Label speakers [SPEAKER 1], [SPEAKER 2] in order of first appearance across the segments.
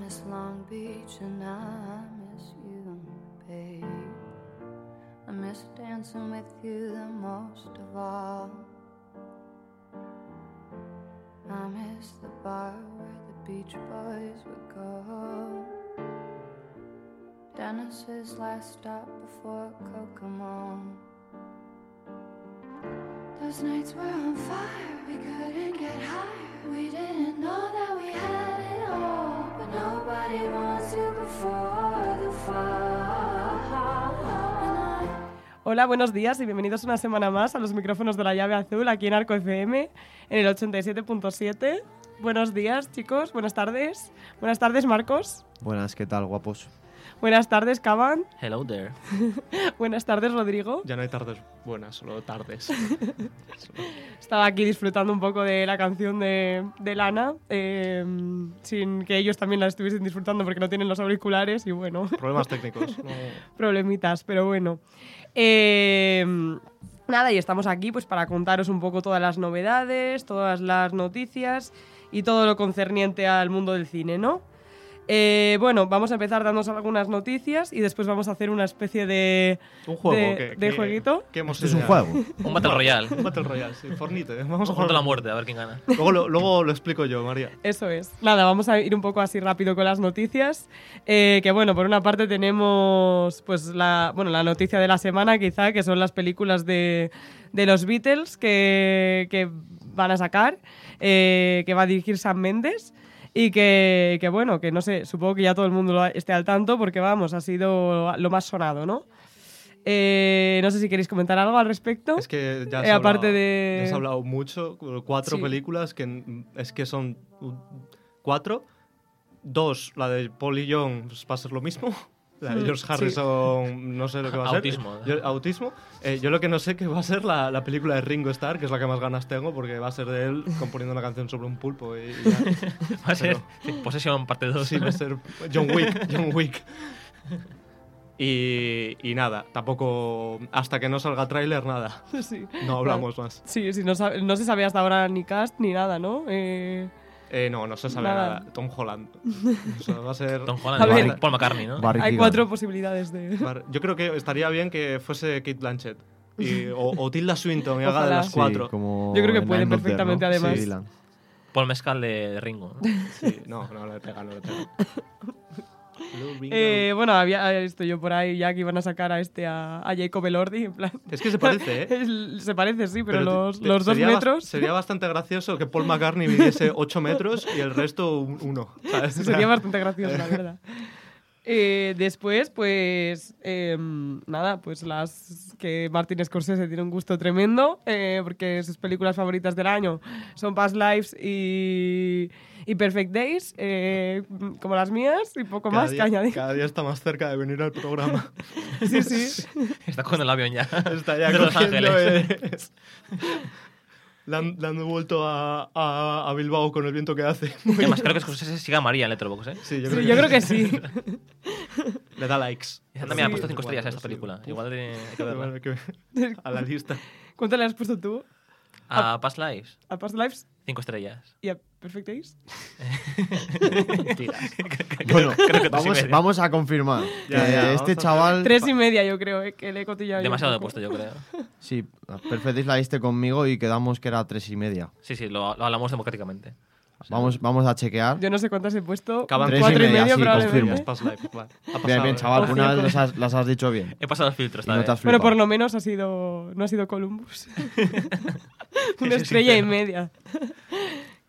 [SPEAKER 1] miss Long Beach and I miss you, babe. I miss dancing with you the most of all. I miss the bar where the beach boys would go. Dennis's last stop before Kokomo. Those nights were on fire, we couldn't get higher. We didn't know that we had it all, but nobody wants you before the fall. And I
[SPEAKER 2] Hola, buenos días y bienvenidos una semana más a los micrófonos de la llave azul aquí en Arco FM en el 87.7. Buenos días, chicos. Buenas tardes. Buenas tardes, Marcos.
[SPEAKER 3] Buenas, ¿qué tal, guapos?
[SPEAKER 2] Buenas tardes, Caban.
[SPEAKER 4] Hello there.
[SPEAKER 2] Buenas tardes, Rodrigo.
[SPEAKER 5] Ya no hay tardes buenas, solo tardes.
[SPEAKER 2] Estaba aquí disfrutando un poco de la canción de, de Lana, eh, sin que ellos también la estuviesen disfrutando porque no tienen los auriculares y bueno,
[SPEAKER 5] Problemas técnicos. no-
[SPEAKER 2] problemitas, pero bueno. Eh, nada, y estamos aquí pues para contaros un poco todas las novedades, todas las noticias y todo lo concerniente al mundo del cine, ¿no? Eh, bueno, vamos a empezar dándonos algunas noticias y después vamos a hacer una especie de...
[SPEAKER 5] Un juego
[SPEAKER 2] De-
[SPEAKER 5] que,
[SPEAKER 2] de
[SPEAKER 5] que-
[SPEAKER 2] jueguito.
[SPEAKER 5] que hemos
[SPEAKER 3] Esto es un
[SPEAKER 5] ideado.
[SPEAKER 3] juego.
[SPEAKER 4] Un Battle Royale.
[SPEAKER 5] Un Battle Royale, sí. Fornite. Vamos a
[SPEAKER 4] Un juego
[SPEAKER 5] jugar.
[SPEAKER 4] de la muerte, a ver quién gana.
[SPEAKER 5] Luego lo, luego lo explico yo, María.
[SPEAKER 2] Eso es. Nada, vamos a ir un poco así rápido con las noticias. Eh, que bueno, por una parte tenemos pues la, bueno, la noticia de la semana quizá, que son las películas de, de los Beatles que, que van a sacar, eh, que va a dirigir Sam Méndez. Y que, que bueno, que no sé, supongo que ya todo el mundo lo ha- esté al tanto porque vamos, ha sido lo más sonado, ¿no? Eh, no sé si queréis comentar algo al respecto.
[SPEAKER 5] Es que ya has,
[SPEAKER 2] Eh, aparte
[SPEAKER 5] hablado,
[SPEAKER 2] de-
[SPEAKER 5] ya has hablado mucho. Cuatro
[SPEAKER 2] Sí.
[SPEAKER 5] películas que n- es que son mm, cuatro. Dos, la de Paul y John, pues va a ser lo mismo. La de
[SPEAKER 2] Mm,
[SPEAKER 5] George
[SPEAKER 2] sí.
[SPEAKER 5] Harrison, no sé lo que va a ser.
[SPEAKER 4] Autismo.
[SPEAKER 5] Yo, autismo. Eh, yo lo que no sé que va a ser la, la película de Ringo Starr, que es la que más ganas tengo, porque va a ser de él componiendo una canción sobre un pulpo. Y, y ya.
[SPEAKER 4] Va a ser Possession parte 2.
[SPEAKER 5] Sí, pues- va a ser John Wick. John Wick. Y, y nada, tampoco. Hasta que no salga tráiler, nada.
[SPEAKER 2] Sí.
[SPEAKER 5] No hablamos más.
[SPEAKER 2] Sí, sí, no, sab- no se sabía hasta ahora ni cast ni nada, ¿no? Eh,
[SPEAKER 5] Eh, no, no se sabe
[SPEAKER 2] Nada.
[SPEAKER 5] nada. Tom Holland. O sea, va a ser.
[SPEAKER 4] Tom
[SPEAKER 2] A
[SPEAKER 4] Holland,
[SPEAKER 2] ver.
[SPEAKER 4] Paul- Paul McCartney, ¿no?
[SPEAKER 3] Barry
[SPEAKER 2] hay
[SPEAKER 3] Keoghan.
[SPEAKER 2] cuatro posibilidades de...
[SPEAKER 5] Mar- Yo creo que estaría bien que fuese Kate Blanchett. Y- o, o Tilda Swinton y haga de
[SPEAKER 2] Ojalá.
[SPEAKER 5] las
[SPEAKER 3] Sí,
[SPEAKER 5] cuatro.
[SPEAKER 3] como
[SPEAKER 2] Yo creo que
[SPEAKER 3] en
[SPEAKER 2] puede
[SPEAKER 3] I'm Not
[SPEAKER 2] perfectamente,
[SPEAKER 3] There, ¿no?
[SPEAKER 2] además.
[SPEAKER 3] Sí, Dylan.
[SPEAKER 4] Paul Mescal de de Ringo. ¿no?
[SPEAKER 5] Sí, no, no le pega, no le pega. Hello, Ringo.
[SPEAKER 2] Eh, bueno, había esto yo por ahí ya que iban a sacar a este a, a Jacob Elordi, en plan...
[SPEAKER 5] es que se parece, ¿eh?
[SPEAKER 2] es- se parece, sí, pero,
[SPEAKER 5] te-
[SPEAKER 2] los,
[SPEAKER 5] te-
[SPEAKER 2] los dos
[SPEAKER 5] sería bas-
[SPEAKER 2] metros
[SPEAKER 5] Sería bastante gracioso que Paul McCartney midiese 8 metros y el resto 1.
[SPEAKER 2] sería bastante gracioso, la verdad. Eh, después, pues em, nada, pues las que Martin Scorsese tiene un gusto tremendo, eh, porque sus películas favoritas del año son Past Lives y, y Perfect Days, eh, como las mías, y poco más que añadir.
[SPEAKER 5] Cada día está más cerca de venir al programa.
[SPEAKER 2] Sí, sí.
[SPEAKER 4] Está con el avión ya.
[SPEAKER 5] Está ya
[SPEAKER 4] De Los
[SPEAKER 5] cogiendo,
[SPEAKER 4] Ángeles.
[SPEAKER 5] eh, Le han, le han vuelto a, a- a Bilbao con el viento que hace.
[SPEAKER 4] Y Además, creo que Scorsese siga María en Letterboxd, ¿eh?
[SPEAKER 5] Sí, yo
[SPEAKER 2] Sí, yo creo que sí.
[SPEAKER 5] Le da likes.
[SPEAKER 4] Y Anda, me ha
[SPEAKER 2] Sí.
[SPEAKER 4] puesto 5 estrellas a esta
[SPEAKER 5] Sí.
[SPEAKER 4] película.
[SPEAKER 5] Uf.
[SPEAKER 4] Igual tiene- hay que verla.
[SPEAKER 5] Bueno, que- A la lista.
[SPEAKER 2] ¿Cuánto le has puesto tú
[SPEAKER 4] A Ah, Past Lives,
[SPEAKER 2] a Past Lives
[SPEAKER 4] 5 estrellas.
[SPEAKER 2] y a Perfect Days?
[SPEAKER 3] Bueno,
[SPEAKER 4] creo que tres y
[SPEAKER 3] vamos,
[SPEAKER 4] medio.
[SPEAKER 3] vamos a confirmar.
[SPEAKER 5] Ya,
[SPEAKER 3] que
[SPEAKER 5] ya, vamos
[SPEAKER 3] este
[SPEAKER 5] a-
[SPEAKER 3] chaval.
[SPEAKER 2] Tres y media, yo creo, eh, que le he cotillado. yo
[SPEAKER 4] Demasiado
[SPEAKER 2] un
[SPEAKER 4] he
[SPEAKER 2] poco.
[SPEAKER 4] puesto, yo creo.
[SPEAKER 3] Sí, Perfect Days la diste conmigo y quedamos que era tres y media.
[SPEAKER 4] Sí, sí, lo, lo hablamos democráticamente.
[SPEAKER 3] Vamos, vamos a chequear.
[SPEAKER 2] Yo no sé cuántas he puesto.
[SPEAKER 5] Acaban
[SPEAKER 3] Tres y
[SPEAKER 2] cuatro y
[SPEAKER 3] media,
[SPEAKER 2] medio,
[SPEAKER 3] sí,
[SPEAKER 2] probablemente.
[SPEAKER 3] confirmo.
[SPEAKER 5] Es Past Life, vale. Ha
[SPEAKER 3] bien,
[SPEAKER 5] pasado,
[SPEAKER 3] bien,
[SPEAKER 5] eh.
[SPEAKER 3] chaval,
[SPEAKER 2] Por
[SPEAKER 3] una vez
[SPEAKER 2] cierto.
[SPEAKER 3] las has, las has dicho bien.
[SPEAKER 4] He pasado los filtros,
[SPEAKER 3] Y no te has
[SPEAKER 2] Bueno, por
[SPEAKER 3] flipado.
[SPEAKER 2] lo menos ha sido. No ha sido Columbus. Una
[SPEAKER 4] es
[SPEAKER 2] estrella y
[SPEAKER 4] sincero.
[SPEAKER 2] media.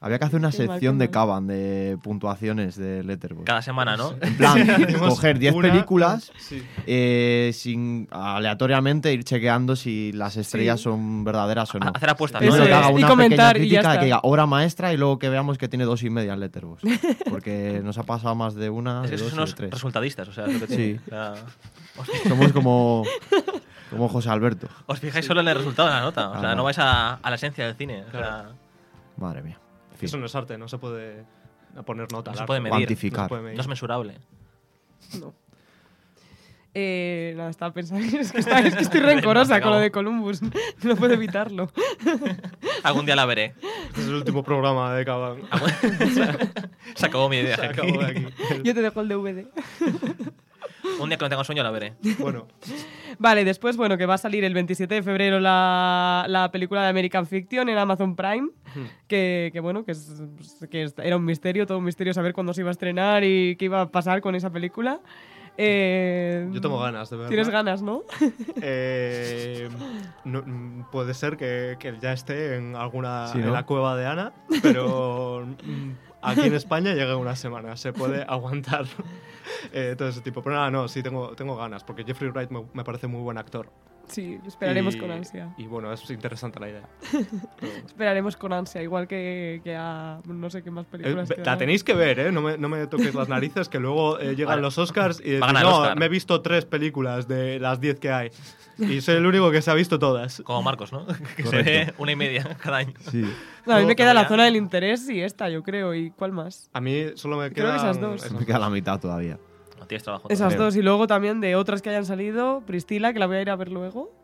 [SPEAKER 3] Había que hacer una
[SPEAKER 2] Qué mal,
[SPEAKER 3] sección
[SPEAKER 2] qué
[SPEAKER 3] de
[SPEAKER 2] mal.
[SPEAKER 3] Caban de puntuaciones de Letterboxd.
[SPEAKER 4] Cada semana, ¿no?
[SPEAKER 3] En plan,
[SPEAKER 5] Hicimos
[SPEAKER 3] coger 10
[SPEAKER 5] una-
[SPEAKER 3] películas
[SPEAKER 5] Sí.
[SPEAKER 3] eh, sin aleatoriamente ir chequeando si las estrellas
[SPEAKER 2] Sí.
[SPEAKER 3] son verdaderas o no.
[SPEAKER 4] A- hacer apuestas, ¿no?
[SPEAKER 3] Primero
[SPEAKER 2] Eso
[SPEAKER 3] que
[SPEAKER 2] es.
[SPEAKER 3] haga
[SPEAKER 2] Y
[SPEAKER 3] una
[SPEAKER 2] comentar y ya
[SPEAKER 3] pequeña crítica
[SPEAKER 2] está.
[SPEAKER 3] que diga obra maestra y luego que veamos que tiene dos y media en Letterboxd. Porque nos ha pasado más de una,
[SPEAKER 4] Es
[SPEAKER 3] de
[SPEAKER 4] que
[SPEAKER 3] dos y
[SPEAKER 4] son
[SPEAKER 3] de
[SPEAKER 4] unos
[SPEAKER 3] tres.
[SPEAKER 4] resultadistas, o sea, es lo que
[SPEAKER 3] Sí.
[SPEAKER 4] tiene. O sea, os,
[SPEAKER 3] Somos como, como José Alberto.
[SPEAKER 4] os fijáis solo en el resultado de la nota, o sea,
[SPEAKER 3] Ah.
[SPEAKER 4] no vais a, a la esencia del cine. o sea,
[SPEAKER 5] Claro.
[SPEAKER 3] Madre mía. En fin,
[SPEAKER 5] Eso no es arte, no se puede poner nota.
[SPEAKER 4] No
[SPEAKER 5] al
[SPEAKER 4] se
[SPEAKER 5] arte.
[SPEAKER 4] puede medir.
[SPEAKER 3] cuantificar.
[SPEAKER 5] No se puede medir.
[SPEAKER 4] no es mensurable.
[SPEAKER 2] No. Eh, nada, estaba pensando. Es que, está- es que estoy rencorosa con lo de Columbus. No puedo evitarlo.
[SPEAKER 4] Algún día la veré.
[SPEAKER 5] Este es el último programa de Caban.
[SPEAKER 4] Ah, Se acabó mi idea.
[SPEAKER 5] Se acabó de aquí.
[SPEAKER 2] Yo te dejo el DVD.
[SPEAKER 4] Un día que no tenga sueño la veré.
[SPEAKER 5] Bueno,
[SPEAKER 2] Vale, después, bueno, que va a salir el 27 de febrero la, la película de American Fiction en Amazon Prime, que, que bueno, que, es- que es- era un misterio, todo un misterio saber cuándo se iba a estrenar y qué iba a pasar con esa película. Eh,
[SPEAKER 5] yo tengo ganas de verla.
[SPEAKER 2] Tienes ganas, ¿no?
[SPEAKER 5] Eh, no- mm, puede ser que, que ya esté en alguna
[SPEAKER 3] Sí,
[SPEAKER 5] en
[SPEAKER 3] ¿no?
[SPEAKER 5] la cueva de Ana, pero mm, aquí en España llega en una semana, se puede aguantar eh, todo ese tipo. Pero nada, no, sí tengo, tengo ganas, porque Jeffrey Wright me, me parece muy buen actor.
[SPEAKER 2] Sí, esperaremos
[SPEAKER 5] Y-
[SPEAKER 2] con ansia.
[SPEAKER 5] Y bueno, es interesante la idea. Eh,
[SPEAKER 2] Esperaremos con ansia, igual que, que a no sé qué más
[SPEAKER 5] Eh,
[SPEAKER 2] películas. que
[SPEAKER 5] la
[SPEAKER 2] habrá.
[SPEAKER 5] tenéis que ver, ¿eh? No me, no me toquéis las narices, que luego eh, llegan
[SPEAKER 4] Vale.
[SPEAKER 5] los Oscars y
[SPEAKER 4] Va a
[SPEAKER 5] decís,
[SPEAKER 4] ganar el
[SPEAKER 5] no,
[SPEAKER 4] Oscar".
[SPEAKER 5] me he visto tres películas de las diez que hay. Y soy el único que se ha visto todas.
[SPEAKER 4] Como Marcos, ¿no? Que se
[SPEAKER 3] Correcto.
[SPEAKER 4] ve una y media cada año.
[SPEAKER 3] Sí.
[SPEAKER 2] No, a mí
[SPEAKER 4] Luego
[SPEAKER 2] me
[SPEAKER 4] que
[SPEAKER 2] queda la
[SPEAKER 4] vaya-
[SPEAKER 2] zona del interés y esta, yo creo, y cuál más.
[SPEAKER 5] A mí solo me
[SPEAKER 2] Creo
[SPEAKER 5] quedan
[SPEAKER 2] que esas dos.
[SPEAKER 5] esas
[SPEAKER 3] Me queda la mitad todavía.
[SPEAKER 4] No tienes trabajo.
[SPEAKER 2] Esas
[SPEAKER 3] creo.
[SPEAKER 2] dos, y luego también de otras que hayan salido, Pristila, que la voy a ir a ver luego,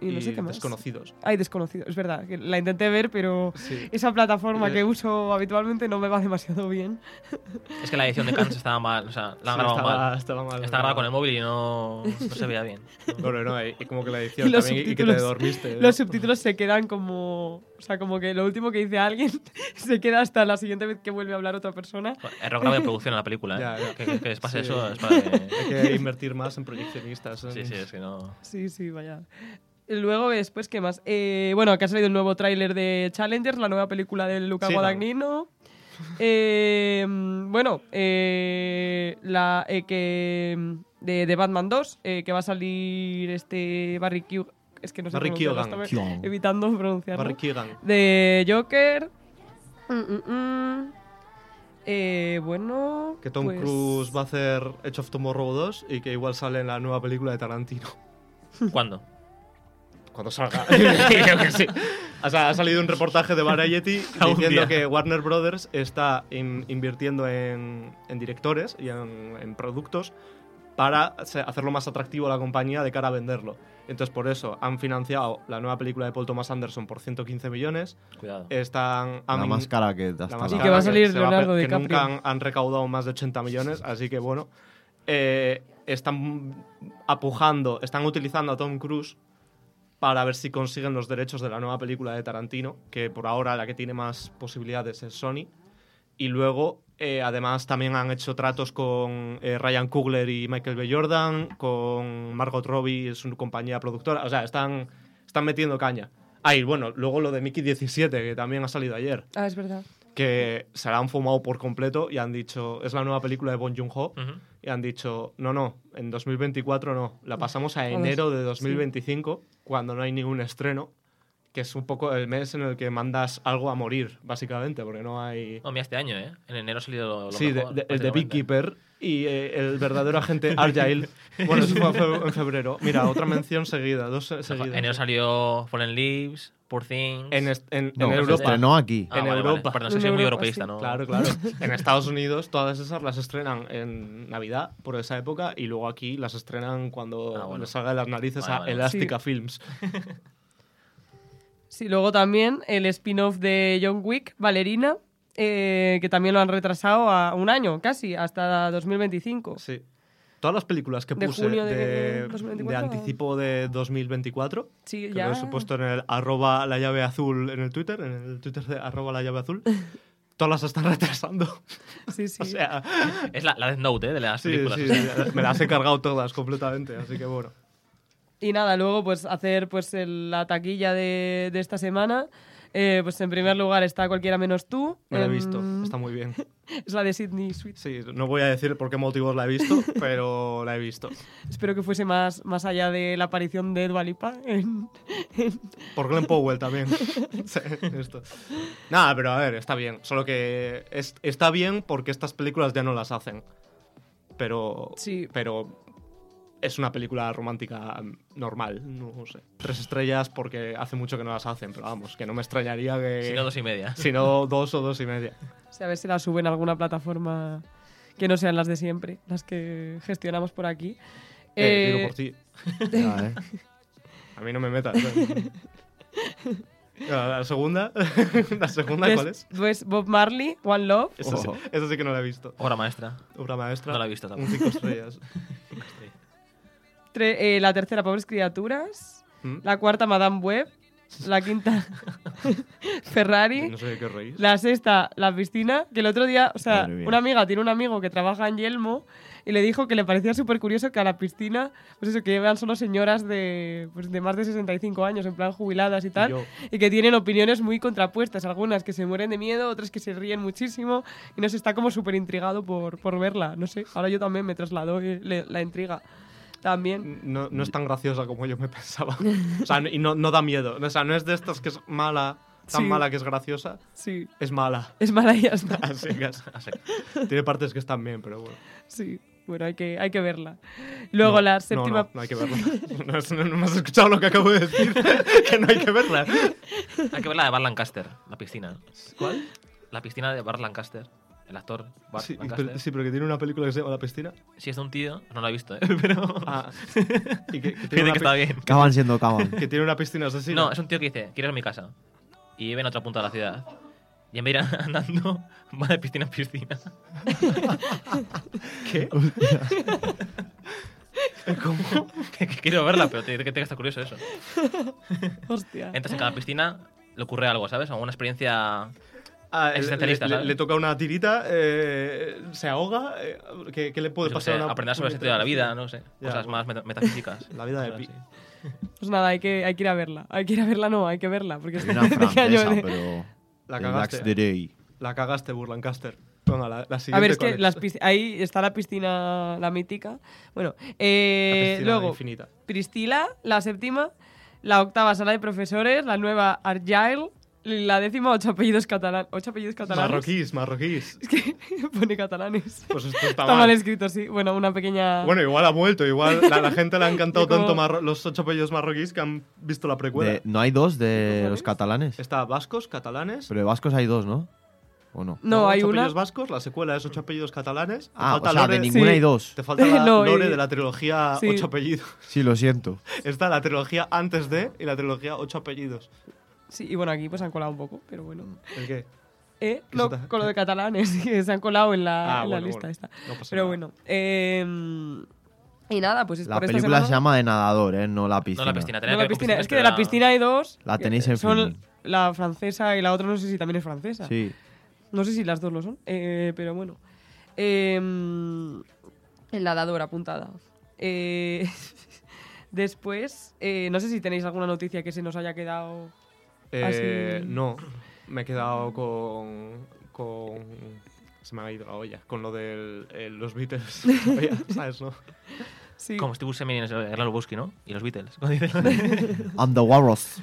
[SPEAKER 2] y, no sé qué más.
[SPEAKER 5] desconocidos.
[SPEAKER 2] Ay, desconocido, es verdad, que la intenté ver, pero
[SPEAKER 5] Sí.
[SPEAKER 2] esa plataforma
[SPEAKER 5] Eh.
[SPEAKER 2] que uso habitualmente no me va demasiado bien.
[SPEAKER 4] Es que la edición de Cannes estaba mal. O sea, la han
[SPEAKER 5] Sí,
[SPEAKER 4] grabado
[SPEAKER 5] estaba-
[SPEAKER 4] mal.
[SPEAKER 5] estaba mal
[SPEAKER 4] Está grabada con el móvil y no, no se veía bien.
[SPEAKER 5] Bueno, no, y y como que la edición
[SPEAKER 2] Y los
[SPEAKER 5] también, y que te
[SPEAKER 2] subtítulos.
[SPEAKER 5] dormiste. ¿eh?
[SPEAKER 2] Los subtítulos se quedan como. O sea, como que lo último que dice alguien se queda hasta la siguiente vez que vuelve a hablar otra persona.
[SPEAKER 4] Bueno, Error grave de producción en la película. ¿eh?
[SPEAKER 5] Ya, ya.
[SPEAKER 4] Que, que- que les pase
[SPEAKER 5] Sí.
[SPEAKER 4] eso es para que...
[SPEAKER 5] Hay que invertir más en proyeccionistas. en-
[SPEAKER 4] Sí, sí, es que no...
[SPEAKER 2] Sí, sí, vaya. Luego, después, ¿qué más? Eh, bueno, que ha salido el nuevo tráiler de Challengers, la nueva película de Luca
[SPEAKER 5] Sí, la-
[SPEAKER 2] Guadagnino. Eh, mm, bueno, eh, la eh, que mm, de, de Batman 2, eh, que va a salir este Barry Keog- Es que no sé
[SPEAKER 5] Barry
[SPEAKER 2] pronunciarlo,
[SPEAKER 5] Keoghan.
[SPEAKER 2] estaba
[SPEAKER 3] Keoghan.
[SPEAKER 2] evitando pronunciarlo.
[SPEAKER 5] Barry Keoghan.
[SPEAKER 2] De Joker. Mm, mm, mm. Eh, bueno.
[SPEAKER 5] Que Tom
[SPEAKER 2] pues-
[SPEAKER 5] Cruise va a hacer Edge of Tomorrow 2 y que igual sale en la nueva película de Tarantino.
[SPEAKER 4] ¿Cuándo?
[SPEAKER 5] Cuando salga. Creo que sí. O sea, ha salido un reportaje de Variety
[SPEAKER 4] Algún
[SPEAKER 5] diciendo
[SPEAKER 4] día.
[SPEAKER 5] que Warner Brothers está in- invirtiendo en, en directores y en, en productos para se- hacerlo más atractivo a la compañía de cara a venderlo. Entonces, por eso han financiado la nueva película de Paul Thomas Anderson por 115 millones.
[SPEAKER 4] Cuidado.
[SPEAKER 5] Eh, Están, han
[SPEAKER 3] la
[SPEAKER 5] in-
[SPEAKER 3] más cara que
[SPEAKER 5] la
[SPEAKER 3] hasta
[SPEAKER 5] más
[SPEAKER 2] Y
[SPEAKER 3] ahora.
[SPEAKER 2] que va a
[SPEAKER 5] cara
[SPEAKER 2] salir
[SPEAKER 5] se
[SPEAKER 2] Leonardo
[SPEAKER 5] que
[SPEAKER 2] DiCaprio.
[SPEAKER 5] nunca han, han recaudado más de 80 millones, así que bueno, eh, están apujando, están utilizando a Tom Cruise para ver si consiguen los derechos de la nueva película de Tarantino, que por ahora la que tiene más posibilidades es Sony. Y luego, eh, además, también han hecho tratos con eh, Ryan Coogler y Michael B. Jordan, con Margot Robbie, es una compañía productora. O sea, están, están metiendo caña. Ay, bueno, luego lo de Mickey 17, que también ha salido ayer
[SPEAKER 2] Ah, es verdad.
[SPEAKER 5] que se la han fumado por completo y han dicho, es la nueva película de Bong Joon-ho,
[SPEAKER 4] Ujú.
[SPEAKER 5] y han dicho, no, no, en 2024 no, la pasamos a
[SPEAKER 2] ver,
[SPEAKER 5] enero de 2025, cuando no hay ningún estreno, que es un poco el mes en el que mandas algo a morir, básicamente, porque no hay...
[SPEAKER 4] No, mira, este año, ¿eh? En enero ha salido lo, lo
[SPEAKER 5] Sí, de-
[SPEAKER 4] mejor,
[SPEAKER 5] de- el de
[SPEAKER 4] prácticamente.
[SPEAKER 5] Beekeeper y eh, el verdadero agente Argyle. Bueno, eso fue en fe- en febrero. Mira, otra mención seguida, dos se-
[SPEAKER 4] Ojo, En
[SPEAKER 5] seguidas.
[SPEAKER 4] enero salió Fallen Leaves, Poor Things...
[SPEAKER 5] En, est- en-
[SPEAKER 3] No,
[SPEAKER 5] en
[SPEAKER 3] se
[SPEAKER 5] Europa.
[SPEAKER 3] estrenó aquí.
[SPEAKER 4] Ah,
[SPEAKER 5] en
[SPEAKER 4] vale, vale.
[SPEAKER 5] Europa.
[SPEAKER 4] Perdón, soy
[SPEAKER 2] En
[SPEAKER 4] muy
[SPEAKER 2] Europa,
[SPEAKER 4] europeísta,
[SPEAKER 2] sí.
[SPEAKER 4] ¿no?
[SPEAKER 5] Claro, claro. En Estados Unidos todas esas las estrenan en Navidad, por esa época, y luego aquí las estrenan cuando
[SPEAKER 4] Ah, bueno.
[SPEAKER 5] les salga de las narices
[SPEAKER 4] Vale,
[SPEAKER 5] a
[SPEAKER 4] vale.
[SPEAKER 5] Elástica Films.
[SPEAKER 2] Sí, luego también el spin-off de John Wick, Valerina, eh, que también lo han retrasado a un año casi, hasta 2025.
[SPEAKER 5] Sí. Todas las películas que
[SPEAKER 2] ¿De
[SPEAKER 5] puse
[SPEAKER 2] junio de
[SPEAKER 5] de,
[SPEAKER 2] 2024?
[SPEAKER 5] de anticipo de 2024,
[SPEAKER 2] Sí,
[SPEAKER 5] que
[SPEAKER 2] ya.
[SPEAKER 5] lo he puesto en el arroba la llave azul en el Twitter, en el Twitter de arroba la llave azul, todas las están retrasando.
[SPEAKER 2] Sí, sí.
[SPEAKER 5] O sea,
[SPEAKER 4] Es la, la Death Note, ¿eh? De las
[SPEAKER 5] sí,
[SPEAKER 4] películas.
[SPEAKER 5] sí,
[SPEAKER 4] o sea.
[SPEAKER 5] sí, me las he cargado todas completamente, así que bueno.
[SPEAKER 2] Y nada, luego pues hacer pues el- la taquilla de, de esta semana. Eh, pues en primer lugar está Cualquiera menos tú.
[SPEAKER 5] Me la he
[SPEAKER 2] Em,
[SPEAKER 5] visto, está muy bien.
[SPEAKER 2] Es la de Sydney Sweet.
[SPEAKER 5] Sí, no voy a decir por qué motivos la he visto, pero la he visto.
[SPEAKER 2] Espero que fuese más, más allá de la aparición de Dua Lipa en,
[SPEAKER 5] Por Glenn Powell también. Sí, esto. Nada, pero a ver, está bien. Solo que es- está bien porque estas películas ya no las hacen. Pero.
[SPEAKER 2] Sí.
[SPEAKER 5] Pero es una película romántica normal, no sé. Tres estrellas porque hace mucho que no las hacen, pero vamos, que no me extrañaría que.
[SPEAKER 4] Si no, dos y media.
[SPEAKER 5] si no, dos o dos y media.
[SPEAKER 2] O sea, a ver si la suben a alguna plataforma que no sean las de siempre, las que gestionamos por aquí.
[SPEAKER 5] Eh,
[SPEAKER 2] Eh,
[SPEAKER 5] digo por ti.
[SPEAKER 3] Ya, ¿eh?
[SPEAKER 5] A mí no me metas. La la segunda, ¿la segunda
[SPEAKER 2] ¿Ves-
[SPEAKER 5] cuál es?
[SPEAKER 2] ves Pues, Bob Marley, One Love.
[SPEAKER 5] Esa sí,
[SPEAKER 3] Ojo.
[SPEAKER 5] esa sí que no la he visto.
[SPEAKER 4] Obra maestra.
[SPEAKER 5] Obra maestra.
[SPEAKER 4] No la he visto tampoco.
[SPEAKER 5] Un cinco estrellas.
[SPEAKER 2] Tre- eh, la tercera, Pobres Criaturas.
[SPEAKER 5] ¿Mm?
[SPEAKER 2] La cuarta, Madame Web. La quinta, Ferrari.
[SPEAKER 5] No sé de qué os reís.
[SPEAKER 2] La sexta, La Piscina. Que el otro día, o sea,
[SPEAKER 3] Madre mía.
[SPEAKER 2] una amiga tiene un amigo que trabaja en Yelmo y le dijo que le parecía súper curioso que a la piscina, pues eso, que vean solo señoras de, pues de más de 65 años, en plan jubiladas y tal.
[SPEAKER 5] yo.
[SPEAKER 2] y que tienen opiniones muy contrapuestas, algunas que se mueren de miedo, otras que se ríen muchísimo, y no sé, está como súper intrigado por, por verla, no sé, ahora yo también me trasladó eh, le- la intriga también.
[SPEAKER 5] No, no es tan graciosa como yo me pensaba. O sea, y no, no da miedo. O sea, no es de estas que es mala, tan
[SPEAKER 2] Sí.
[SPEAKER 5] mala que es graciosa.
[SPEAKER 2] Sí,
[SPEAKER 5] Es mala.
[SPEAKER 2] es mala y ya está.
[SPEAKER 5] Así que, así que- Tiene partes que están bien, pero bueno.
[SPEAKER 2] Sí, bueno, hay que, hay que verla. Luego
[SPEAKER 5] No,
[SPEAKER 2] la
[SPEAKER 5] no,
[SPEAKER 2] séptima...
[SPEAKER 5] No, no hay que verla. No, es- no me has escuchado lo que acabo de decir. que no hay que verla.
[SPEAKER 4] Hay que ver la de Bar Lancaster, la piscina. ¿Cuál? La piscina de Bar Lancaster. El actor Bar
[SPEAKER 5] Sí pero,
[SPEAKER 4] Lancaster.
[SPEAKER 5] sí, pero que tiene una película que se llama La Piscina.
[SPEAKER 4] Si es de un tío, no lo he visto, ¿eh? pero.
[SPEAKER 5] Ah, y que, que tiene
[SPEAKER 4] Dice
[SPEAKER 5] una
[SPEAKER 4] que
[SPEAKER 5] pi-
[SPEAKER 4] está bien.
[SPEAKER 3] Caban siendo caban.
[SPEAKER 5] que tiene una piscina asesina.
[SPEAKER 4] No, es un tío que dice: Quiero ir a mi casa. Y vive en otra punta de la ciudad. Y en vez de ir andando, va de piscina en piscina.
[SPEAKER 5] ¿Qué? ¿Cómo?
[SPEAKER 4] que, que quiero verla, pero te, que te está curioso eso.
[SPEAKER 2] Hostia.
[SPEAKER 4] Entras en cada piscina, le ocurre algo, ¿sabes? Alguna experiencia.
[SPEAKER 5] Ah, le-
[SPEAKER 4] Existencialista,
[SPEAKER 5] le, le-
[SPEAKER 4] ¿sabes?
[SPEAKER 5] le toca una tirita, eh, se ahoga. eh, ¿qué, qué le puede
[SPEAKER 4] pues, yo
[SPEAKER 5] pasar?
[SPEAKER 4] qué sé,
[SPEAKER 5] a una-
[SPEAKER 4] aprender sobre el sentido de la vida, no sé.
[SPEAKER 5] Ya,
[SPEAKER 4] cosas
[SPEAKER 5] bueno.
[SPEAKER 4] más meta- metafísicas.
[SPEAKER 5] La vida de
[SPEAKER 4] Cosas
[SPEAKER 5] Pi.
[SPEAKER 4] así.
[SPEAKER 2] Pues nada, hay que, hay que ir a verla. Hay que ir a verla, no, hay que verla, porque este
[SPEAKER 3] Es
[SPEAKER 2] esta
[SPEAKER 3] una
[SPEAKER 2] gente que ha
[SPEAKER 3] francesa,
[SPEAKER 5] pues.
[SPEAKER 2] llorado.
[SPEAKER 3] pero...
[SPEAKER 5] La
[SPEAKER 3] el
[SPEAKER 5] cagaste.
[SPEAKER 3] Dax de Rey.
[SPEAKER 5] La cagaste, Burlancaster. Venga, la, la siguiente.
[SPEAKER 2] A ver, es
[SPEAKER 5] ¿cuál
[SPEAKER 2] que las pisc- ahí está la piscina, la mítica. Bueno,
[SPEAKER 5] La
[SPEAKER 2] eh,
[SPEAKER 5] piscina
[SPEAKER 2] luego,
[SPEAKER 5] infinita.
[SPEAKER 2] Pristila, la séptima, la octava sala de profesores, la nueva Argyle, la décima ocho apellidos catalanes. ¿Ocho apellidos catalanes?
[SPEAKER 5] Marroquíes, marroquíes.
[SPEAKER 2] Es que pone catalanes.
[SPEAKER 5] Pues esto está
[SPEAKER 2] Está
[SPEAKER 5] mal.
[SPEAKER 2] mal. escrito, sí. Bueno, una pequeña...
[SPEAKER 5] Bueno, igual ha vuelto. Igual la, la gente le ha encantado
[SPEAKER 2] Yo como-
[SPEAKER 5] tanto marro- los ocho apellidos marroquíes que han visto la precuela.
[SPEAKER 3] De- no hay dos de
[SPEAKER 2] ¿Cojones?
[SPEAKER 3] los catalanes.
[SPEAKER 5] Está vascos, catalanes.
[SPEAKER 3] Pero de vascos hay dos, ¿no? ¿O no?
[SPEAKER 2] no, hay
[SPEAKER 5] ocho
[SPEAKER 2] una...
[SPEAKER 5] apellidos vascos, la secuela es ocho apellidos catalanes. Te
[SPEAKER 3] Ah, o
[SPEAKER 5] falta
[SPEAKER 3] sea,
[SPEAKER 5] Lore-
[SPEAKER 3] de ninguna
[SPEAKER 2] Sí.
[SPEAKER 3] hay dos.
[SPEAKER 5] Te falta la
[SPEAKER 2] No, y-
[SPEAKER 5] lore de la trilogía
[SPEAKER 2] Sí.
[SPEAKER 5] ocho apellidos.
[SPEAKER 3] Sí, lo siento.
[SPEAKER 5] Está la trilogía antes de y la trilogía ocho apellidos.
[SPEAKER 2] Sí, y bueno, aquí pues han colado un poco, pero bueno.
[SPEAKER 5] ¿El qué?
[SPEAKER 2] Eh,
[SPEAKER 5] ¿Qué
[SPEAKER 2] no,
[SPEAKER 5] se te-
[SPEAKER 2] con lo de catalanes, que se han colado en la,
[SPEAKER 5] Ah,
[SPEAKER 2] en la
[SPEAKER 5] bueno,
[SPEAKER 2] lista
[SPEAKER 5] bueno.
[SPEAKER 2] esta.
[SPEAKER 5] No pasa
[SPEAKER 2] Pero
[SPEAKER 5] nada.
[SPEAKER 2] bueno. em, y nada, pues es
[SPEAKER 3] La
[SPEAKER 2] por esta
[SPEAKER 3] película
[SPEAKER 2] semana.
[SPEAKER 3] se llama De Nadador, ¿eh? No La Piscina.
[SPEAKER 4] No la piscina, tenía
[SPEAKER 2] No,
[SPEAKER 4] que
[SPEAKER 2] la
[SPEAKER 4] ver con
[SPEAKER 2] piscina.
[SPEAKER 4] piscinas,
[SPEAKER 2] Es que
[SPEAKER 4] pero
[SPEAKER 2] de la piscina hay dos.
[SPEAKER 3] La
[SPEAKER 2] que
[SPEAKER 3] tenéis en
[SPEAKER 2] Son
[SPEAKER 3] filming.
[SPEAKER 2] la francesa y la otra no sé si también es francesa.
[SPEAKER 3] Sí.
[SPEAKER 2] No sé si las dos lo son, eh, pero bueno. Eh, en la dadora apuntada. Eh, después, eh, no sé si tenéis alguna noticia que se nos haya quedado.
[SPEAKER 5] Eh,
[SPEAKER 2] Así-
[SPEAKER 5] No, me he quedado con. con se me ha ido la olla con lo de los Beatles. Oye, ¿Sabes, no?
[SPEAKER 2] Sí.
[SPEAKER 4] Como Steve Buscemi en el Lebowski, ¿no? Y los Beatles. como dicen.
[SPEAKER 3] And the Walrus.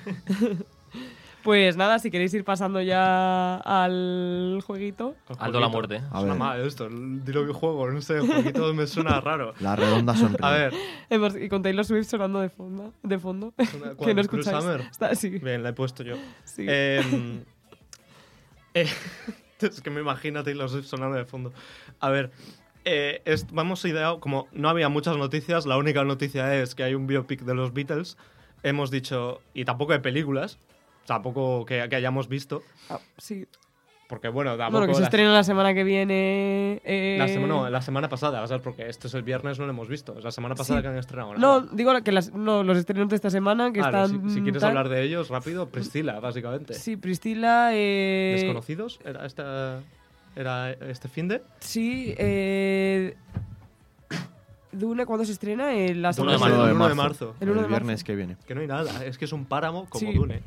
[SPEAKER 2] Pues nada, si queréis ir pasando ya al jueguito.
[SPEAKER 4] Aldo la muerte.
[SPEAKER 3] A
[SPEAKER 5] Suena
[SPEAKER 3] ver.
[SPEAKER 5] mal esto, el- dilo que juego, no sé, el jueguito me suena raro.
[SPEAKER 3] La redonda sonrisa.
[SPEAKER 5] A ver,
[SPEAKER 2] Hemos- Y con Taylor Swift sonando de fondo. De fondo que
[SPEAKER 5] ¿cuál?
[SPEAKER 2] no
[SPEAKER 5] ¿Cruel
[SPEAKER 2] escucháis.
[SPEAKER 5] Summer?
[SPEAKER 2] Está, sí,
[SPEAKER 5] bien, la he puesto yo.
[SPEAKER 2] sí.
[SPEAKER 5] Eh, eh, es que me imagino a Taylor Swift sonando de fondo. A ver, eh, es- vamos ideado, como no había muchas noticias, la única noticia es que hay un biopic de los Beatles. Hemos dicho, y tampoco de películas, tampoco que, que hayamos visto,
[SPEAKER 2] Ah, sí.
[SPEAKER 5] porque bueno, tampoco
[SPEAKER 2] Bueno, que se
[SPEAKER 5] la-
[SPEAKER 2] estrena la semana que viene. eh,
[SPEAKER 5] la sema- no, la semana pasada, o sea, porque esto es el viernes, no lo hemos visto. Es la semana pasada
[SPEAKER 2] Sí.
[SPEAKER 5] que han estrenado.
[SPEAKER 2] No, digo que las- no, los estrenos de esta semana que
[SPEAKER 5] Ah, no,
[SPEAKER 2] están.
[SPEAKER 5] si, si quieres
[SPEAKER 2] tal.
[SPEAKER 5] hablar de ellos, rápido, Priscila, básicamente.
[SPEAKER 2] Sí, Priscila. eh,
[SPEAKER 5] Desconocidos, era, esta, era este fin de.
[SPEAKER 2] Sí, eh. Duna, ¿cuándo se estrena? Eh, la
[SPEAKER 5] Duna
[SPEAKER 2] semana
[SPEAKER 4] de marzo.
[SPEAKER 2] que
[SPEAKER 5] El uno de marzo.
[SPEAKER 2] El
[SPEAKER 3] El,
[SPEAKER 2] uno de
[SPEAKER 3] viernes
[SPEAKER 2] marzo.
[SPEAKER 3] que viene.
[SPEAKER 5] Que no hay nada, es que es un páramo como
[SPEAKER 2] Sí.
[SPEAKER 5] Dune.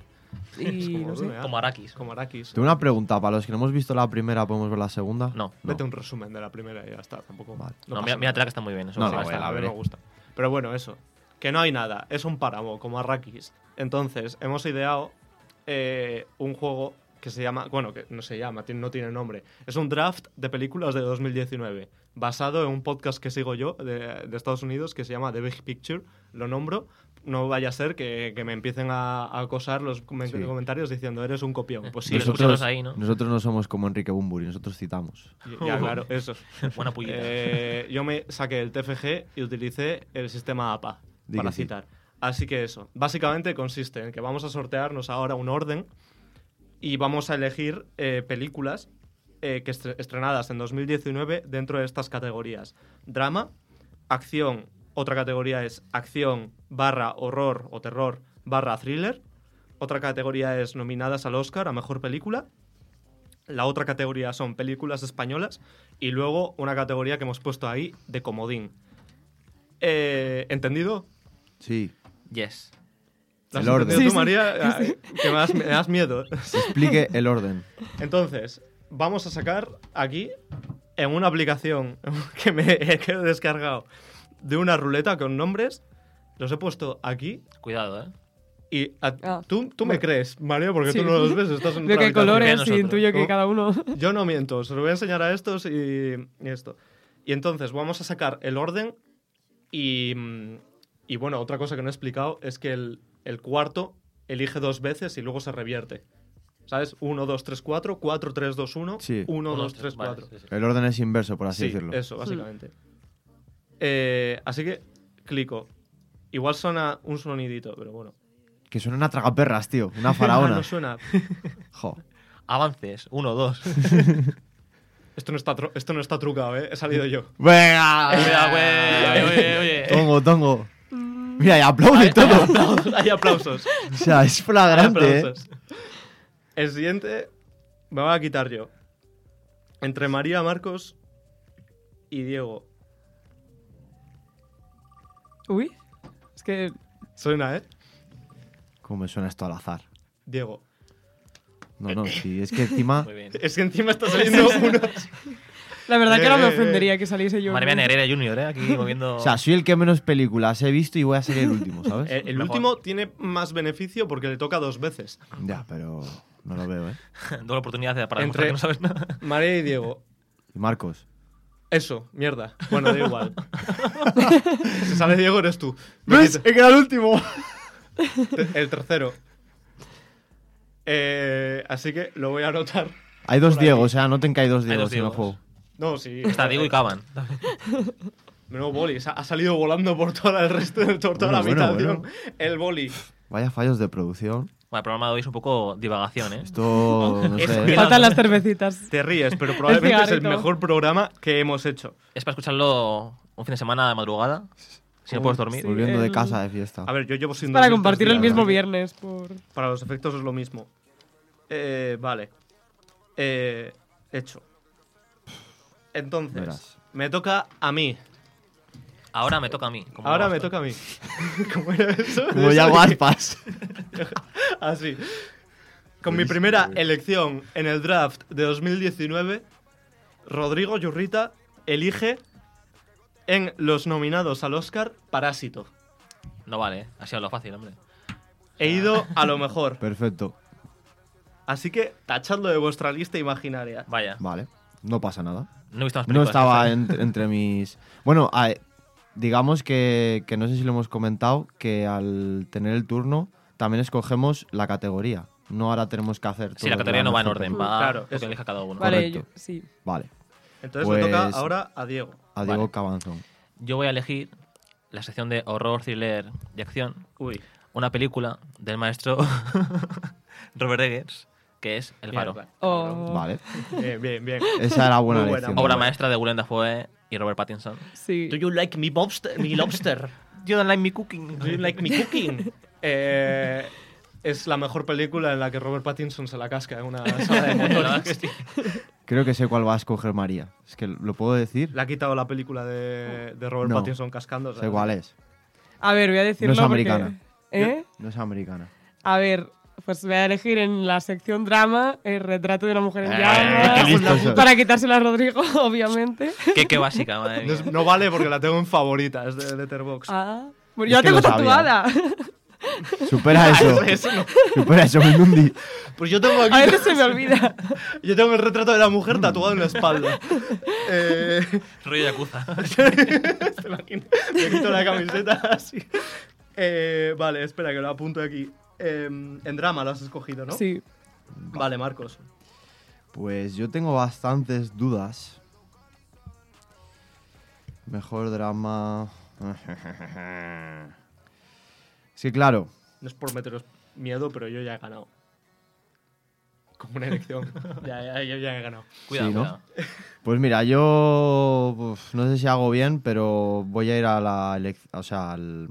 [SPEAKER 2] viene.
[SPEAKER 5] Es
[SPEAKER 2] Y
[SPEAKER 5] como
[SPEAKER 2] no sé.
[SPEAKER 5] Dune, ah.
[SPEAKER 4] Como ¿eh? Arakis.
[SPEAKER 5] Como Arakis.
[SPEAKER 3] Tengo una pregunta. Para los que no hemos visto la primera, ¿podemos ver la segunda?
[SPEAKER 4] No.
[SPEAKER 5] Vete un resumen de la primera y ya está, tampoco.
[SPEAKER 3] Vale.
[SPEAKER 4] No,
[SPEAKER 5] pasa
[SPEAKER 4] mira, mira
[SPEAKER 5] nada.
[SPEAKER 4] atrás que está muy bien. Eso
[SPEAKER 3] No,
[SPEAKER 4] sí,
[SPEAKER 3] no,
[SPEAKER 4] está-
[SPEAKER 3] voy a la
[SPEAKER 5] a ver,
[SPEAKER 3] veré.
[SPEAKER 5] me gusta. Pero bueno, eso. Que no hay nada, es un páramo como Arrakis. Entonces, hemos ideado eh, un juego que se llama, bueno, que no se llama, tiene- no tiene nombre. Es un draft de películas de 2019, basado en un podcast que sigo yo de, de Estados Unidos que se llama The Big Picture. Lo nombro, no vaya a ser que, que me empiecen a, a acosar los comen-
[SPEAKER 3] Sí.
[SPEAKER 5] comentarios diciendo eres un copión. Pues sí,
[SPEAKER 4] Nosotros-
[SPEAKER 5] eres
[SPEAKER 4] escúchalos ahí, ¿no?
[SPEAKER 3] nosotros no somos como Enrique Bumburi, nosotros citamos.
[SPEAKER 5] un copión. Ya, claro, eso.
[SPEAKER 4] Buena pullita.
[SPEAKER 5] Eh, yo me saqué el TFG y utilicé el sistema APA
[SPEAKER 3] Di
[SPEAKER 5] para
[SPEAKER 3] que sí.
[SPEAKER 5] citar. Así que eso, básicamente consiste en que vamos a sortearnos ahora un orden y vamos a elegir eh, películas eh, que estre- estrenadas en 2019 dentro de estas categorías. Drama, acción, otra categoría es acción barra horror o terror barra thriller. Otra categoría es nominadas al Oscar a Mejor Película. La otra categoría son películas españolas y luego una categoría que hemos puesto ahí de comodín. Eh, ¿Entendido?
[SPEAKER 3] Sí.
[SPEAKER 4] Yes.
[SPEAKER 5] ¿Lo has
[SPEAKER 3] El orden.
[SPEAKER 5] entendido
[SPEAKER 2] Sí,
[SPEAKER 5] tú,
[SPEAKER 2] sí.
[SPEAKER 5] María? Ah, Que me das, me das miedo.
[SPEAKER 3] Explique el orden.
[SPEAKER 5] Entonces, vamos a sacar aquí en una aplicación que me que he descargado de una ruleta con nombres. Los he puesto aquí
[SPEAKER 4] Cuidado, ¿eh?
[SPEAKER 5] y a-
[SPEAKER 2] Ah.
[SPEAKER 5] tú, tú me crees, María, porque
[SPEAKER 2] Sí.
[SPEAKER 5] tú no los ves. Estás en
[SPEAKER 2] Veo
[SPEAKER 5] otra
[SPEAKER 2] que hay
[SPEAKER 5] habitación.
[SPEAKER 4] Bien,
[SPEAKER 2] colores y
[SPEAKER 4] nosotros.
[SPEAKER 2] intuyo que
[SPEAKER 5] ¿Cómo?
[SPEAKER 2] cada uno...
[SPEAKER 5] Yo no miento, se lo voy a enseñar a estos y, y esto. Y entonces vamos a sacar el orden y, mm, y bueno, otra cosa que no he explicado es que el, el cuarto elige dos veces y luego se revierte. ¿Sabes? 1, 2, 3, 4, 4, 3, 2, 1,
[SPEAKER 3] Sí.
[SPEAKER 5] 1,
[SPEAKER 4] Uno,
[SPEAKER 5] 2, 3,
[SPEAKER 4] vale,
[SPEAKER 5] 4.
[SPEAKER 4] sí, sí.
[SPEAKER 3] El orden es inverso, por así
[SPEAKER 5] Sí,
[SPEAKER 3] decirlo.
[SPEAKER 5] eso, básicamente. Eh, así que clico. Igual suena un sonidito, pero bueno.
[SPEAKER 3] Que suena una tragaperras, tío. Una
[SPEAKER 5] Ah,
[SPEAKER 3] faraona.
[SPEAKER 5] no suena.
[SPEAKER 3] Jo.
[SPEAKER 4] Avances. Uno, dos.
[SPEAKER 5] Esto no, está tru- esto no está trucado, ¿eh? He salido yo.
[SPEAKER 3] Ah,
[SPEAKER 4] Cuidado,
[SPEAKER 3] ¡Venga!
[SPEAKER 4] güey. Oye, oye, oye.
[SPEAKER 3] Tongo, tongo. Mira, y aplaude y todo.
[SPEAKER 5] Hay aplausos.
[SPEAKER 3] O sea, es
[SPEAKER 5] Hay
[SPEAKER 3] flagrante. ¿eh?
[SPEAKER 5] aplausos. El siguiente me voy a quitar yo. Entre María Marcos y Diego.
[SPEAKER 2] Uy, es que...
[SPEAKER 5] Suena, ¿eh?
[SPEAKER 3] ¿Cómo me suena esto al azar?
[SPEAKER 5] Diego.
[SPEAKER 3] No, no, sí. Es que encima.
[SPEAKER 4] Muy bien.
[SPEAKER 5] Es que encima está saliendo uno.
[SPEAKER 2] La verdad que no me
[SPEAKER 5] Eh, eh, eh.
[SPEAKER 2] ofendería que saliese yo.
[SPEAKER 4] Madre mía, Negrera Junior, ¿eh? Aquí moviendo...
[SPEAKER 3] O sea, soy el que menos películas he visto y voy a ser el último, ¿sabes?
[SPEAKER 5] El, el
[SPEAKER 4] Mejor.
[SPEAKER 5] último tiene más beneficio porque le toca dos veces.
[SPEAKER 3] Ya, pero no lo veo, ¿eh?
[SPEAKER 4] Doble oportunidad de- para
[SPEAKER 5] Entre-
[SPEAKER 4] demostrar que no sabes nada.
[SPEAKER 5] María y Diego.
[SPEAKER 3] Y Marcos.
[SPEAKER 5] Eso, mierda. Bueno, da igual. si sale Diego, eres tú. Me quito.
[SPEAKER 3] ¡He quedado el último!
[SPEAKER 5] Te- El tercero. Eh, así que lo voy a anotar.
[SPEAKER 3] Hay dos Diegos, o sea, noten que hay dos
[SPEAKER 4] Hay
[SPEAKER 3] Diegos
[SPEAKER 4] dos
[SPEAKER 3] en el
[SPEAKER 4] Diegos.
[SPEAKER 3] juego.
[SPEAKER 5] No, sí. Eh,
[SPEAKER 4] Está Diego y Caban.
[SPEAKER 5] Menudo boli, sa- ha salido volando por toda el resto de por toda la
[SPEAKER 3] Bueno, bueno,
[SPEAKER 5] habitación. El boli.
[SPEAKER 3] Vaya fallos de producción.
[SPEAKER 4] Bueno, el programa de hoy es un poco divagación, ¿eh?
[SPEAKER 3] Esto, no
[SPEAKER 5] Es
[SPEAKER 3] sé. eh,
[SPEAKER 5] que-
[SPEAKER 2] Faltan las cervecitas.
[SPEAKER 5] Te ríes, pero probablemente es el
[SPEAKER 2] cigarrito.
[SPEAKER 5] mejor programa que hemos hecho.
[SPEAKER 4] Es para escucharlo un fin de semana de madrugada, si no
[SPEAKER 5] Uy,
[SPEAKER 4] puedes dormir.
[SPEAKER 2] sí.
[SPEAKER 3] Volviendo de
[SPEAKER 2] el-
[SPEAKER 3] casa de fiesta.
[SPEAKER 5] A ver, yo llevo sin
[SPEAKER 2] Para
[SPEAKER 5] dormir tres
[SPEAKER 2] compartir el
[SPEAKER 5] días,
[SPEAKER 2] mismo
[SPEAKER 5] así que
[SPEAKER 2] viernes. Por...
[SPEAKER 5] ¿eh? Para los efectos es lo mismo. Eh, vale. Eh, hecho. Entonces,
[SPEAKER 3] Verás.
[SPEAKER 5] me toca a mí.
[SPEAKER 4] Ahora me toca a mí. como
[SPEAKER 5] Ahora me
[SPEAKER 4] Boston.
[SPEAKER 5] toca a mí. ¿Cómo era eso?
[SPEAKER 3] Como
[SPEAKER 5] Eso
[SPEAKER 3] ya
[SPEAKER 5] de-
[SPEAKER 3] guaspas.
[SPEAKER 5] Así. Con mi
[SPEAKER 3] Buenísimo,
[SPEAKER 5] primera
[SPEAKER 3] güey.
[SPEAKER 5] elección en el draft de 2019, Rodrigo Yurrita elige en los nominados al Oscar Parásito.
[SPEAKER 4] No vale, ¿eh? ha sido lo fácil, hombre.
[SPEAKER 5] He
[SPEAKER 3] Ah.
[SPEAKER 5] ido a lo mejor.
[SPEAKER 3] Perfecto.
[SPEAKER 5] Así que tachadlo de vuestra lista imaginaria.
[SPEAKER 4] Vaya,
[SPEAKER 3] Vale. No pasa nada.
[SPEAKER 4] no he visto más
[SPEAKER 3] No
[SPEAKER 4] películas.
[SPEAKER 3] estaba ent- entre mis. Bueno, a- digamos que, que no sé si lo hemos comentado, que al tener el turno también escogemos la categoría. No ahora tenemos que hacer todo.
[SPEAKER 4] Sí, la categoría no va en
[SPEAKER 3] mejor
[SPEAKER 4] orden,
[SPEAKER 3] película.
[SPEAKER 4] va
[SPEAKER 5] Claro,
[SPEAKER 4] lo que
[SPEAKER 5] eso.
[SPEAKER 4] elija cada uno.
[SPEAKER 2] Vale,
[SPEAKER 3] Correcto.
[SPEAKER 2] yo- sí.
[SPEAKER 3] Vale.
[SPEAKER 5] Entonces
[SPEAKER 3] Pues-
[SPEAKER 5] me toca ahora a Diego.
[SPEAKER 3] A Diego Cabanzón.
[SPEAKER 4] Yo voy a elegir la sección de horror, thriller y acción,
[SPEAKER 5] Uy,
[SPEAKER 4] una película del maestro Robert Eggers, que es El Faro.
[SPEAKER 5] mierda.
[SPEAKER 2] Oh,
[SPEAKER 3] Vale.
[SPEAKER 5] Bien, bien, bien.
[SPEAKER 3] Esa era buena
[SPEAKER 5] Muy buena,
[SPEAKER 3] elección.
[SPEAKER 5] muy
[SPEAKER 4] Obra
[SPEAKER 5] Bueno.
[SPEAKER 4] maestra de Willem Dafoe y Robert Pattinson.
[SPEAKER 2] sí.
[SPEAKER 5] you like me, bobster, me lobster?
[SPEAKER 4] You don't like me cooking.
[SPEAKER 5] Do you like me cooking? Eh, es la mejor película en la que Robert Pattinson se la casca en una sala de motores.
[SPEAKER 3] Creo que sé cuál va a escoger María. Es que lo puedo decir.
[SPEAKER 5] Le ha quitado la película de, de Robert
[SPEAKER 3] No.
[SPEAKER 5] Pattinson cascando. o sea,
[SPEAKER 3] Sé cuál es.
[SPEAKER 2] A ver, voy a decirlo
[SPEAKER 3] No es
[SPEAKER 2] porque-
[SPEAKER 3] americana.
[SPEAKER 2] ¿Eh?
[SPEAKER 3] No es americana.
[SPEAKER 2] A ver, pues voy a elegir en la sección drama el retrato de una mujer en
[SPEAKER 4] Eh,
[SPEAKER 2] llamas.
[SPEAKER 3] qué
[SPEAKER 5] pues
[SPEAKER 3] listo soy.
[SPEAKER 2] para quitársela a Rodrigo, obviamente.
[SPEAKER 4] Qué, qué básica, madre
[SPEAKER 5] No,
[SPEAKER 4] mía.
[SPEAKER 5] es- no vale porque la tengo en favorita, es de Letterboxd.
[SPEAKER 2] Ah, bueno, yo la
[SPEAKER 3] Es que
[SPEAKER 2] tengo
[SPEAKER 3] lo sabía.
[SPEAKER 2] tatuada.
[SPEAKER 3] Supera eso.
[SPEAKER 5] Eso no.
[SPEAKER 3] Supera eso, Mindundi.
[SPEAKER 5] Pues yo tengo aquí.
[SPEAKER 2] A veces se me olvida.
[SPEAKER 5] Yo tengo el retrato de la mujer tatuado en la espalda. Eh,
[SPEAKER 4] Rollo Yakuza.
[SPEAKER 5] te imagino, me quito la camiseta así. Eh, vale, espera, que lo apunto aquí. Eh, en drama lo has escogido, ¿no?
[SPEAKER 2] Sí.
[SPEAKER 5] Vale, Marcos.
[SPEAKER 3] Pues yo tengo bastantes dudas. Mejor drama. Sí, claro.
[SPEAKER 5] No es por meteros miedo, pero yo ya he ganado. Como una elección. ya, ya, yo ya he ganado.
[SPEAKER 4] Cuidado,
[SPEAKER 3] Sí, ¿no?
[SPEAKER 4] cuidado.
[SPEAKER 3] Pues mira, yo uf, no sé si hago bien, pero voy a ir a la, elec- o sea, al-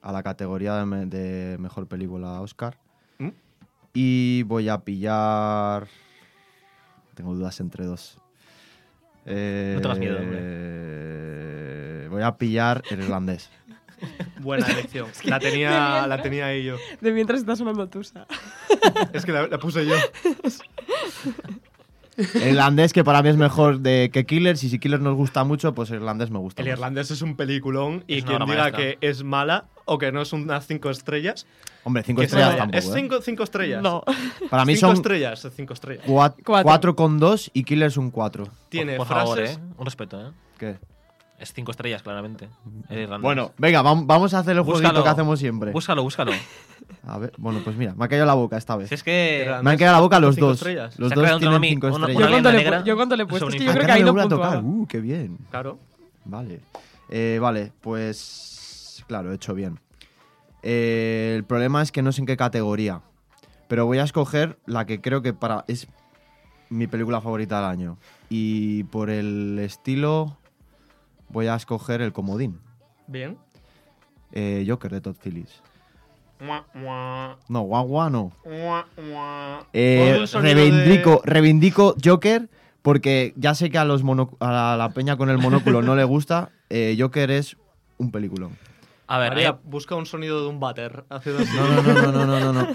[SPEAKER 3] a la categoría de, me- de mejor película Oscar.
[SPEAKER 5] ¿Mm?
[SPEAKER 3] Y voy a pillar... Tengo dudas entre dos. Eh,
[SPEAKER 4] tengas miedo,
[SPEAKER 3] Voy a pillar el irlandés.
[SPEAKER 5] Buena elección. la, tenía, la tenía ahí yo.
[SPEAKER 2] De mientras está sonando Tusa.
[SPEAKER 5] Es que la, la puse yo.
[SPEAKER 3] El irlandés que para mí es mejor de, que Killers y si Killers nos gusta mucho, pues el irlandés me gusta.
[SPEAKER 5] El
[SPEAKER 3] más.
[SPEAKER 5] irlandés es un peliculón y
[SPEAKER 4] Es una
[SPEAKER 5] quien
[SPEAKER 4] obra
[SPEAKER 5] diga
[SPEAKER 4] maestra.
[SPEAKER 5] que es mala o que no es unas cinco estrellas.
[SPEAKER 3] Hombre, cinco
[SPEAKER 5] que se
[SPEAKER 3] estrellas
[SPEAKER 5] vaya.
[SPEAKER 3] tampoco.
[SPEAKER 5] Es
[SPEAKER 3] ¿eh?
[SPEAKER 5] cinco, cinco estrellas.
[SPEAKER 2] No.
[SPEAKER 3] Para mí
[SPEAKER 5] cinco
[SPEAKER 3] son
[SPEAKER 5] estrellas, cinco estrellas.
[SPEAKER 3] cuat-
[SPEAKER 2] Cuatro.
[SPEAKER 3] cuatro con dos y Killers un 4.
[SPEAKER 5] Tiene
[SPEAKER 4] por, por
[SPEAKER 5] frases.
[SPEAKER 4] favor, ¿eh? Un respeto, ¿eh?
[SPEAKER 3] ¿Qué?
[SPEAKER 4] Es cinco estrellas, claramente. El irlandés.
[SPEAKER 3] Bueno, venga, vam- vamos a hacer el jueguito
[SPEAKER 4] Búscalo.
[SPEAKER 3] que hacemos siempre.
[SPEAKER 4] Búscalo, búscalo.
[SPEAKER 3] A ver, bueno, pues mira, me ha caído la boca esta vez.
[SPEAKER 4] Si es que...
[SPEAKER 5] Irlandés.
[SPEAKER 3] Me han quedado la boca los
[SPEAKER 5] Cinco
[SPEAKER 3] dos.
[SPEAKER 5] estrellas.
[SPEAKER 3] Los
[SPEAKER 4] Se ha
[SPEAKER 3] dos
[SPEAKER 4] creado entre
[SPEAKER 3] tienen
[SPEAKER 4] mí
[SPEAKER 3] cinco
[SPEAKER 4] una-
[SPEAKER 2] Yo
[SPEAKER 3] estrellas.
[SPEAKER 4] una-
[SPEAKER 2] cuánto,
[SPEAKER 4] leyenda
[SPEAKER 2] le,
[SPEAKER 4] negra
[SPEAKER 2] yo cuánto le he puesto.
[SPEAKER 4] sobre
[SPEAKER 2] Es que
[SPEAKER 4] un
[SPEAKER 2] yo
[SPEAKER 3] Ah,
[SPEAKER 2] creo que
[SPEAKER 3] cara,
[SPEAKER 2] ahí
[SPEAKER 3] me
[SPEAKER 2] no
[SPEAKER 3] vuelve a
[SPEAKER 2] puntuaba.
[SPEAKER 3] tocar. Uh, qué bien.
[SPEAKER 5] Claro.
[SPEAKER 3] Vale. Eh, vale, pues. Claro, he hecho bien. Eh, el problema es que no sé en qué categoría. Pero voy a escoger la que creo que para. Es mi película favorita del año. Y por el estilo. Voy a escoger el comodín.
[SPEAKER 5] Bien.
[SPEAKER 3] Eh, Joker de Todd Phillips.
[SPEAKER 5] Mua, mua,
[SPEAKER 3] No, guagua no.
[SPEAKER 5] mua, mua.
[SPEAKER 3] Eh,
[SPEAKER 5] Ponle un sonido
[SPEAKER 3] reivindico,
[SPEAKER 5] de-
[SPEAKER 3] reivindico Joker porque ya sé que a, los mono- a la, la peña con el monóculo no le gusta. eh, Joker es un peliculón.
[SPEAKER 4] A ver,
[SPEAKER 5] María,
[SPEAKER 4] a, mí,
[SPEAKER 5] busca un sonido de un váter. Haciendo así.
[SPEAKER 3] No, no, no, no, no, no, no.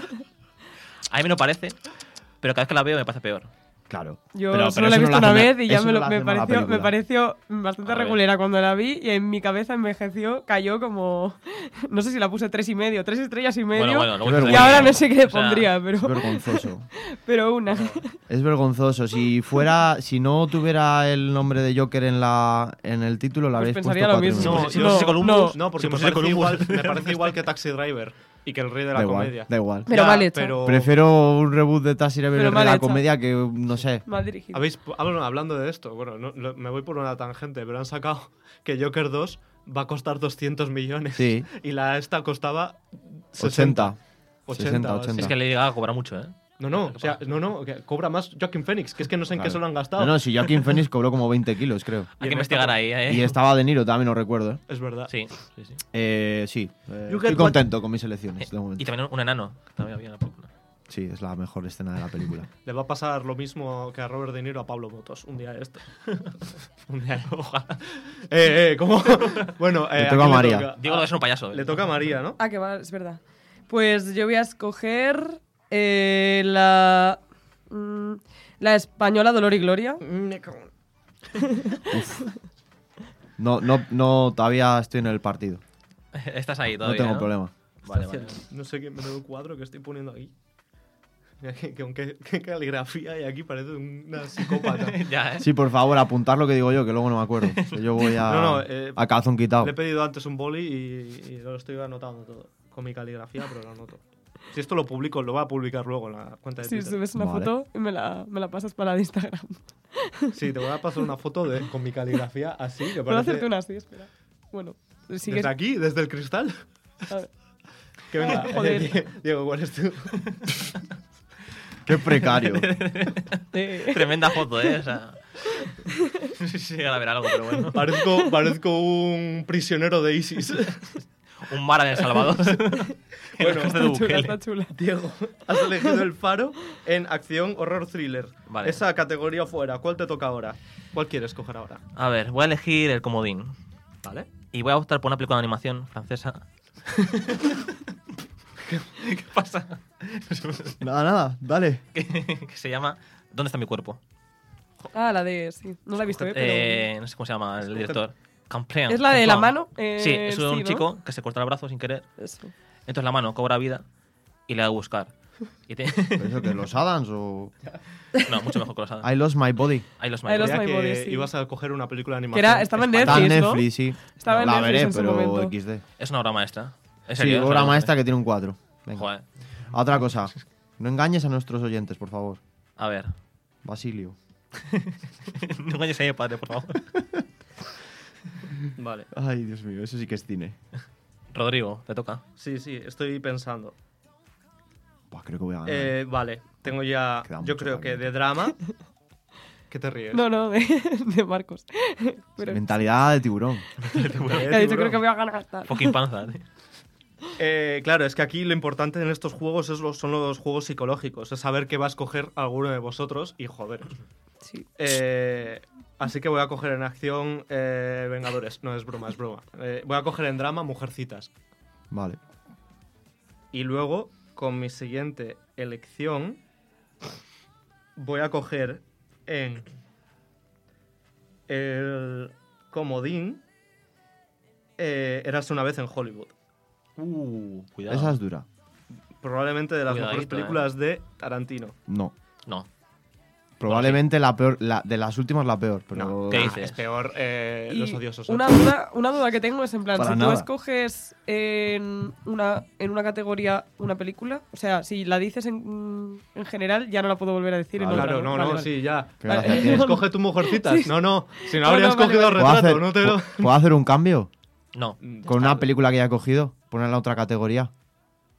[SPEAKER 4] a mí me lo parece, pero cada vez que la veo me pasa peor.
[SPEAKER 3] Claro.
[SPEAKER 2] Yo
[SPEAKER 3] Pero-
[SPEAKER 2] solo
[SPEAKER 3] pero
[SPEAKER 2] la he
[SPEAKER 3] eso no
[SPEAKER 2] visto
[SPEAKER 3] lo
[SPEAKER 2] una
[SPEAKER 3] hace-
[SPEAKER 2] vez y ya
[SPEAKER 3] eso
[SPEAKER 2] me,
[SPEAKER 3] no
[SPEAKER 2] lo-
[SPEAKER 3] lo
[SPEAKER 2] me
[SPEAKER 3] hace mala
[SPEAKER 2] pareció, me
[SPEAKER 3] película.
[SPEAKER 2] pareció bastante
[SPEAKER 4] A ver.
[SPEAKER 2] regulera cuando la vi y en mi cabeza envejeció, cayó como. No sé si la puse tres y medio, tres estrellas y medio.
[SPEAKER 4] Bueno, bueno, luego
[SPEAKER 3] Y
[SPEAKER 4] se
[SPEAKER 2] y
[SPEAKER 4] te
[SPEAKER 3] bueno.
[SPEAKER 2] ahora
[SPEAKER 4] olvida.
[SPEAKER 2] no sé qué le
[SPEAKER 4] O sea,
[SPEAKER 2] pondría,
[SPEAKER 3] Es
[SPEAKER 2] pero,
[SPEAKER 3] vergonzoso.
[SPEAKER 2] pero una.
[SPEAKER 3] Es vergonzoso. Si fuera, si no tuviera el nombre de Joker en la en el título, la
[SPEAKER 2] Pues
[SPEAKER 3] habréis
[SPEAKER 2] pensaría
[SPEAKER 3] puesto
[SPEAKER 2] lo
[SPEAKER 3] cuatro
[SPEAKER 2] mismo.
[SPEAKER 5] No,
[SPEAKER 3] minutos.
[SPEAKER 4] si
[SPEAKER 5] yo-
[SPEAKER 4] pusiese Columbus,
[SPEAKER 5] No, porque
[SPEAKER 4] si
[SPEAKER 5] me
[SPEAKER 4] pusiese
[SPEAKER 5] parece, igual,
[SPEAKER 4] Columbus.
[SPEAKER 5] me parece igual que Taxi Driver y que el rey de la
[SPEAKER 3] Da
[SPEAKER 5] comedia.
[SPEAKER 3] igual, da igual.
[SPEAKER 2] Pero mal hecho.
[SPEAKER 5] pero-
[SPEAKER 3] Prefiero un reboot de Taxi Driver
[SPEAKER 2] Pero
[SPEAKER 3] en
[SPEAKER 2] mal
[SPEAKER 3] la
[SPEAKER 2] hecho.
[SPEAKER 3] comedia que, no sé.
[SPEAKER 2] Mal dirigido.
[SPEAKER 5] ¿Habéis, ah, bueno, hablando de esto, bueno, no- lo- me voy por una tangente, pero han sacado que Joker 2 va a costar 200 millones.
[SPEAKER 3] Sí.
[SPEAKER 5] Y la esta costaba
[SPEAKER 3] 80.
[SPEAKER 5] 60.
[SPEAKER 3] 60, 80.
[SPEAKER 4] Es que le diga cobra mucho, ¿eh?
[SPEAKER 5] No, no, o sea, no, no, que cobra más Joaquin Phoenix, que es que no sé en
[SPEAKER 3] Claro.
[SPEAKER 5] qué se lo han gastado.
[SPEAKER 3] No, no, si Joaquin Phoenix cobró como 20 kilos, creo.
[SPEAKER 4] Hay
[SPEAKER 5] en
[SPEAKER 4] que investigar
[SPEAKER 5] esta-
[SPEAKER 4] ahí, ¿eh?
[SPEAKER 3] Y estaba De Niro, también lo recuerdo. ¿eh?
[SPEAKER 5] Es verdad.
[SPEAKER 4] Sí, sí, sí.
[SPEAKER 3] Eh, sí, eh,
[SPEAKER 5] You
[SPEAKER 3] estoy
[SPEAKER 5] get what-
[SPEAKER 3] contento con mis
[SPEAKER 5] Eh,
[SPEAKER 3] elecciones de
[SPEAKER 4] Y
[SPEAKER 3] momento.
[SPEAKER 4] también un enano, que también había en la película.
[SPEAKER 3] Sí, es la mejor escena de la película.
[SPEAKER 5] Le va a pasar lo mismo que a Robert De Niro a Pablo Motos un día de esto. un día de ojalá. Eh, eh, ¿cómo? bueno, eh,
[SPEAKER 3] Le toca
[SPEAKER 5] ¿quién
[SPEAKER 3] a María.
[SPEAKER 5] toca?
[SPEAKER 4] Diego lo es un payaso. ¿eh?
[SPEAKER 5] Le toca a María, ¿no?
[SPEAKER 2] Ah, que va, es verdad. Pues yo voy a escoger eh, la. mm, La española Dolor y Gloria.
[SPEAKER 3] No, no, no, todavía estoy en el partido.
[SPEAKER 4] Estás ahí
[SPEAKER 3] No
[SPEAKER 4] todavía.
[SPEAKER 3] tengo problema.
[SPEAKER 4] Vale, vale.
[SPEAKER 5] No sé qué menudo cuadro que estoy poniendo aquí. Mira, que- que- Qué qué caligrafía y aquí parece una psicópata.
[SPEAKER 4] ya, ¿eh?
[SPEAKER 3] Sí, por favor, apuntar lo que digo yo, que luego no me acuerdo. Que Yo voy a,
[SPEAKER 5] No, no, eh,
[SPEAKER 3] a calzón quitado.
[SPEAKER 5] Le he pedido antes un boli y, y lo estoy anotando todo. Con mi caligrafía, pero lo anoto. Si esto lo publico, lo va a publicar luego en la cuenta de
[SPEAKER 2] Si
[SPEAKER 5] Twitter.
[SPEAKER 2] subes una
[SPEAKER 3] Vale.
[SPEAKER 2] foto y me la, me la pasas para la de Instagram.
[SPEAKER 5] Sí, te voy a pasar una foto de, con mi caligrafía así, que
[SPEAKER 2] Puedo
[SPEAKER 5] parece...
[SPEAKER 2] hacerte una así, espera. Bueno, sigues.
[SPEAKER 5] Desde aquí, desde el cristal.
[SPEAKER 2] a ver.
[SPEAKER 5] Que venga,
[SPEAKER 2] Joder.
[SPEAKER 5] eh, Diego, ¿cuál es tu...?
[SPEAKER 3] Qué precario.
[SPEAKER 2] Eh,
[SPEAKER 4] Tremenda foto, ¿eh? O sea, no sé si llegará a ver algo, pero bueno.
[SPEAKER 5] Parezco, parezco un prisionero de ISIS.
[SPEAKER 4] Un mar en El Salvador.
[SPEAKER 5] Bueno,
[SPEAKER 4] bueno, de
[SPEAKER 2] está chula,
[SPEAKER 4] Bukele.
[SPEAKER 2] está chula.
[SPEAKER 5] Diego, has elegido el faro en acción horror thriller.
[SPEAKER 4] Vale.
[SPEAKER 5] Esa categoría fuera, ¿cuál te toca ahora? ¿Cuál quieres coger ahora?
[SPEAKER 4] A ver, voy a elegir el comodín.
[SPEAKER 5] ¿Vale?
[SPEAKER 4] Y voy a optar por una película de animación francesa. ¿Qué, qué pasa?
[SPEAKER 3] nada, nada, dale.
[SPEAKER 4] que, que se llama ¿Dónde está mi cuerpo?
[SPEAKER 2] Ah, la de. Sí, no la he visto, ¿eh? Pero...
[SPEAKER 4] Eh, no sé cómo se llama el director. Campeón.
[SPEAKER 2] ¿Es la de la
[SPEAKER 4] Campeón.
[SPEAKER 2] mano? Eh,
[SPEAKER 4] sí, es un
[SPEAKER 2] sí, ¿no?
[SPEAKER 4] chico que se corta el brazo sin querer.
[SPEAKER 2] Eso.
[SPEAKER 4] Entonces la mano cobra vida y le da a buscar. Y te-
[SPEAKER 3] ¿Pero eso que los Adams o...?
[SPEAKER 4] no, mucho mejor que los Adams.
[SPEAKER 3] I lost my body.
[SPEAKER 4] Ahí los
[SPEAKER 2] I Lost
[SPEAKER 4] mayores.
[SPEAKER 2] My
[SPEAKER 5] que
[SPEAKER 2] Body, sí.
[SPEAKER 5] ibas a coger una película de
[SPEAKER 2] Que
[SPEAKER 5] animación.
[SPEAKER 2] era, estaba en
[SPEAKER 3] Está en
[SPEAKER 2] Netflix, ¿no?
[SPEAKER 3] Netflix, sí.
[SPEAKER 2] Estaba en
[SPEAKER 3] la
[SPEAKER 2] Netflix
[SPEAKER 3] veré,
[SPEAKER 2] en su
[SPEAKER 3] pero
[SPEAKER 2] momento.
[SPEAKER 3] XD.
[SPEAKER 4] Es una obra maestra. En
[SPEAKER 3] Sí,
[SPEAKER 4] serio, es una
[SPEAKER 3] obra
[SPEAKER 4] obra
[SPEAKER 3] maestra que tiene un 4.
[SPEAKER 4] Joder.
[SPEAKER 3] Otra cosa. No engañes a nuestros oyentes, por favor.
[SPEAKER 4] A ver.
[SPEAKER 3] Basilio.
[SPEAKER 4] no engañes a mi padre, por favor.
[SPEAKER 5] Vale.
[SPEAKER 3] Ay, Dios mío, eso sí que es cine.
[SPEAKER 4] Rodrigo, te toca.
[SPEAKER 5] Sí, sí, estoy pensando.
[SPEAKER 3] Buah, creo que voy a ganar.
[SPEAKER 5] Eh, vale, tengo ya.
[SPEAKER 3] Queda
[SPEAKER 5] Yo
[SPEAKER 3] mucho
[SPEAKER 5] creo que
[SPEAKER 3] también.
[SPEAKER 5] de drama. ¿Qué te ríes?
[SPEAKER 2] No, no, de, de Marcos. Pero
[SPEAKER 3] Mentalidad de tiburón.
[SPEAKER 2] que ha dicho, creo que voy a ganar. tal.
[SPEAKER 4] Fucking panza, tío.
[SPEAKER 5] Eh, claro, es que aquí lo importante en estos juegos es los, son los juegos psicológicos, es saber qué va a escoger alguno de vosotros y joder.
[SPEAKER 2] Sí.
[SPEAKER 5] Eh, así que voy a coger en acción eh, Vengadores, no es broma, es broma. Eh, voy a coger en drama Mujercitas.
[SPEAKER 3] Vale.
[SPEAKER 5] Y luego, con mi siguiente elección, voy a coger en el comodín eh, Eras una vez en Hollywood.
[SPEAKER 4] Uh, cuidado.
[SPEAKER 3] Esa es dura.
[SPEAKER 5] Probablemente de las mejores
[SPEAKER 4] Cuidadito, eh.
[SPEAKER 5] películas de Tarantino.
[SPEAKER 3] No.
[SPEAKER 4] No.
[SPEAKER 3] Probablemente la peor, la, de las últimas la peor, pero...
[SPEAKER 4] ¿Qué
[SPEAKER 5] Ah,
[SPEAKER 4] dices?
[SPEAKER 5] Es peor eh,
[SPEAKER 2] Y
[SPEAKER 5] Los Odiosos. ¿eh?
[SPEAKER 2] Una duda, una duda que tengo es en plan,
[SPEAKER 3] Para
[SPEAKER 2] si
[SPEAKER 3] nada.
[SPEAKER 2] tú escoges en una, en una categoría una película, o sea, si la dices en, en general, ya no la puedo volver a decir. en
[SPEAKER 3] Claro,
[SPEAKER 2] otra,
[SPEAKER 5] Ah, Claro, no,
[SPEAKER 2] Vale,
[SPEAKER 5] no,
[SPEAKER 2] vale.
[SPEAKER 5] sí, ya.
[SPEAKER 3] Qué gracia
[SPEAKER 2] Vale.
[SPEAKER 3] tienes.
[SPEAKER 5] Escoge tu mujercitas.
[SPEAKER 2] Sí.
[SPEAKER 5] No, no, si no,
[SPEAKER 2] No,
[SPEAKER 5] habrías
[SPEAKER 2] no, vale,
[SPEAKER 5] cogido
[SPEAKER 2] vale.
[SPEAKER 3] ¿Puedo,
[SPEAKER 5] retrato,
[SPEAKER 3] hacer,
[SPEAKER 5] no te lo...
[SPEAKER 3] pu- ¿Puedo hacer un cambio?
[SPEAKER 4] No.
[SPEAKER 3] Con una película que haya cogido, poner la otra categoría.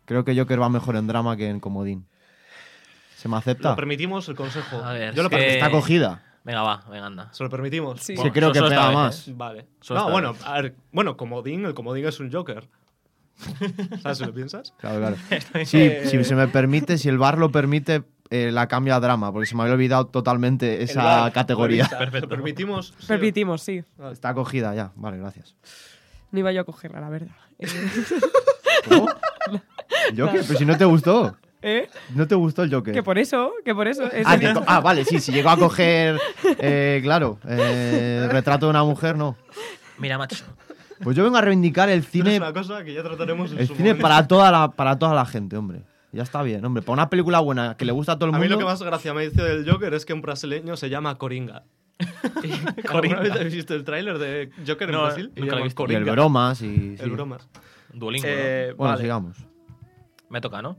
[SPEAKER 3] Creo que Joker va mejor en drama que en comodín. ¿Se me acepta?
[SPEAKER 5] Lo permitimos el consejo.
[SPEAKER 4] A ver,
[SPEAKER 5] Yo lo
[SPEAKER 4] es
[SPEAKER 5] permito.
[SPEAKER 4] que-
[SPEAKER 3] Está cogida.
[SPEAKER 4] Venga, va, venga, anda.
[SPEAKER 5] ¿Se lo permitimos?
[SPEAKER 2] Sí.
[SPEAKER 3] Sí, creo
[SPEAKER 4] solo
[SPEAKER 3] que
[SPEAKER 4] esta
[SPEAKER 3] pega
[SPEAKER 4] vez,
[SPEAKER 3] más.
[SPEAKER 4] ¿eh?
[SPEAKER 5] Vale.
[SPEAKER 4] Solo
[SPEAKER 5] no,
[SPEAKER 4] esta
[SPEAKER 5] bueno,
[SPEAKER 4] vez.
[SPEAKER 5] a ver, bueno, comodín, el comodín es un Joker. ¿Sabes si lo piensas?
[SPEAKER 3] Claro, claro. Sí,
[SPEAKER 5] Eh,
[SPEAKER 3] si se me permite, si el bar lo permite, eh, la cambio a drama, porque se me había olvidado totalmente
[SPEAKER 5] El bar,
[SPEAKER 3] esa categoría.
[SPEAKER 5] Lolita,
[SPEAKER 4] Perfecto.
[SPEAKER 5] ¿Lo permitimos? Sí.
[SPEAKER 2] Permitimos, sí.
[SPEAKER 3] Está cogida ya. Vale, gracias.
[SPEAKER 2] No iba yo a cogerla, la verdad.
[SPEAKER 3] Joker, pero si no te gustó.
[SPEAKER 2] ¿Eh?
[SPEAKER 3] No te gustó el Joker.
[SPEAKER 2] Que por eso, que por eso. es
[SPEAKER 3] Ah,
[SPEAKER 2] el-
[SPEAKER 3] te co- ah, vale, sí, si llegó a coger, eh, claro, eh, retrato de una mujer, no.
[SPEAKER 4] Mira, macho.
[SPEAKER 3] Pues yo vengo a reivindicar el
[SPEAKER 5] Es
[SPEAKER 3] cine,
[SPEAKER 5] una cosa que ya trataremos en
[SPEAKER 3] el
[SPEAKER 5] su
[SPEAKER 3] cine
[SPEAKER 5] momento.
[SPEAKER 3] para toda la, para toda la gente, hombre. Ya está bien, hombre. Para una película buena que le gusta a todo el
[SPEAKER 5] A
[SPEAKER 3] mundo.
[SPEAKER 5] mí lo que más gracia me dice del Joker es que en brasileño se llama Coringa. ¿Alguna
[SPEAKER 4] Coringa.
[SPEAKER 5] vez habéis visto el tráiler de Joker en
[SPEAKER 4] No,
[SPEAKER 5] Brasil? Y
[SPEAKER 4] nunca lo he
[SPEAKER 5] llaman
[SPEAKER 4] visto.
[SPEAKER 3] y
[SPEAKER 5] Coringa.
[SPEAKER 3] el bromas y sí.
[SPEAKER 5] El bromas.
[SPEAKER 4] Duolingo.
[SPEAKER 5] Eh,
[SPEAKER 4] ¿no?
[SPEAKER 3] Bueno,
[SPEAKER 5] vale.
[SPEAKER 3] sigamos.
[SPEAKER 4] Me toca, ¿no?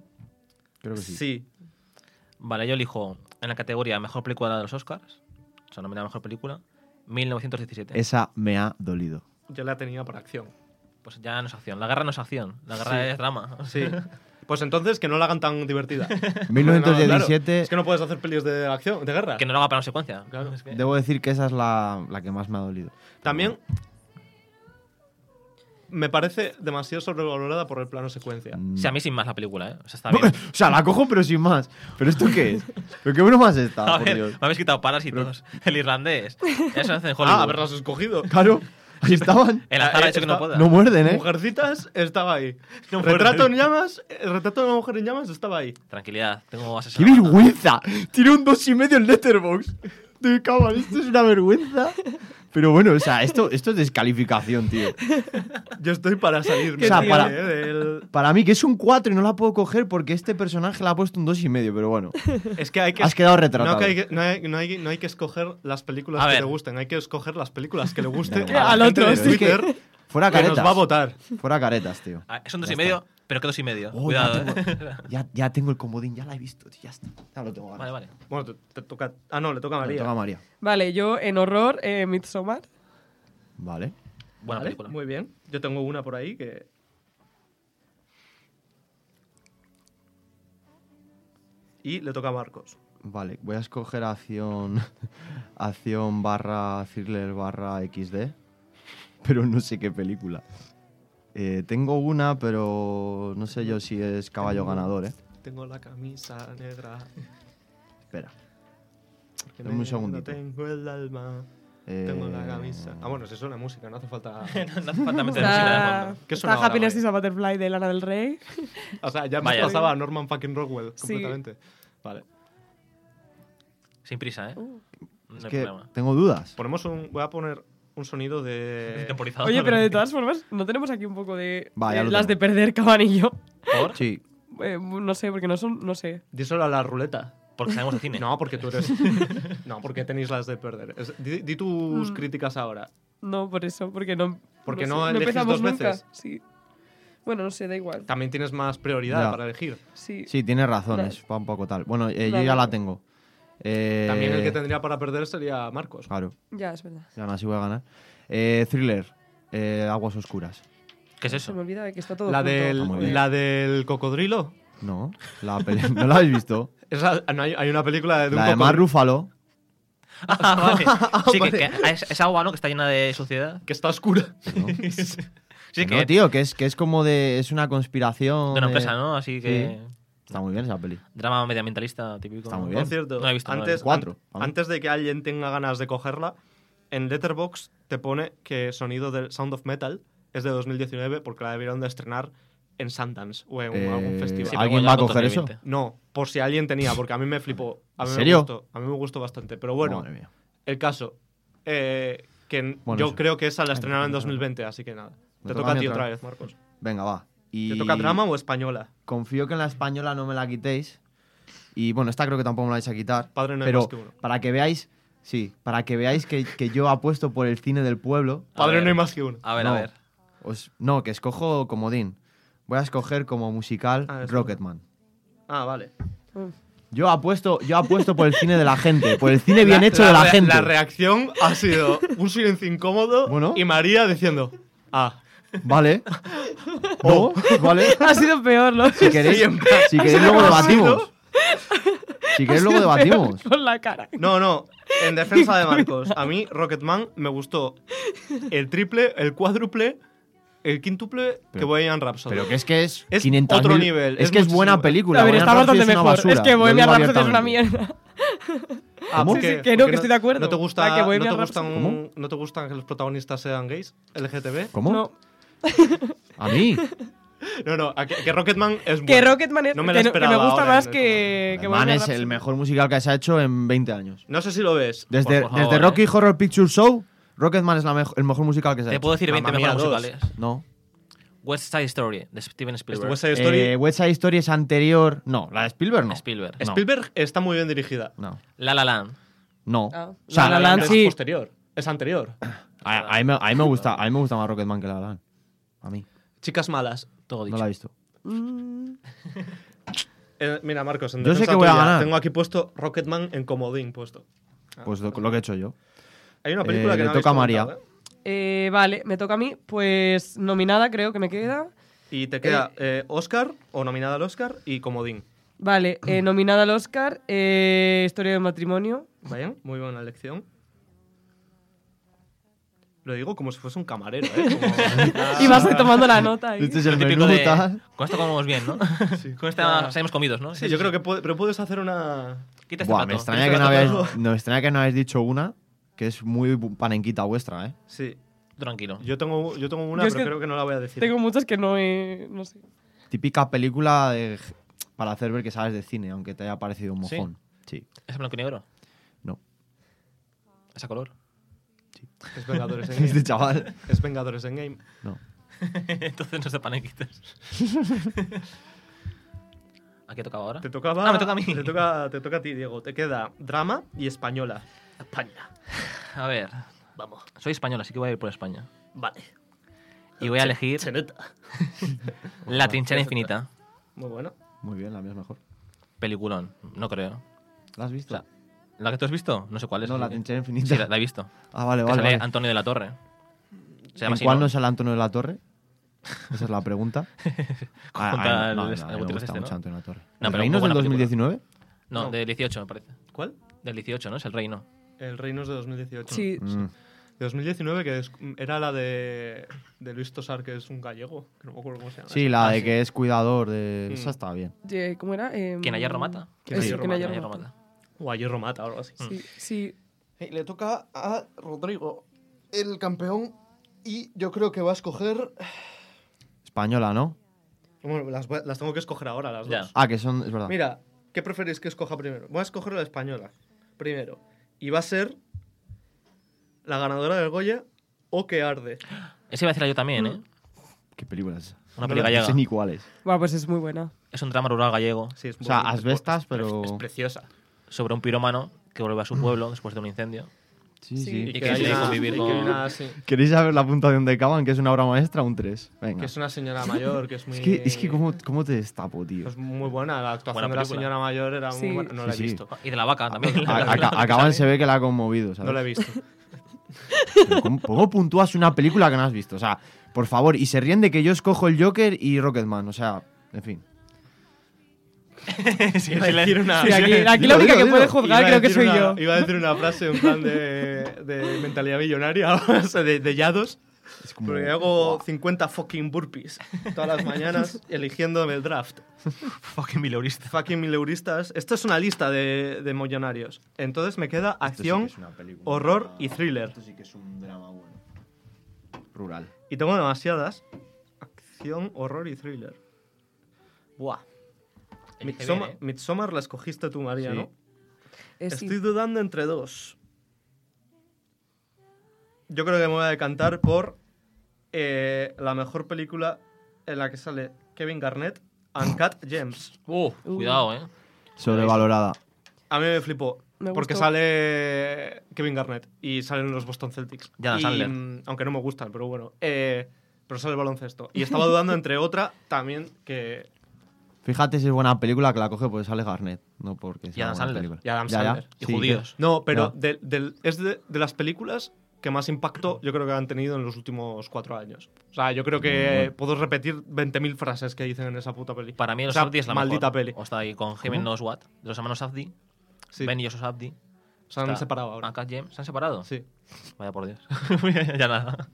[SPEAKER 3] Creo que sí.
[SPEAKER 5] Sí.
[SPEAKER 4] Vale, yo elijo en la categoría Mejor Película de los Oscars. O sea, nominada a Mejor Película. 1917.
[SPEAKER 3] Esa me ha dolido.
[SPEAKER 5] Yo la tenía para acción.
[SPEAKER 4] Pues ya no es acción. La guerra no es acción. La guerra
[SPEAKER 5] Sí.
[SPEAKER 4] es drama.
[SPEAKER 5] Sí. Pues entonces que no la hagan tan divertida.
[SPEAKER 3] 1917.
[SPEAKER 5] Claro, Es que no puedes hacer pelis de acción, de guerra.
[SPEAKER 4] Que no lo haga para secuencia.
[SPEAKER 5] Claro.
[SPEAKER 4] Es que-
[SPEAKER 3] Debo decir que esa es la, la que más me ha dolido.
[SPEAKER 5] También me parece demasiado sobrevalorada por el plano secuencia.
[SPEAKER 3] Mm. Ah,
[SPEAKER 4] Sí, a mí sin más la película, ¿eh? O sea, está bien.
[SPEAKER 3] o sea, la cojo pero sin más. ¿Pero esto qué es? ¿Pero qué bueno más está,
[SPEAKER 4] A
[SPEAKER 3] por
[SPEAKER 4] ver,
[SPEAKER 3] Dios?
[SPEAKER 4] me habéis quitado parásitos. El irlandés. Eso hace en Hollywood.
[SPEAKER 5] Ah, haberlas escogido.
[SPEAKER 3] Claro, ahí estaban.
[SPEAKER 4] El azar
[SPEAKER 5] Ah,
[SPEAKER 4] ha hecho que
[SPEAKER 5] está-
[SPEAKER 4] no pueda.
[SPEAKER 3] eh, No muerden, ¿eh?
[SPEAKER 5] Mujercitas estaba ahí.
[SPEAKER 4] No puedo
[SPEAKER 5] retrato en
[SPEAKER 4] creer.
[SPEAKER 5] llamas, el retrato de una mujer en llamas estaba ahí.
[SPEAKER 4] Tranquilidad, tengo
[SPEAKER 3] ¡Qué
[SPEAKER 4] asesinato.
[SPEAKER 3] vergüenza! Tiene un dos y medio en Letterboxd. De cabrón, esto es una vergüenza. Pero bueno, o sea, esto, esto es descalificación, tío.
[SPEAKER 5] Yo estoy para salirme
[SPEAKER 3] O sea,
[SPEAKER 5] de-
[SPEAKER 3] para-
[SPEAKER 5] eh, del-
[SPEAKER 3] Para mí que es un 4 y no la puedo coger porque este personaje la ha puesto un dos y medio, pero bueno.
[SPEAKER 5] Es que hay que
[SPEAKER 3] Has quedado retratado.
[SPEAKER 5] no, que hay que- no, hay, no hay- no hay que escoger las películas
[SPEAKER 4] A
[SPEAKER 5] que
[SPEAKER 4] ver.
[SPEAKER 5] te gusten, hay que escoger las películas que le gusten
[SPEAKER 3] Claro.
[SPEAKER 5] a la
[SPEAKER 2] Al
[SPEAKER 5] gente
[SPEAKER 2] otro,
[SPEAKER 5] de
[SPEAKER 2] sí.
[SPEAKER 5] Twitter
[SPEAKER 3] Fuera Ah,
[SPEAKER 5] que nos
[SPEAKER 3] caretas.
[SPEAKER 5] va a votar.
[SPEAKER 3] Fuera caretas, tío.
[SPEAKER 4] Ah, Es un dos
[SPEAKER 3] Ya
[SPEAKER 4] y medio, pero que dos y medio.
[SPEAKER 3] Oh,
[SPEAKER 4] Cuidado,
[SPEAKER 3] ya,
[SPEAKER 4] eh.
[SPEAKER 3] tengo, ya, ya tengo el comodín, ya la he visto, tío, ya está. Ya lo tengo ganas.
[SPEAKER 4] Vale, vale.
[SPEAKER 5] Bueno, te, te toca. Ah, no, le toca a
[SPEAKER 3] Le
[SPEAKER 5] María.
[SPEAKER 3] toca a María.
[SPEAKER 2] Vale, yo en horror, eh, Midsommar.
[SPEAKER 3] Vale.
[SPEAKER 4] Buena
[SPEAKER 5] Vale,
[SPEAKER 4] película.
[SPEAKER 5] Muy bien. Yo tengo una por ahí que. Y le toca a Marcos.
[SPEAKER 3] Vale, voy a escoger acción. Acción barra thriller barra XD. Pero no sé qué película. Eh, tengo una, pero no sé yo si es caballo ganador, ¿eh?
[SPEAKER 5] Tengo la camisa negra.
[SPEAKER 3] Espera.
[SPEAKER 5] que
[SPEAKER 3] Dame un
[SPEAKER 5] negra
[SPEAKER 3] segundito.
[SPEAKER 5] Tengo el alma.
[SPEAKER 3] Eh,
[SPEAKER 5] Tengo la camisa. Ah, bueno, si suena música, no hace falta.
[SPEAKER 4] no hace falta meter música de
[SPEAKER 2] Está,
[SPEAKER 4] fondo.
[SPEAKER 5] ¿Qué
[SPEAKER 2] está
[SPEAKER 5] sonaba ahora,
[SPEAKER 2] Happiness is
[SPEAKER 5] María?
[SPEAKER 2] a Butterfly de Lana del Rey.
[SPEAKER 5] O sea, ya me
[SPEAKER 4] Vaya.
[SPEAKER 5] pasaba a Norman fucking Rockwell
[SPEAKER 2] Sí.
[SPEAKER 5] completamente. Vale.
[SPEAKER 4] Sin prisa, ¿eh? No
[SPEAKER 3] uh. Es
[SPEAKER 4] hay
[SPEAKER 3] que
[SPEAKER 4] problema.
[SPEAKER 3] tengo dudas.
[SPEAKER 5] Ponemos un. Voy a poner un sonido
[SPEAKER 3] eh,
[SPEAKER 5] de.
[SPEAKER 4] Temporizado.
[SPEAKER 2] Oye, pero de todas formas, ¿no tenemos aquí un poco de
[SPEAKER 3] Va, ya
[SPEAKER 2] de
[SPEAKER 3] lo
[SPEAKER 2] las
[SPEAKER 3] tengo.
[SPEAKER 2] de perder Cabanillo?
[SPEAKER 4] ¿Por?
[SPEAKER 3] Sí.
[SPEAKER 2] Eh, no sé, porque no son, no sé.
[SPEAKER 5] Díselo a la ruleta.
[SPEAKER 4] Porque sabemos de cine.
[SPEAKER 5] No, porque tú eres. no, porque tenéis las de perder. Es- Di, di tus críticas ahora.
[SPEAKER 2] No, por eso, porque no.
[SPEAKER 5] Porque
[SPEAKER 2] sé,
[SPEAKER 5] no elegís
[SPEAKER 2] empezamos
[SPEAKER 5] dos
[SPEAKER 2] nunca.
[SPEAKER 5] veces.
[SPEAKER 2] Sí. Bueno, no sé, da igual.
[SPEAKER 5] También tienes más prioridad
[SPEAKER 3] Ya.
[SPEAKER 5] para elegir.
[SPEAKER 2] Sí.
[SPEAKER 3] Sí, tienes razón,
[SPEAKER 2] La-
[SPEAKER 3] es va un poco tal. Bueno, eh, yo
[SPEAKER 2] La-
[SPEAKER 3] ya la tengo. Eh, Ah,
[SPEAKER 5] También el que tendría para perder sería Marcos.
[SPEAKER 3] Claro,
[SPEAKER 2] Ya, es verdad.
[SPEAKER 3] ya no, así voy a ganar. Eh, thriller, eh, Aguas Oscuras.
[SPEAKER 4] ¿Qué es
[SPEAKER 2] Se
[SPEAKER 4] eso?
[SPEAKER 2] me olvida de que está todo
[SPEAKER 5] La
[SPEAKER 2] junto.
[SPEAKER 3] Ah, Muy
[SPEAKER 5] del,
[SPEAKER 3] bien.
[SPEAKER 5] la del cocodrilo.
[SPEAKER 3] No, la peli- ¿no la habéis visto?
[SPEAKER 5] Esa- no hay, hay una película de, un
[SPEAKER 3] La de
[SPEAKER 5] cocodrilo
[SPEAKER 3] Mar Rúfalo.
[SPEAKER 4] Ah, vale. Sí, que, que es, es agua, ¿no? Que está llena de suciedad.
[SPEAKER 5] que está oscura.
[SPEAKER 3] ¿no?
[SPEAKER 4] Sí,
[SPEAKER 3] Pues No,
[SPEAKER 4] que
[SPEAKER 3] tío, que es, que es como de. Es una conspiración.
[SPEAKER 4] de una
[SPEAKER 3] eh,
[SPEAKER 4] empresa, ¿no? Así que
[SPEAKER 3] Está muy bien esa peli.
[SPEAKER 4] drama medioambientalista típico.
[SPEAKER 3] Está
[SPEAKER 4] ¿no?
[SPEAKER 3] muy bien.
[SPEAKER 5] Por cierto,
[SPEAKER 4] No he visto, no he
[SPEAKER 5] antes,
[SPEAKER 4] visto.
[SPEAKER 3] Cuatro,
[SPEAKER 5] an-
[SPEAKER 3] vamos.
[SPEAKER 5] antes de que alguien tenga ganas de cogerla, en Letterbox te pone que sonido del Sound of Metal es de 2019 porque la debieron de estrenar en Sundance o en
[SPEAKER 3] Eh,
[SPEAKER 5] algún
[SPEAKER 4] Sí,
[SPEAKER 5] festival.
[SPEAKER 4] pero
[SPEAKER 3] ¿Alguien
[SPEAKER 4] bueno,
[SPEAKER 3] va a
[SPEAKER 4] no
[SPEAKER 3] coger eso?
[SPEAKER 4] 2020.
[SPEAKER 5] No, por si alguien tenía, porque a mí me flipó. A mí
[SPEAKER 3] ¿En
[SPEAKER 5] me
[SPEAKER 3] serio?
[SPEAKER 5] gustó, a mí me gustó bastante. Pero bueno,
[SPEAKER 3] Madre mía.
[SPEAKER 5] el caso, eh, que n-
[SPEAKER 3] Bueno,
[SPEAKER 5] yo
[SPEAKER 3] eso.
[SPEAKER 5] creo que esa la
[SPEAKER 3] Ay,
[SPEAKER 5] estrenaron en
[SPEAKER 3] me toca a mí otra
[SPEAKER 5] 2020, así que nada.
[SPEAKER 3] Me
[SPEAKER 5] Te
[SPEAKER 3] toca
[SPEAKER 5] toca
[SPEAKER 3] a
[SPEAKER 5] a
[SPEAKER 3] mí
[SPEAKER 5] ti
[SPEAKER 3] otra
[SPEAKER 5] otra
[SPEAKER 3] vez.
[SPEAKER 5] vez, Marcos.
[SPEAKER 3] Venga, va. Y
[SPEAKER 5] ¿Te toca drama o española?
[SPEAKER 3] Confío que en la española no me la quitéis. Y bueno, esta creo que tampoco me la vais a quitar.
[SPEAKER 5] Padre no hay
[SPEAKER 3] pero
[SPEAKER 5] más que uno.
[SPEAKER 3] para que veáis. Sí, para que veáis que, que yo apuesto por el cine del pueblo.
[SPEAKER 4] A
[SPEAKER 5] Padre
[SPEAKER 4] ver.
[SPEAKER 5] no hay más que uno.
[SPEAKER 4] A ver,
[SPEAKER 3] No.
[SPEAKER 4] a ver.
[SPEAKER 3] os- no, que escojo comodín. Voy a escoger como musical
[SPEAKER 5] Ah, es
[SPEAKER 3] Rocketman.
[SPEAKER 5] Ah, vale.
[SPEAKER 3] Yo apuesto, yo apuesto por el cine de la gente, por el cine bien
[SPEAKER 5] La-
[SPEAKER 3] hecho de la
[SPEAKER 5] re-
[SPEAKER 3] gente.
[SPEAKER 5] La reacción ha sido un silencio incómodo
[SPEAKER 3] Bueno.
[SPEAKER 5] y María diciendo, ah,
[SPEAKER 3] Vale. O, vale.
[SPEAKER 2] Ha sido peor, ¿no?
[SPEAKER 3] Si queréis,
[SPEAKER 5] en
[SPEAKER 3] si queréis luego debatimos. Si queréis luego debatimos.
[SPEAKER 2] Con la cara.
[SPEAKER 5] no, no, en defensa de Marcos, a mí Rocketman me gustó el triple, el cuádruple, el quíntuple que
[SPEAKER 3] Pero-
[SPEAKER 5] voy a Rhapsody.
[SPEAKER 3] Pero que es que es,
[SPEAKER 5] Es
[SPEAKER 3] 500.000
[SPEAKER 5] otro nivel,
[SPEAKER 3] Es,
[SPEAKER 5] es
[SPEAKER 3] que es buena
[SPEAKER 5] muchísimo.
[SPEAKER 3] película.
[SPEAKER 2] A ver,
[SPEAKER 3] Bohemian
[SPEAKER 2] está bastante
[SPEAKER 3] Rhapsody es una
[SPEAKER 2] mejor. Es
[SPEAKER 3] basura,
[SPEAKER 2] que
[SPEAKER 3] lo
[SPEAKER 2] Bohemian
[SPEAKER 3] digo
[SPEAKER 2] Rhapsody es una
[SPEAKER 3] abiertamente.
[SPEAKER 2] mierda.
[SPEAKER 5] Ah,
[SPEAKER 3] ¿Cómo?
[SPEAKER 5] ¿por qué?
[SPEAKER 2] Sí, que no,
[SPEAKER 5] ¿Por qué
[SPEAKER 2] que estoy de acuerdo.
[SPEAKER 5] ¿No te, gusta,
[SPEAKER 2] La que voy a
[SPEAKER 5] no, te
[SPEAKER 2] mirar
[SPEAKER 5] gustan,
[SPEAKER 3] ¿Cómo?
[SPEAKER 5] ¿No te gustan que los protagonistas sean gays? ¿LGTB?
[SPEAKER 3] ¿Cómo?
[SPEAKER 2] No.
[SPEAKER 3] A mí.
[SPEAKER 5] No, no, a que, que Rocketman es bueno.
[SPEAKER 2] Que Rocketman es,
[SPEAKER 5] No me
[SPEAKER 2] que no-
[SPEAKER 5] la
[SPEAKER 2] que,
[SPEAKER 5] esperaba
[SPEAKER 2] me gusta
[SPEAKER 5] ahora,
[SPEAKER 2] más
[SPEAKER 5] este no
[SPEAKER 2] que,
[SPEAKER 5] es
[SPEAKER 2] que
[SPEAKER 3] Man
[SPEAKER 2] Bohemian
[SPEAKER 3] es el
[SPEAKER 2] Rhapsody.
[SPEAKER 3] mejor musical que se ha hecho en 20 años.
[SPEAKER 5] No sé si lo ves.
[SPEAKER 3] Desde,
[SPEAKER 4] Por favor,
[SPEAKER 3] desde
[SPEAKER 4] eh.
[SPEAKER 3] Rocky Horror Picture Show, Rocketman es la mejo- el mejor musical que se ha
[SPEAKER 4] Te
[SPEAKER 3] hecho.
[SPEAKER 4] puedo decir 20
[SPEAKER 5] Mamma Mía
[SPEAKER 4] mejores
[SPEAKER 5] 2.
[SPEAKER 4] musicales.
[SPEAKER 3] No.
[SPEAKER 4] West Side Story, de Steven Spielberg.
[SPEAKER 5] West Side Story.
[SPEAKER 3] Eh, West Side Story es anterior. No, la de Spielberg no.
[SPEAKER 4] Spielberg.
[SPEAKER 3] Eh, no.
[SPEAKER 5] Spielberg está muy bien dirigida.
[SPEAKER 3] No.
[SPEAKER 4] La La Land.
[SPEAKER 3] No.
[SPEAKER 2] Ah.
[SPEAKER 3] O sea,
[SPEAKER 2] La La Land,
[SPEAKER 5] es
[SPEAKER 2] sí.
[SPEAKER 5] posterior. Es anterior.
[SPEAKER 3] A, a mí, me- a mí me gusta, a mí me gusta más Rocketman que la Dan. A mí.
[SPEAKER 5] Chicas malas.
[SPEAKER 4] Todo
[SPEAKER 3] No
[SPEAKER 4] dicho.
[SPEAKER 3] la he visto.
[SPEAKER 5] Eh, mira, Marcos, en
[SPEAKER 3] Yo sé
[SPEAKER 5] defensa
[SPEAKER 3] que voy a
[SPEAKER 5] tuya,
[SPEAKER 3] ganar.
[SPEAKER 5] Tengo aquí puesto Rocketman en comodín puesto.
[SPEAKER 3] Pues lo, lo que he hecho yo.
[SPEAKER 5] Hay una película
[SPEAKER 3] Eh,
[SPEAKER 5] que
[SPEAKER 3] le
[SPEAKER 5] no habéis
[SPEAKER 3] toca a María.
[SPEAKER 5] comentado, ¿eh?
[SPEAKER 2] Eh, vale, me toca a mí. Pues nominada creo que me queda.
[SPEAKER 5] Y te queda eh, Oscar o nominada al Oscar y comodín.
[SPEAKER 2] Vale, eh, nominada al Oscar, eh, Historia de un matrimonio.
[SPEAKER 5] Vayan, muy buena elección. Lo digo como si fuese un camarero, ¿eh? Como-
[SPEAKER 2] Y vas ahí tomando la nota. ahí.
[SPEAKER 3] Este es
[SPEAKER 4] Lo
[SPEAKER 3] el
[SPEAKER 4] típico
[SPEAKER 3] menú,
[SPEAKER 4] de-
[SPEAKER 3] tal.
[SPEAKER 4] Con esta comemos bien, ¿no? Con esta
[SPEAKER 5] claro.
[SPEAKER 4] salimos comidos, ¿no?
[SPEAKER 5] Sí, yo creo que puede- pero puedes hacer una...
[SPEAKER 4] Quita este
[SPEAKER 3] Buah,
[SPEAKER 4] plato.
[SPEAKER 3] me extraña, que no habéis, me extraña que no habéis dicho una que es muy bu- panenquita vuestra, ¿eh?
[SPEAKER 5] Sí,
[SPEAKER 4] Tranquilo.
[SPEAKER 5] yo tengo, yo tengo una,
[SPEAKER 2] Yo es
[SPEAKER 5] pero
[SPEAKER 2] que
[SPEAKER 5] creo que no la voy a decir.
[SPEAKER 2] Tengo muchas que no he... No sé.
[SPEAKER 3] Típica película de- para hacer ver que sabes de cine, aunque te haya parecido un
[SPEAKER 4] Sí.
[SPEAKER 3] mojón. Sí.
[SPEAKER 4] ¿Es blanco y negro?
[SPEAKER 3] No.
[SPEAKER 4] ¿Es a color?
[SPEAKER 5] Es Vengadores en
[SPEAKER 3] Este
[SPEAKER 5] Game.
[SPEAKER 3] chaval.
[SPEAKER 5] Es Vengadores en Game.
[SPEAKER 3] No.
[SPEAKER 4] Entonces no se panequitas. ¿A qué tocaba ahora?
[SPEAKER 5] Te tocaba.
[SPEAKER 4] Ah, me toca a mí.
[SPEAKER 5] Te toca, te toca a ti, Diego. Te queda drama y española.
[SPEAKER 4] España. A ver. Vamos. Soy español, así que voy a ir por España.
[SPEAKER 5] Vale.
[SPEAKER 4] Y voy a elegir
[SPEAKER 5] Cheneta.
[SPEAKER 4] La Trinchera Infinita.
[SPEAKER 5] Muy bueno.
[SPEAKER 3] Muy bien, la mía es mejor.
[SPEAKER 4] Peliculón. No creo.
[SPEAKER 3] ¿La has visto?
[SPEAKER 4] O sea, ¿La que tú has visto? No sé cuál es.
[SPEAKER 3] no, la
[SPEAKER 4] Sí,
[SPEAKER 3] trinchera
[SPEAKER 4] Sí,
[SPEAKER 3] infinita.
[SPEAKER 4] la, la he visto.
[SPEAKER 3] Ah, vale,
[SPEAKER 4] Que
[SPEAKER 3] vale.
[SPEAKER 4] sale
[SPEAKER 3] vale.
[SPEAKER 4] Antonio de la Torre. Se llama
[SPEAKER 3] ¿En
[SPEAKER 4] así,
[SPEAKER 3] cuál
[SPEAKER 4] ¿no?
[SPEAKER 3] no sale Antonio de la Torre? Esa es la pregunta. Ah,
[SPEAKER 4] Junto
[SPEAKER 3] ah,
[SPEAKER 4] al-
[SPEAKER 3] no, no, no, a mí
[SPEAKER 4] al
[SPEAKER 3] me
[SPEAKER 4] Gutiérrez
[SPEAKER 3] gusta
[SPEAKER 4] este,
[SPEAKER 3] mucho
[SPEAKER 4] ¿no?
[SPEAKER 3] Antonio de la Torre.
[SPEAKER 4] No,
[SPEAKER 3] ¿El
[SPEAKER 4] pero
[SPEAKER 3] Reino es
[SPEAKER 4] muy
[SPEAKER 3] del
[SPEAKER 4] buena
[SPEAKER 3] 2019?
[SPEAKER 4] película. No,
[SPEAKER 5] No.
[SPEAKER 4] del 18, me parece.
[SPEAKER 5] ¿Cuál?
[SPEAKER 4] Del 18, ¿no? Es el reino.
[SPEAKER 5] El Reino es de 2018.
[SPEAKER 2] Sí.
[SPEAKER 3] Mm.
[SPEAKER 5] De 2019, que es- era la de, de Luis Tosar, que es un gallego. Que no me acuerdo cómo se llama.
[SPEAKER 3] Sí, la
[SPEAKER 4] Ah,
[SPEAKER 3] de
[SPEAKER 4] sí.
[SPEAKER 3] que es cuidador de...
[SPEAKER 5] Mm.
[SPEAKER 3] Esa está bien.
[SPEAKER 2] Eh, ¿Cómo era? Eh,
[SPEAKER 4] Quien a hierro mata.
[SPEAKER 5] Quien a
[SPEAKER 2] eso,
[SPEAKER 5] hierro
[SPEAKER 2] quien a
[SPEAKER 5] mata,
[SPEAKER 2] hierro
[SPEAKER 4] Quien a hierro
[SPEAKER 2] mata.
[SPEAKER 4] mata. Mm.
[SPEAKER 5] O ayer Romata o algo así.
[SPEAKER 2] Sí, sí.
[SPEAKER 5] le toca a Rodrigo, el campeón. Y yo creo que va a escoger.
[SPEAKER 3] Española, ¿no?
[SPEAKER 5] Bueno, las, voy- las tengo que escoger ahora, las
[SPEAKER 4] Ya.
[SPEAKER 5] dos.
[SPEAKER 3] Ah, que son... Es verdad.
[SPEAKER 5] Mira, ¿qué preferís que escoja primero? Voy a escoger la española primero. Y va a ser la ganadora del Goya o que arde.
[SPEAKER 4] Ese iba a decirla yo también,
[SPEAKER 3] Mm.
[SPEAKER 4] ¿eh?
[SPEAKER 3] ¿Qué película es esa?
[SPEAKER 4] Una
[SPEAKER 5] No
[SPEAKER 4] peli
[SPEAKER 5] la-
[SPEAKER 3] No
[SPEAKER 4] gallega.
[SPEAKER 3] sé ni cuál es.
[SPEAKER 2] Buah, pues es muy buena.
[SPEAKER 4] Es un drama rural gallego
[SPEAKER 5] Sí, es
[SPEAKER 3] O sea,
[SPEAKER 5] bonito,
[SPEAKER 3] asbestas,
[SPEAKER 5] es- es- Es,
[SPEAKER 3] pero-
[SPEAKER 5] preciosa.
[SPEAKER 4] sobre un piromano que vuelve a su pueblo después de un incendio.
[SPEAKER 3] Sí,
[SPEAKER 2] Sí.
[SPEAKER 3] sí.
[SPEAKER 4] Y que hay
[SPEAKER 5] una-
[SPEAKER 4] convivir
[SPEAKER 5] y
[SPEAKER 4] con-
[SPEAKER 5] que hay una, sí,
[SPEAKER 3] ¿Queréis saber la puntuación de Caban, que es una obra maestra? Un 3. Venga.
[SPEAKER 5] que es una señora mayor, que es muy...
[SPEAKER 3] Es que, es que ¿cómo, cómo te destapo, tío?
[SPEAKER 4] Pues,
[SPEAKER 5] es muy buena, la
[SPEAKER 4] Buena
[SPEAKER 5] actuación de la
[SPEAKER 4] película.
[SPEAKER 5] señora mayor era
[SPEAKER 2] Sí.
[SPEAKER 5] muy buena. No la he
[SPEAKER 3] Sí, sí.
[SPEAKER 5] visto.
[SPEAKER 4] Y de la vaca también.
[SPEAKER 3] A- a- a- a Caban se ve que la ha conmovido, ¿sabes?
[SPEAKER 5] No la he visto.
[SPEAKER 3] Pero ¿Cómo, cómo puntúas una película que no has visto? O sea, Por favor, y se ríen de que yo escojo el Joker y Rocketman, o sea, en fin.
[SPEAKER 4] Sí,
[SPEAKER 5] Iba a
[SPEAKER 4] sí,
[SPEAKER 5] decir
[SPEAKER 4] le-
[SPEAKER 5] una-
[SPEAKER 2] Sí, aquí,
[SPEAKER 5] iba a
[SPEAKER 2] aquí la única
[SPEAKER 3] Dilo,
[SPEAKER 2] que
[SPEAKER 3] dilo,
[SPEAKER 2] puede
[SPEAKER 3] dilo.
[SPEAKER 2] juzgar creo que
[SPEAKER 5] decir
[SPEAKER 2] soy
[SPEAKER 5] una-
[SPEAKER 2] yo.
[SPEAKER 5] Iba a decir una frase en plan de, de mentalidad millonaria, o sea, de, de yados.
[SPEAKER 3] Es como-
[SPEAKER 5] Porque hago 50 fucking burpees todas las mañanas eligiéndome el draft.
[SPEAKER 4] Fucking mileurista.
[SPEAKER 5] Fucking mileuristas. Esto es una lista de, de millonarios. Entonces me queda
[SPEAKER 3] Esto Este sí
[SPEAKER 5] acción,
[SPEAKER 3] que es una película.
[SPEAKER 5] horror y thriller.
[SPEAKER 3] Esto sí que es un drama bueno. Rural.
[SPEAKER 5] Y tengo demasiadas. Acción, horror y thriller. Buah.
[SPEAKER 4] Elige
[SPEAKER 5] Midsommar,
[SPEAKER 4] bien, ¿eh?
[SPEAKER 5] Midsommar la escogiste tú, María,
[SPEAKER 3] Sí.
[SPEAKER 5] ¿no?
[SPEAKER 2] Es-
[SPEAKER 5] Estoy dudando entre dos. Yo creo que me voy a decantar por eh, la mejor película en la que sale Kevin Garnett, Uncut Gems.
[SPEAKER 4] Uh, cuidado, eh.
[SPEAKER 3] Sobrevalorada.
[SPEAKER 5] A mí me flipó.
[SPEAKER 2] Me
[SPEAKER 5] porque
[SPEAKER 2] gustó.
[SPEAKER 5] sale Kevin Garnett y salen los Boston Celtics.
[SPEAKER 4] Adam
[SPEAKER 5] Y,
[SPEAKER 4] Sandler.
[SPEAKER 5] mm, Aunque no me gustan, pero bueno. Eh, pero sale el baloncesto. Y estaba dudando entre otra también que.
[SPEAKER 3] Fíjate si es buena película que la coge porque sale Garnett, no porque sea
[SPEAKER 4] Adam
[SPEAKER 3] buena
[SPEAKER 4] Sandler.
[SPEAKER 3] película.
[SPEAKER 5] Y Adam
[SPEAKER 3] Ya, ya.
[SPEAKER 5] Sandler.
[SPEAKER 4] Y
[SPEAKER 3] Sí,
[SPEAKER 4] judíos.
[SPEAKER 5] No, pero
[SPEAKER 3] Ya.
[SPEAKER 5] del- del- es de, de las películas que más impacto yo creo que han tenido en los últimos cuatro años. O sea, yo creo que puedo repetir 20.000 frases que dicen en esa puta peli.
[SPEAKER 4] Mm. Para mí,
[SPEAKER 5] O
[SPEAKER 4] los
[SPEAKER 5] sea,
[SPEAKER 4] Abdi es la
[SPEAKER 5] maldita
[SPEAKER 4] mejor. Oh,
[SPEAKER 5] peli.
[SPEAKER 4] O está ahí con Heaven Knows What, de los hermanos Abdi.
[SPEAKER 5] Sí,
[SPEAKER 4] Ben y Joshua Abdi.
[SPEAKER 5] se han
[SPEAKER 4] Está-
[SPEAKER 5] separado ahora.
[SPEAKER 4] Uncut Gems, ¿se han separado?
[SPEAKER 5] Sí.
[SPEAKER 4] Vaya por Dios. ya nada.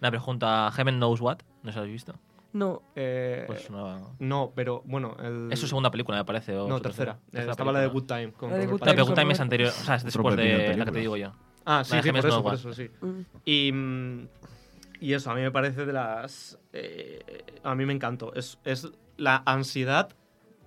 [SPEAKER 4] Una pregunta, Heaven Knows What, ¿no se lo habéis visto?
[SPEAKER 2] No,
[SPEAKER 5] Eh,
[SPEAKER 4] Pues no.
[SPEAKER 5] no, pero bueno. el-
[SPEAKER 4] Es su segunda película, me parece. O
[SPEAKER 5] No,
[SPEAKER 4] su
[SPEAKER 5] tercera. Eh,
[SPEAKER 4] tercera
[SPEAKER 5] estaba la de Good
[SPEAKER 4] película.
[SPEAKER 5] Time. Con
[SPEAKER 2] La de
[SPEAKER 5] Robert
[SPEAKER 2] Good
[SPEAKER 4] No, pero
[SPEAKER 2] Time.
[SPEAKER 4] Good Time es anterior, o sea, es
[SPEAKER 3] Otro
[SPEAKER 4] después
[SPEAKER 3] pepino de
[SPEAKER 4] de la que te
[SPEAKER 3] películas.
[SPEAKER 4] digo yo.
[SPEAKER 5] Pattinson. Ah,
[SPEAKER 4] La
[SPEAKER 5] sí,
[SPEAKER 4] de
[SPEAKER 5] sí, por
[SPEAKER 4] James
[SPEAKER 5] eso, por
[SPEAKER 4] Nolan.
[SPEAKER 5] eso, sí.
[SPEAKER 2] Mm.
[SPEAKER 5] Y, mm, y eso, a mí me parece de las... eh, a mí me encantó. Es, es la ansiedad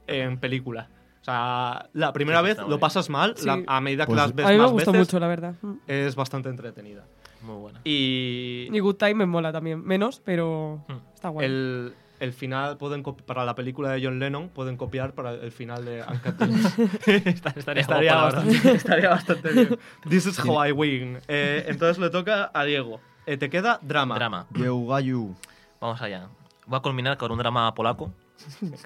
[SPEAKER 5] en película. O sea, la primera
[SPEAKER 4] Sí, sí,
[SPEAKER 5] vez
[SPEAKER 4] está
[SPEAKER 5] lo
[SPEAKER 4] muy bien.
[SPEAKER 5] pasas mal,
[SPEAKER 2] Sí.
[SPEAKER 5] la- a medida que
[SPEAKER 3] Pues-
[SPEAKER 5] las ves
[SPEAKER 2] a mí me
[SPEAKER 5] más
[SPEAKER 2] gustó
[SPEAKER 5] veces,
[SPEAKER 2] mucho, la verdad. Mm.
[SPEAKER 5] es bastante entretenida.
[SPEAKER 4] Muy buena.
[SPEAKER 5] Y
[SPEAKER 2] Y Good Time me mola también. Menos, pero
[SPEAKER 4] Mm.
[SPEAKER 2] está guay.
[SPEAKER 5] el, el final, pueden copi- para la película de John Lennon, pueden copiar para el final de Uncut Gems.
[SPEAKER 4] Esta- Estaría,
[SPEAKER 5] estaría,
[SPEAKER 4] guapa, la verdad.
[SPEAKER 5] bastante, estaría bastante bien. This is how I win. Eh, entonces le toca a Diego. Eh, te queda drama.
[SPEAKER 4] Drama.
[SPEAKER 3] Yeugayu.
[SPEAKER 4] Vamos allá. Voy a culminar con un drama polaco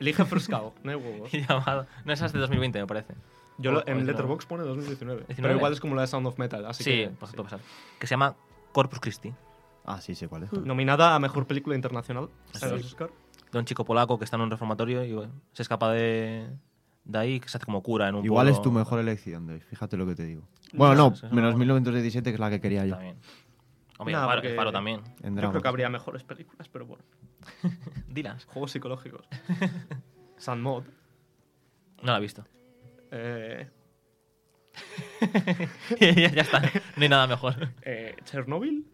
[SPEAKER 5] Elige Fruscao, no hay huevos.
[SPEAKER 4] llamado. No, esa es de 2020, me parece.
[SPEAKER 5] Yo
[SPEAKER 4] O-
[SPEAKER 5] lo-
[SPEAKER 4] o
[SPEAKER 5] en
[SPEAKER 4] 19.
[SPEAKER 5] Letterboxd pone 2019.
[SPEAKER 4] 19.
[SPEAKER 5] Pero igual es como la de Sound of Metal, así
[SPEAKER 4] pues, sí,
[SPEAKER 5] que.
[SPEAKER 4] pues
[SPEAKER 5] sí.
[SPEAKER 4] puede pasar. Que se llama Corpus Christi,
[SPEAKER 3] Ah, sí, sé cuál
[SPEAKER 4] pues.
[SPEAKER 3] es.
[SPEAKER 5] Nominada a mejor película internacional en los Oscar.
[SPEAKER 4] de un chico polaco que está en un reformatorio y bueno, se escapa de, de ahí, que se hace como cura en un
[SPEAKER 3] Igual
[SPEAKER 4] pueblo.
[SPEAKER 3] es tu mejor elección, Dave, fíjate lo que te digo. Bueno, no,
[SPEAKER 4] sí, sí,
[SPEAKER 3] menos
[SPEAKER 4] no.
[SPEAKER 3] 1917 que es la que quería yo.
[SPEAKER 4] También. Hombre,
[SPEAKER 5] Nada,
[SPEAKER 4] el faro,
[SPEAKER 5] porque-
[SPEAKER 4] el faro también.
[SPEAKER 3] En
[SPEAKER 5] Yo
[SPEAKER 3] drama.
[SPEAKER 5] creo que habría mejores películas, pero bueno.
[SPEAKER 4] Dilas.
[SPEAKER 5] Juegos psicológicos. Sandmod.
[SPEAKER 4] No la he visto.
[SPEAKER 5] Eh,
[SPEAKER 4] ya, ya está. No hay nada mejor.
[SPEAKER 5] eh, Chernobyl.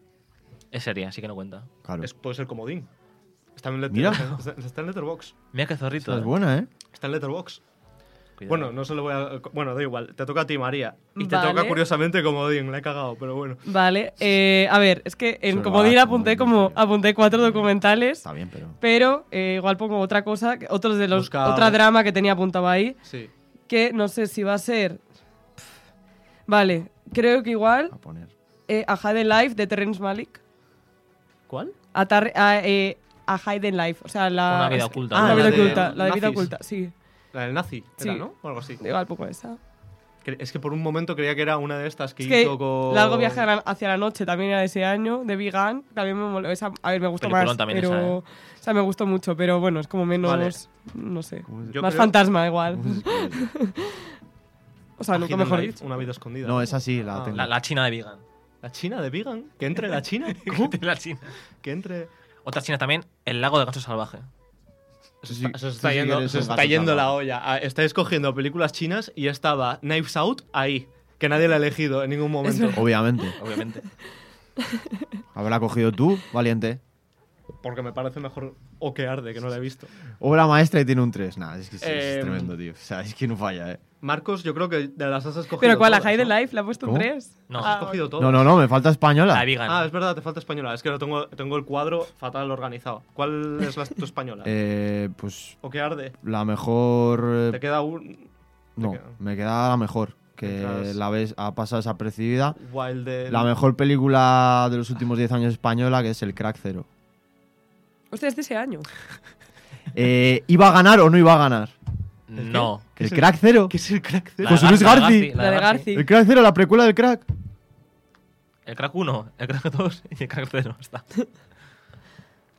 [SPEAKER 4] Es seria, así que no cuenta.
[SPEAKER 3] Claro.
[SPEAKER 5] Es- puede ser comodín. Está en, Letter-
[SPEAKER 3] Mira.
[SPEAKER 5] está- está en Letterboxd.
[SPEAKER 4] Mira qué
[SPEAKER 3] Esa
[SPEAKER 4] zorrito.
[SPEAKER 3] es
[SPEAKER 4] eh.
[SPEAKER 3] buena, ¿eh?
[SPEAKER 5] Está en Letterboxd.
[SPEAKER 4] Cuidado.
[SPEAKER 5] Bueno, no se lo voy a. Bueno, da igual. Te toca a ti, María. Y te
[SPEAKER 2] Vale.
[SPEAKER 5] toca curiosamente comodín. La he cagado, pero bueno.
[SPEAKER 2] Vale, eh, a ver, es que en
[SPEAKER 3] Solo
[SPEAKER 2] Comodín
[SPEAKER 3] Ash,
[SPEAKER 2] apunté
[SPEAKER 3] ¿no?
[SPEAKER 2] como apunté cuatro documentales,
[SPEAKER 3] Está bien, pero.
[SPEAKER 2] pero eh, igual pongo otra cosa, que- otros de los
[SPEAKER 5] Busca-
[SPEAKER 2] otra drama que tenía apuntado ahí,
[SPEAKER 5] Sí.
[SPEAKER 2] que no sé si va a ser. Pff. Vale, creo que igual
[SPEAKER 3] A poner.
[SPEAKER 2] eh, A Hidden Life de Terrence Malick,
[SPEAKER 5] ¿Cuál?
[SPEAKER 2] a, Tar- a, eh, a Hidden Life, o sea la
[SPEAKER 4] Una vida oculta.
[SPEAKER 5] Ah,
[SPEAKER 2] la vida
[SPEAKER 5] la de
[SPEAKER 2] oculta, la de vida
[SPEAKER 5] nazis.
[SPEAKER 2] oculta, sí,
[SPEAKER 5] La del nazi, era,
[SPEAKER 2] Sí.
[SPEAKER 5] ¿no? O algo así.
[SPEAKER 2] igual pongo esa.
[SPEAKER 5] Cre- Es que por un momento creía que era una de estas que,
[SPEAKER 2] Es que
[SPEAKER 5] hizo con.
[SPEAKER 2] Largo viaje a la- hacia la noche también era de ese año, de Vegan, también me moló. Esa, a ver, me gustó
[SPEAKER 4] Peliculón
[SPEAKER 2] más,
[SPEAKER 4] también
[SPEAKER 2] pero...
[SPEAKER 4] esa, ¿eh?
[SPEAKER 2] O sea, me gustó mucho, pero bueno, es como menos...
[SPEAKER 5] Vale.
[SPEAKER 2] No sé.
[SPEAKER 5] Yo
[SPEAKER 2] más
[SPEAKER 5] creo-
[SPEAKER 2] fantasma igual.
[SPEAKER 3] ¿Cómo se escribe?
[SPEAKER 2] O sea, nunca
[SPEAKER 5] Hidden
[SPEAKER 2] mejor
[SPEAKER 5] Life,
[SPEAKER 2] dicho.
[SPEAKER 5] Una vida escondida.
[SPEAKER 3] No, esa sí la
[SPEAKER 5] Ah.
[SPEAKER 3] tengo.
[SPEAKER 4] La, la China de Vegan.
[SPEAKER 5] La China de Vegan. Que entre la China. ¿Cómo?
[SPEAKER 4] la China.
[SPEAKER 5] que entre.
[SPEAKER 4] Otra China también, El lago de ganso salvaje.
[SPEAKER 3] Tú
[SPEAKER 5] Se
[SPEAKER 3] sí-
[SPEAKER 5] está, se
[SPEAKER 3] tú
[SPEAKER 5] está
[SPEAKER 3] sí que
[SPEAKER 5] yendo,
[SPEAKER 3] eres
[SPEAKER 5] se
[SPEAKER 3] un
[SPEAKER 5] está
[SPEAKER 3] gato
[SPEAKER 5] yendo la
[SPEAKER 3] salvaje.
[SPEAKER 5] olla. Ah, Estáis cogiendo películas chinas y estaba Knives Out ahí. Que nadie la ha elegido en ningún momento.
[SPEAKER 3] Obviamente.
[SPEAKER 4] Obviamente.
[SPEAKER 3] Habrá cogido tú, valiente.
[SPEAKER 5] Porque me parece mejor o que arde, que no la he visto.
[SPEAKER 3] Obra maestra y tiene un 3. Nada, es que sí, es
[SPEAKER 5] Em,
[SPEAKER 3] tremendo, tío. O sea, es que no falla, ¿eh?
[SPEAKER 5] Marcos, yo creo que de las has escogido.
[SPEAKER 2] Pero ¿cuál? ¿A
[SPEAKER 5] todas,
[SPEAKER 2] Hidden
[SPEAKER 5] ¿no?
[SPEAKER 2] Life? Ah. ¿Le ha puesto un
[SPEAKER 3] ¿Cómo?
[SPEAKER 2] 3?
[SPEAKER 4] No,
[SPEAKER 5] Has escogido todo.
[SPEAKER 3] No, no, no, me falta española.
[SPEAKER 4] La Vegan.
[SPEAKER 5] Ah, es verdad, te falta española. Es que lo tengo, tengo el cuadro fatal organizado. ¿Cuál es la, tu española?
[SPEAKER 3] Eh, pues
[SPEAKER 5] ¿O que arde?
[SPEAKER 3] la mejor. eh,
[SPEAKER 5] Te queda un.
[SPEAKER 3] no,
[SPEAKER 5] queda-
[SPEAKER 3] me queda la mejor. Que
[SPEAKER 5] Mientras-
[SPEAKER 3] la ves, ha pasado desapercibida.
[SPEAKER 5] Wild de.
[SPEAKER 3] La mejor película de los últimos 10 años española, que es El Crack Cero.
[SPEAKER 2] Hostia, es de ese año.
[SPEAKER 3] Eh, ¿Iba a ganar o no iba a ganar?
[SPEAKER 4] no.
[SPEAKER 3] ¿El Crack Cero?
[SPEAKER 5] ¿Qué es el crack de-
[SPEAKER 4] La
[SPEAKER 3] Pues
[SPEAKER 4] de
[SPEAKER 3] Luis
[SPEAKER 4] Gar- la
[SPEAKER 3] Garci.
[SPEAKER 4] de
[SPEAKER 2] La de Garci.
[SPEAKER 3] ¿El Crack Cero, la precuela del Crack?
[SPEAKER 4] El crack 1, el crack 2 y el crack 0. Está.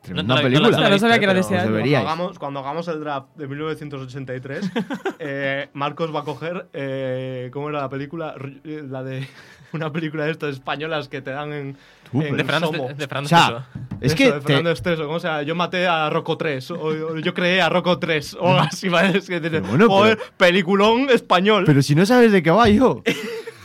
[SPEAKER 3] Tremenda
[SPEAKER 4] la- no la
[SPEAKER 3] película.
[SPEAKER 4] sabía,
[SPEAKER 2] No sabía que era de
[SPEAKER 4] pero-
[SPEAKER 2] ese
[SPEAKER 3] Os
[SPEAKER 2] año.
[SPEAKER 5] Cuando
[SPEAKER 3] deberíais.
[SPEAKER 5] hagamos, cuando hagamos el draft de 1983, eh, Marcos va a coger, eh, ¿cómo era la película? R- eh, La de una película de estas españolas que te dan en...
[SPEAKER 3] Tú, pero-
[SPEAKER 5] en
[SPEAKER 4] De Fernando,
[SPEAKER 5] Somo.
[SPEAKER 4] de, de Fernando
[SPEAKER 3] O sea,
[SPEAKER 4] Esteso.
[SPEAKER 3] es
[SPEAKER 5] Eso,
[SPEAKER 3] que
[SPEAKER 5] de
[SPEAKER 3] te-
[SPEAKER 5] Fernando Esteso, ¿cómo se llama? Yo maté a Rocco 3, o, o yo creé a Rocco 3, o algo así, ¿vale? Es que dices,
[SPEAKER 3] bueno, Mm. pero-
[SPEAKER 5] joder, peliculón español.
[SPEAKER 3] Pero si no sabes de qué va yo.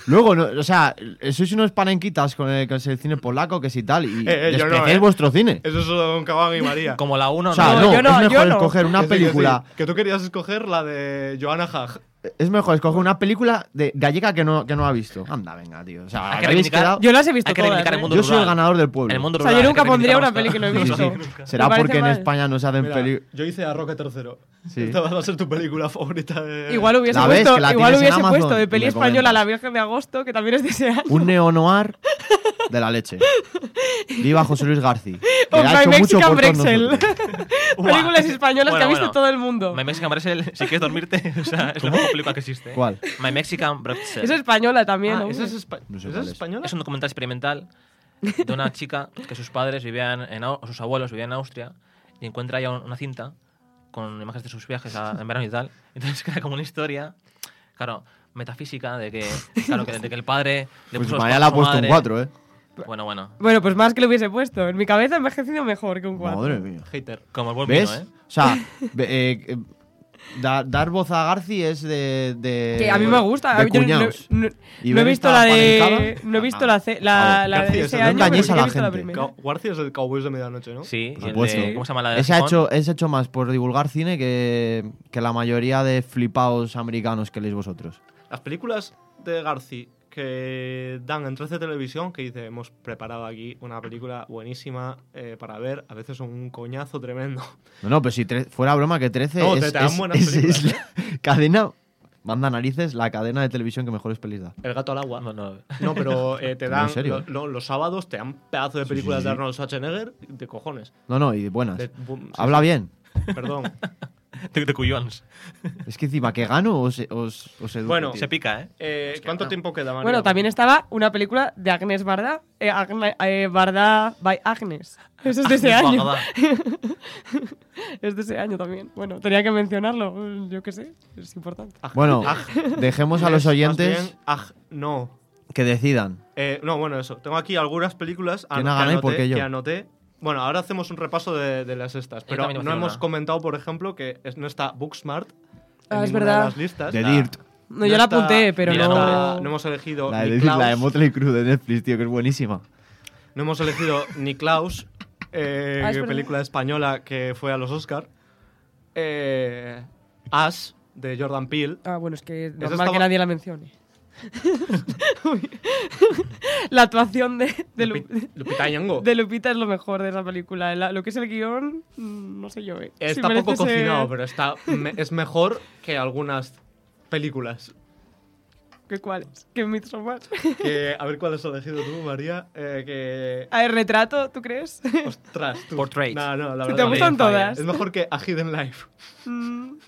[SPEAKER 3] Luego, no- o sea, sois unos panenquitas con el, con el cine polaco, que si tal, y
[SPEAKER 5] Eh, eh, yo no,
[SPEAKER 3] despreciáis
[SPEAKER 5] eh.
[SPEAKER 3] vuestro cine.
[SPEAKER 5] Eso son Cabán y María.
[SPEAKER 4] Como la 1,
[SPEAKER 3] O sea,
[SPEAKER 2] No,
[SPEAKER 3] no,
[SPEAKER 2] yo no,
[SPEAKER 3] es
[SPEAKER 2] yo
[SPEAKER 3] mejor
[SPEAKER 2] no.
[SPEAKER 3] escoger una
[SPEAKER 5] Que sí, que sí,
[SPEAKER 3] película.
[SPEAKER 5] Que tú querías escoger la de Johanna Hag.
[SPEAKER 3] Es mejor escoger una película de gallega que no, que no ha visto. Anda, venga, tío. O sea,
[SPEAKER 4] Hay que
[SPEAKER 3] habéis
[SPEAKER 4] reivindicar-
[SPEAKER 3] quedado-
[SPEAKER 2] Yo las he visto
[SPEAKER 4] Hay que
[SPEAKER 2] todas,
[SPEAKER 4] reivindicar
[SPEAKER 2] ¿eh?
[SPEAKER 4] el mundo
[SPEAKER 3] Yo soy el
[SPEAKER 4] rural.
[SPEAKER 3] ganador del pueblo.
[SPEAKER 4] El mundo
[SPEAKER 2] O sea,
[SPEAKER 4] rural,
[SPEAKER 2] yo
[SPEAKER 4] hay
[SPEAKER 2] nunca
[SPEAKER 4] que
[SPEAKER 2] pondría una peli
[SPEAKER 4] reivindicar
[SPEAKER 2] que no he
[SPEAKER 3] Sí, sí,
[SPEAKER 2] visto.
[SPEAKER 3] sí.
[SPEAKER 2] Me
[SPEAKER 3] Será
[SPEAKER 2] parece
[SPEAKER 3] porque en
[SPEAKER 2] mal.
[SPEAKER 3] España no se hacen
[SPEAKER 5] Mira,
[SPEAKER 3] películas.
[SPEAKER 5] yo hice a Roque Tercero.
[SPEAKER 3] Sí.
[SPEAKER 5] Esta va a ser tu película favorita de...
[SPEAKER 2] ¿eh? Igual hubiese,
[SPEAKER 3] La ves,
[SPEAKER 2] puesto,
[SPEAKER 3] que la
[SPEAKER 2] igual
[SPEAKER 3] tienes en
[SPEAKER 2] hubiese
[SPEAKER 3] Amazon
[SPEAKER 2] puesto de
[SPEAKER 3] y
[SPEAKER 2] peli
[SPEAKER 3] me
[SPEAKER 2] española
[SPEAKER 3] comentas.
[SPEAKER 2] La Virgen de Agosto, que también es de ese año.
[SPEAKER 3] Un neo-noir de la leche. Viva José Luis García. Que
[SPEAKER 2] O
[SPEAKER 3] ha hecho
[SPEAKER 2] My
[SPEAKER 3] mucho
[SPEAKER 2] Mexican
[SPEAKER 3] por todos
[SPEAKER 2] Brexel.
[SPEAKER 3] nosotros.
[SPEAKER 4] Buah.
[SPEAKER 2] Películas españolas que
[SPEAKER 4] Bueno,
[SPEAKER 2] ha visto
[SPEAKER 4] bueno.
[SPEAKER 2] todo el mundo.
[SPEAKER 4] My Mexican Brexel, si quieres dormirte, o sea, es la mejor película que existe. ¿eh?
[SPEAKER 3] ¿Cuál?
[SPEAKER 4] My Mexican Brexel.
[SPEAKER 2] Es española también,
[SPEAKER 5] Ah,
[SPEAKER 2] hombre.
[SPEAKER 5] ¿Esa es, espa-
[SPEAKER 3] No sé
[SPEAKER 5] ¿esa
[SPEAKER 3] cuál
[SPEAKER 5] es
[SPEAKER 3] es.
[SPEAKER 5] española?
[SPEAKER 4] Es un documental experimental de una chica que sus padres vivían, en, Au- o sus abuelos vivían en Austria y encuentra ya una cinta con imágenes de sus viajes a- en verano y tal. Entonces queda como una historia, claro, metafísica de que, claro, que, de que el padre le
[SPEAKER 3] Pues
[SPEAKER 4] puso los
[SPEAKER 3] María
[SPEAKER 4] cuernos
[SPEAKER 3] le
[SPEAKER 4] a
[SPEAKER 3] ha
[SPEAKER 4] su
[SPEAKER 3] puesto un
[SPEAKER 4] madre.
[SPEAKER 3] 4, ¿eh?
[SPEAKER 4] Bueno, bueno.
[SPEAKER 2] Bueno, pues más que lo hubiese puesto. En mi cabeza ha envejecido mejor que un cuadro.
[SPEAKER 3] Madre mía.
[SPEAKER 5] Hater.
[SPEAKER 4] Como el buen
[SPEAKER 3] ¿Ves?
[SPEAKER 4] vino, ¿eh?
[SPEAKER 3] O sea, ve- eh, eh, da- dar voz a Garci es de, de-
[SPEAKER 2] Que a mí me gusta.
[SPEAKER 3] de
[SPEAKER 2] Yo no-
[SPEAKER 3] cuñaos.
[SPEAKER 2] no, no-
[SPEAKER 3] ¿Y
[SPEAKER 2] no he
[SPEAKER 3] ver
[SPEAKER 2] visto
[SPEAKER 3] esta
[SPEAKER 2] la de.
[SPEAKER 3] panencada?
[SPEAKER 2] No he visto
[SPEAKER 3] Ah,
[SPEAKER 2] la, ce- la,
[SPEAKER 3] por
[SPEAKER 2] la de ese
[SPEAKER 5] García, eso no
[SPEAKER 2] año.
[SPEAKER 3] engañéis
[SPEAKER 2] pero
[SPEAKER 3] a la
[SPEAKER 2] he visto
[SPEAKER 3] gente.
[SPEAKER 2] primera.
[SPEAKER 5] Ca- Guarcia es el Cowboys de Medianoche, ¿no?
[SPEAKER 4] Sí,
[SPEAKER 3] Por
[SPEAKER 4] y el
[SPEAKER 3] supuesto.
[SPEAKER 4] de- ¿cómo se llama la de
[SPEAKER 3] Ese ha,
[SPEAKER 4] Gijón?
[SPEAKER 3] hecho, ese ha hecho más por divulgar cine que, que la mayoría de flipados americanos que leéis vosotros.
[SPEAKER 5] Las películas de Garci que dan en 13 Televisión, que dice, hemos preparado aquí una película buenísima eh, para ver, a veces son un coñazo tremendo.
[SPEAKER 3] No, no, pero si tre- fuera broma que 13
[SPEAKER 5] No,
[SPEAKER 3] es,
[SPEAKER 5] te- te dan
[SPEAKER 3] es-
[SPEAKER 5] buenas
[SPEAKER 3] es- es
[SPEAKER 5] películas,
[SPEAKER 3] la cadena, manda narices, la cadena de televisión que mejores pelis da.
[SPEAKER 5] El gato al agua.
[SPEAKER 4] No, no.
[SPEAKER 5] No, pero eh, te
[SPEAKER 3] ¿En
[SPEAKER 5] dan.
[SPEAKER 3] serio?
[SPEAKER 5] lo- lo- los sábados te dan pedazo de películas
[SPEAKER 3] sí, Ah, sí.
[SPEAKER 5] de Arnold Schwarzenegger de cojones.
[SPEAKER 3] No, no, y buenas.
[SPEAKER 5] De- bum, sí,
[SPEAKER 3] Habla bien.
[SPEAKER 5] sí, Perdón.
[SPEAKER 4] De, de cuyons.
[SPEAKER 3] Es que encima que gano os, os, os educo,
[SPEAKER 5] Bueno,
[SPEAKER 3] tío.
[SPEAKER 4] Se pica, ¿eh?
[SPEAKER 5] Eh, ¿Cuánto tiempo queda, María?
[SPEAKER 2] Bueno, también estaba una película de Agnes Barda. eh, Agne- eh, Barda by Agnes. Eso es de ese
[SPEAKER 4] Agnes
[SPEAKER 2] año.
[SPEAKER 4] Barda.
[SPEAKER 2] es de ese año también. Bueno, tenía que mencionarlo. Yo qué sé. Es importante.
[SPEAKER 5] Aj-
[SPEAKER 3] Bueno,
[SPEAKER 5] aj-
[SPEAKER 3] dejemos a los
[SPEAKER 5] es, más
[SPEAKER 3] oyentes
[SPEAKER 5] bien, aj- no.
[SPEAKER 3] que decidan.
[SPEAKER 5] Eh, no, bueno, eso. Tengo aquí algunas películas
[SPEAKER 3] ¿Quién
[SPEAKER 5] an-
[SPEAKER 3] ha ganado y
[SPEAKER 5] que, anoté,
[SPEAKER 3] por qué yo?
[SPEAKER 5] que anoté. Bueno, ahora hacemos un repaso de, de las estas. Pero
[SPEAKER 4] también voy a
[SPEAKER 5] no
[SPEAKER 4] hacer
[SPEAKER 5] hemos
[SPEAKER 4] una.
[SPEAKER 5] comentado, por ejemplo, que es- no está Booksmart en
[SPEAKER 2] Ah, es
[SPEAKER 5] ninguna
[SPEAKER 2] verdad.
[SPEAKER 5] de las listas.
[SPEAKER 3] De
[SPEAKER 4] Nah.
[SPEAKER 3] Dirt.
[SPEAKER 2] No, yo la
[SPEAKER 5] está-
[SPEAKER 2] apunté, pero
[SPEAKER 4] Mira,
[SPEAKER 2] no.
[SPEAKER 5] no, hemos elegido
[SPEAKER 3] La
[SPEAKER 5] ni
[SPEAKER 3] de, la de
[SPEAKER 5] Klaus,
[SPEAKER 3] Motley Crue de Netflix, tío, que es buenísima.
[SPEAKER 5] No hemos elegido ni Klaus, eh,
[SPEAKER 2] Ah, es verdad.
[SPEAKER 5] película española que fue a los Oscar. eh, Ash, de Jordan Peele.
[SPEAKER 2] Ah, bueno, es que es normal
[SPEAKER 5] estaba-
[SPEAKER 2] que nadie la mencione. la actuación de, de, Lu-
[SPEAKER 5] Lupi- Lupita Nyong'o.
[SPEAKER 2] de Lupita es lo mejor de esa película. La- lo que es el guión, mm, no sé yo. eh. Si
[SPEAKER 5] Está
[SPEAKER 2] merece
[SPEAKER 5] poco
[SPEAKER 2] ser-
[SPEAKER 5] cocinado, pero está, me- es mejor que algunas películas.
[SPEAKER 2] ¿Qué cuál es? ¿Qué Midsommar?
[SPEAKER 5] Que- a ver cuál has elegido tú, María. Eh,
[SPEAKER 2] A ver, retrato, ¿tú crees?
[SPEAKER 5] que... Ostras, tú.
[SPEAKER 4] Portrait.
[SPEAKER 5] No, no, la
[SPEAKER 2] Si
[SPEAKER 5] verdad.
[SPEAKER 2] te
[SPEAKER 5] no.
[SPEAKER 2] gustan todas.
[SPEAKER 5] Es mejor que A Hidden Life.
[SPEAKER 2] Mm,
[SPEAKER 5] No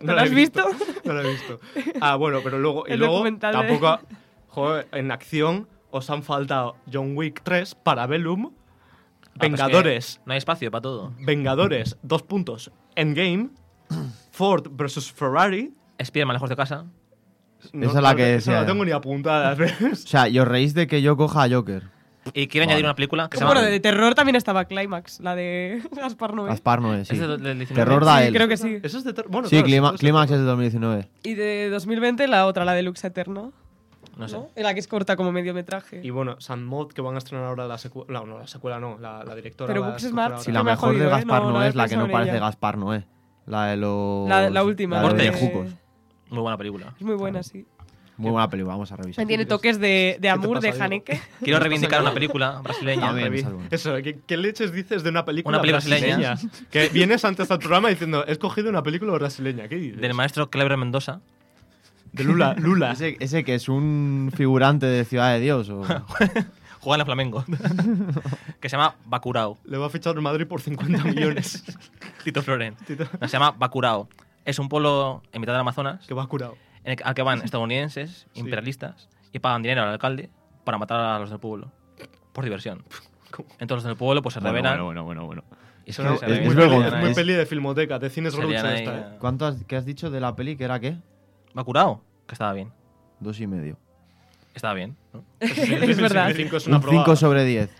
[SPEAKER 2] ¿No
[SPEAKER 5] la
[SPEAKER 2] la
[SPEAKER 5] he
[SPEAKER 2] has visto?
[SPEAKER 5] No lo he visto. Ah, bueno, pero luego. Y
[SPEAKER 2] El
[SPEAKER 5] luego
[SPEAKER 2] documental de-
[SPEAKER 5] tampoco. ha- Joder, en acción os han faltado John Wick 3, Parabellum,
[SPEAKER 4] Ah, pues
[SPEAKER 5] Vengadores,
[SPEAKER 4] que no hay espacio para todo.
[SPEAKER 5] Vengadores, dos puntos, Endgame, Ford versus Ferrari.
[SPEAKER 4] Spiderman lejos de casa.
[SPEAKER 5] No-
[SPEAKER 3] Esa es la
[SPEAKER 5] no-
[SPEAKER 3] que
[SPEAKER 5] esa no
[SPEAKER 3] decía
[SPEAKER 5] la
[SPEAKER 3] yo.
[SPEAKER 5] tengo ni apuntada. ¿ves?
[SPEAKER 3] O sea, y os reís de que yo coja a Joker.
[SPEAKER 4] Y quiero añadir una película que se llama...
[SPEAKER 2] Bueno, de terror también estaba Climax, la de Gaspar Noé.
[SPEAKER 3] Gaspar Noé, sí.
[SPEAKER 4] Es del- del 19.
[SPEAKER 3] Terror da
[SPEAKER 2] Sí,
[SPEAKER 3] él.
[SPEAKER 2] creo que sí.
[SPEAKER 5] Eso es de ter- bueno,
[SPEAKER 3] Sí,
[SPEAKER 5] claro,
[SPEAKER 3] Clima-
[SPEAKER 5] eso es de
[SPEAKER 3] Clímax
[SPEAKER 5] ter-
[SPEAKER 3] es de 2019.
[SPEAKER 2] Y de 2020 la otra, la de Lux Eterno.
[SPEAKER 4] No sé.
[SPEAKER 2] ¿no? La que es corta como mediometraje.
[SPEAKER 5] Y bueno, Sandmod, que van a estrenar ahora la secuela. No, no, la secuela no, la, la directora.
[SPEAKER 2] Pero
[SPEAKER 5] va a
[SPEAKER 2] Books
[SPEAKER 5] escoger
[SPEAKER 2] Smart
[SPEAKER 5] ahora.
[SPEAKER 3] Si
[SPEAKER 2] sí
[SPEAKER 3] la
[SPEAKER 2] me ha
[SPEAKER 3] mejor de
[SPEAKER 2] jodido, ¿eh?
[SPEAKER 3] Gaspar
[SPEAKER 2] No, no
[SPEAKER 3] Noé
[SPEAKER 2] había
[SPEAKER 3] es la que
[SPEAKER 2] pensado
[SPEAKER 3] no
[SPEAKER 2] en
[SPEAKER 3] parece
[SPEAKER 2] ella.
[SPEAKER 3] Gaspar Noé. La de los.
[SPEAKER 2] La- la última,
[SPEAKER 3] pues, La de
[SPEAKER 4] la de-
[SPEAKER 3] los Jucos.
[SPEAKER 4] Muy buena película.
[SPEAKER 2] Es muy buena, sí.
[SPEAKER 3] Muy buena película, vamos a revisar.
[SPEAKER 2] Tiene toques de, de amor,
[SPEAKER 5] pasa,
[SPEAKER 2] de
[SPEAKER 5] Diego?
[SPEAKER 2] Haneke.
[SPEAKER 4] Quiero reivindicar una película brasileña.
[SPEAKER 3] También.
[SPEAKER 5] Revi-
[SPEAKER 3] es algo.
[SPEAKER 5] Eso, ¿qué, qué leches dices de una película,
[SPEAKER 4] Una película brasileña.
[SPEAKER 5] que vienes antes al programa diciendo, he escogido una película brasileña. ¿Qué dices?
[SPEAKER 4] Del maestro Cleber Mendosa.
[SPEAKER 5] De Lula. Lula.
[SPEAKER 3] Ese, ese que es un figurante de Ciudad de Dios. o-
[SPEAKER 4] Juega en el Flamengo. que se llama Bacurao.
[SPEAKER 5] Le va a fichar en Madrid por 50 millones.
[SPEAKER 4] Tito Floren. No, se llama Bacurao. Es un pueblo en mitad del Amazonas
[SPEAKER 5] que va curado.
[SPEAKER 4] en el, que- al que van estadounidenses, imperialistas, y pagan dinero al alcalde para matar a los del pueblo. Por diversión. Entonces los del pueblo pues se rebelan
[SPEAKER 3] bueno, bueno, bueno.
[SPEAKER 4] Es,
[SPEAKER 5] Suena-
[SPEAKER 3] Es
[SPEAKER 5] es muy,
[SPEAKER 3] muy
[SPEAKER 5] peli,
[SPEAKER 3] vergonzoso.
[SPEAKER 5] es muy
[SPEAKER 3] Es-
[SPEAKER 5] peli de filmoteca, de cines
[SPEAKER 4] Serían
[SPEAKER 5] ruchos
[SPEAKER 4] ahí,
[SPEAKER 5] esta,
[SPEAKER 4] eh.
[SPEAKER 5] ¿eh?
[SPEAKER 3] ¿Cuánto has, qué has dicho de la peli que era qué?
[SPEAKER 4] ¿Va curado? Que estaba bien.
[SPEAKER 3] Dos y medio.
[SPEAKER 4] Estaba bien. ¿no?
[SPEAKER 2] es verdad.
[SPEAKER 5] El cinco es una
[SPEAKER 3] Un 5
[SPEAKER 5] probada.
[SPEAKER 3] sobre 10.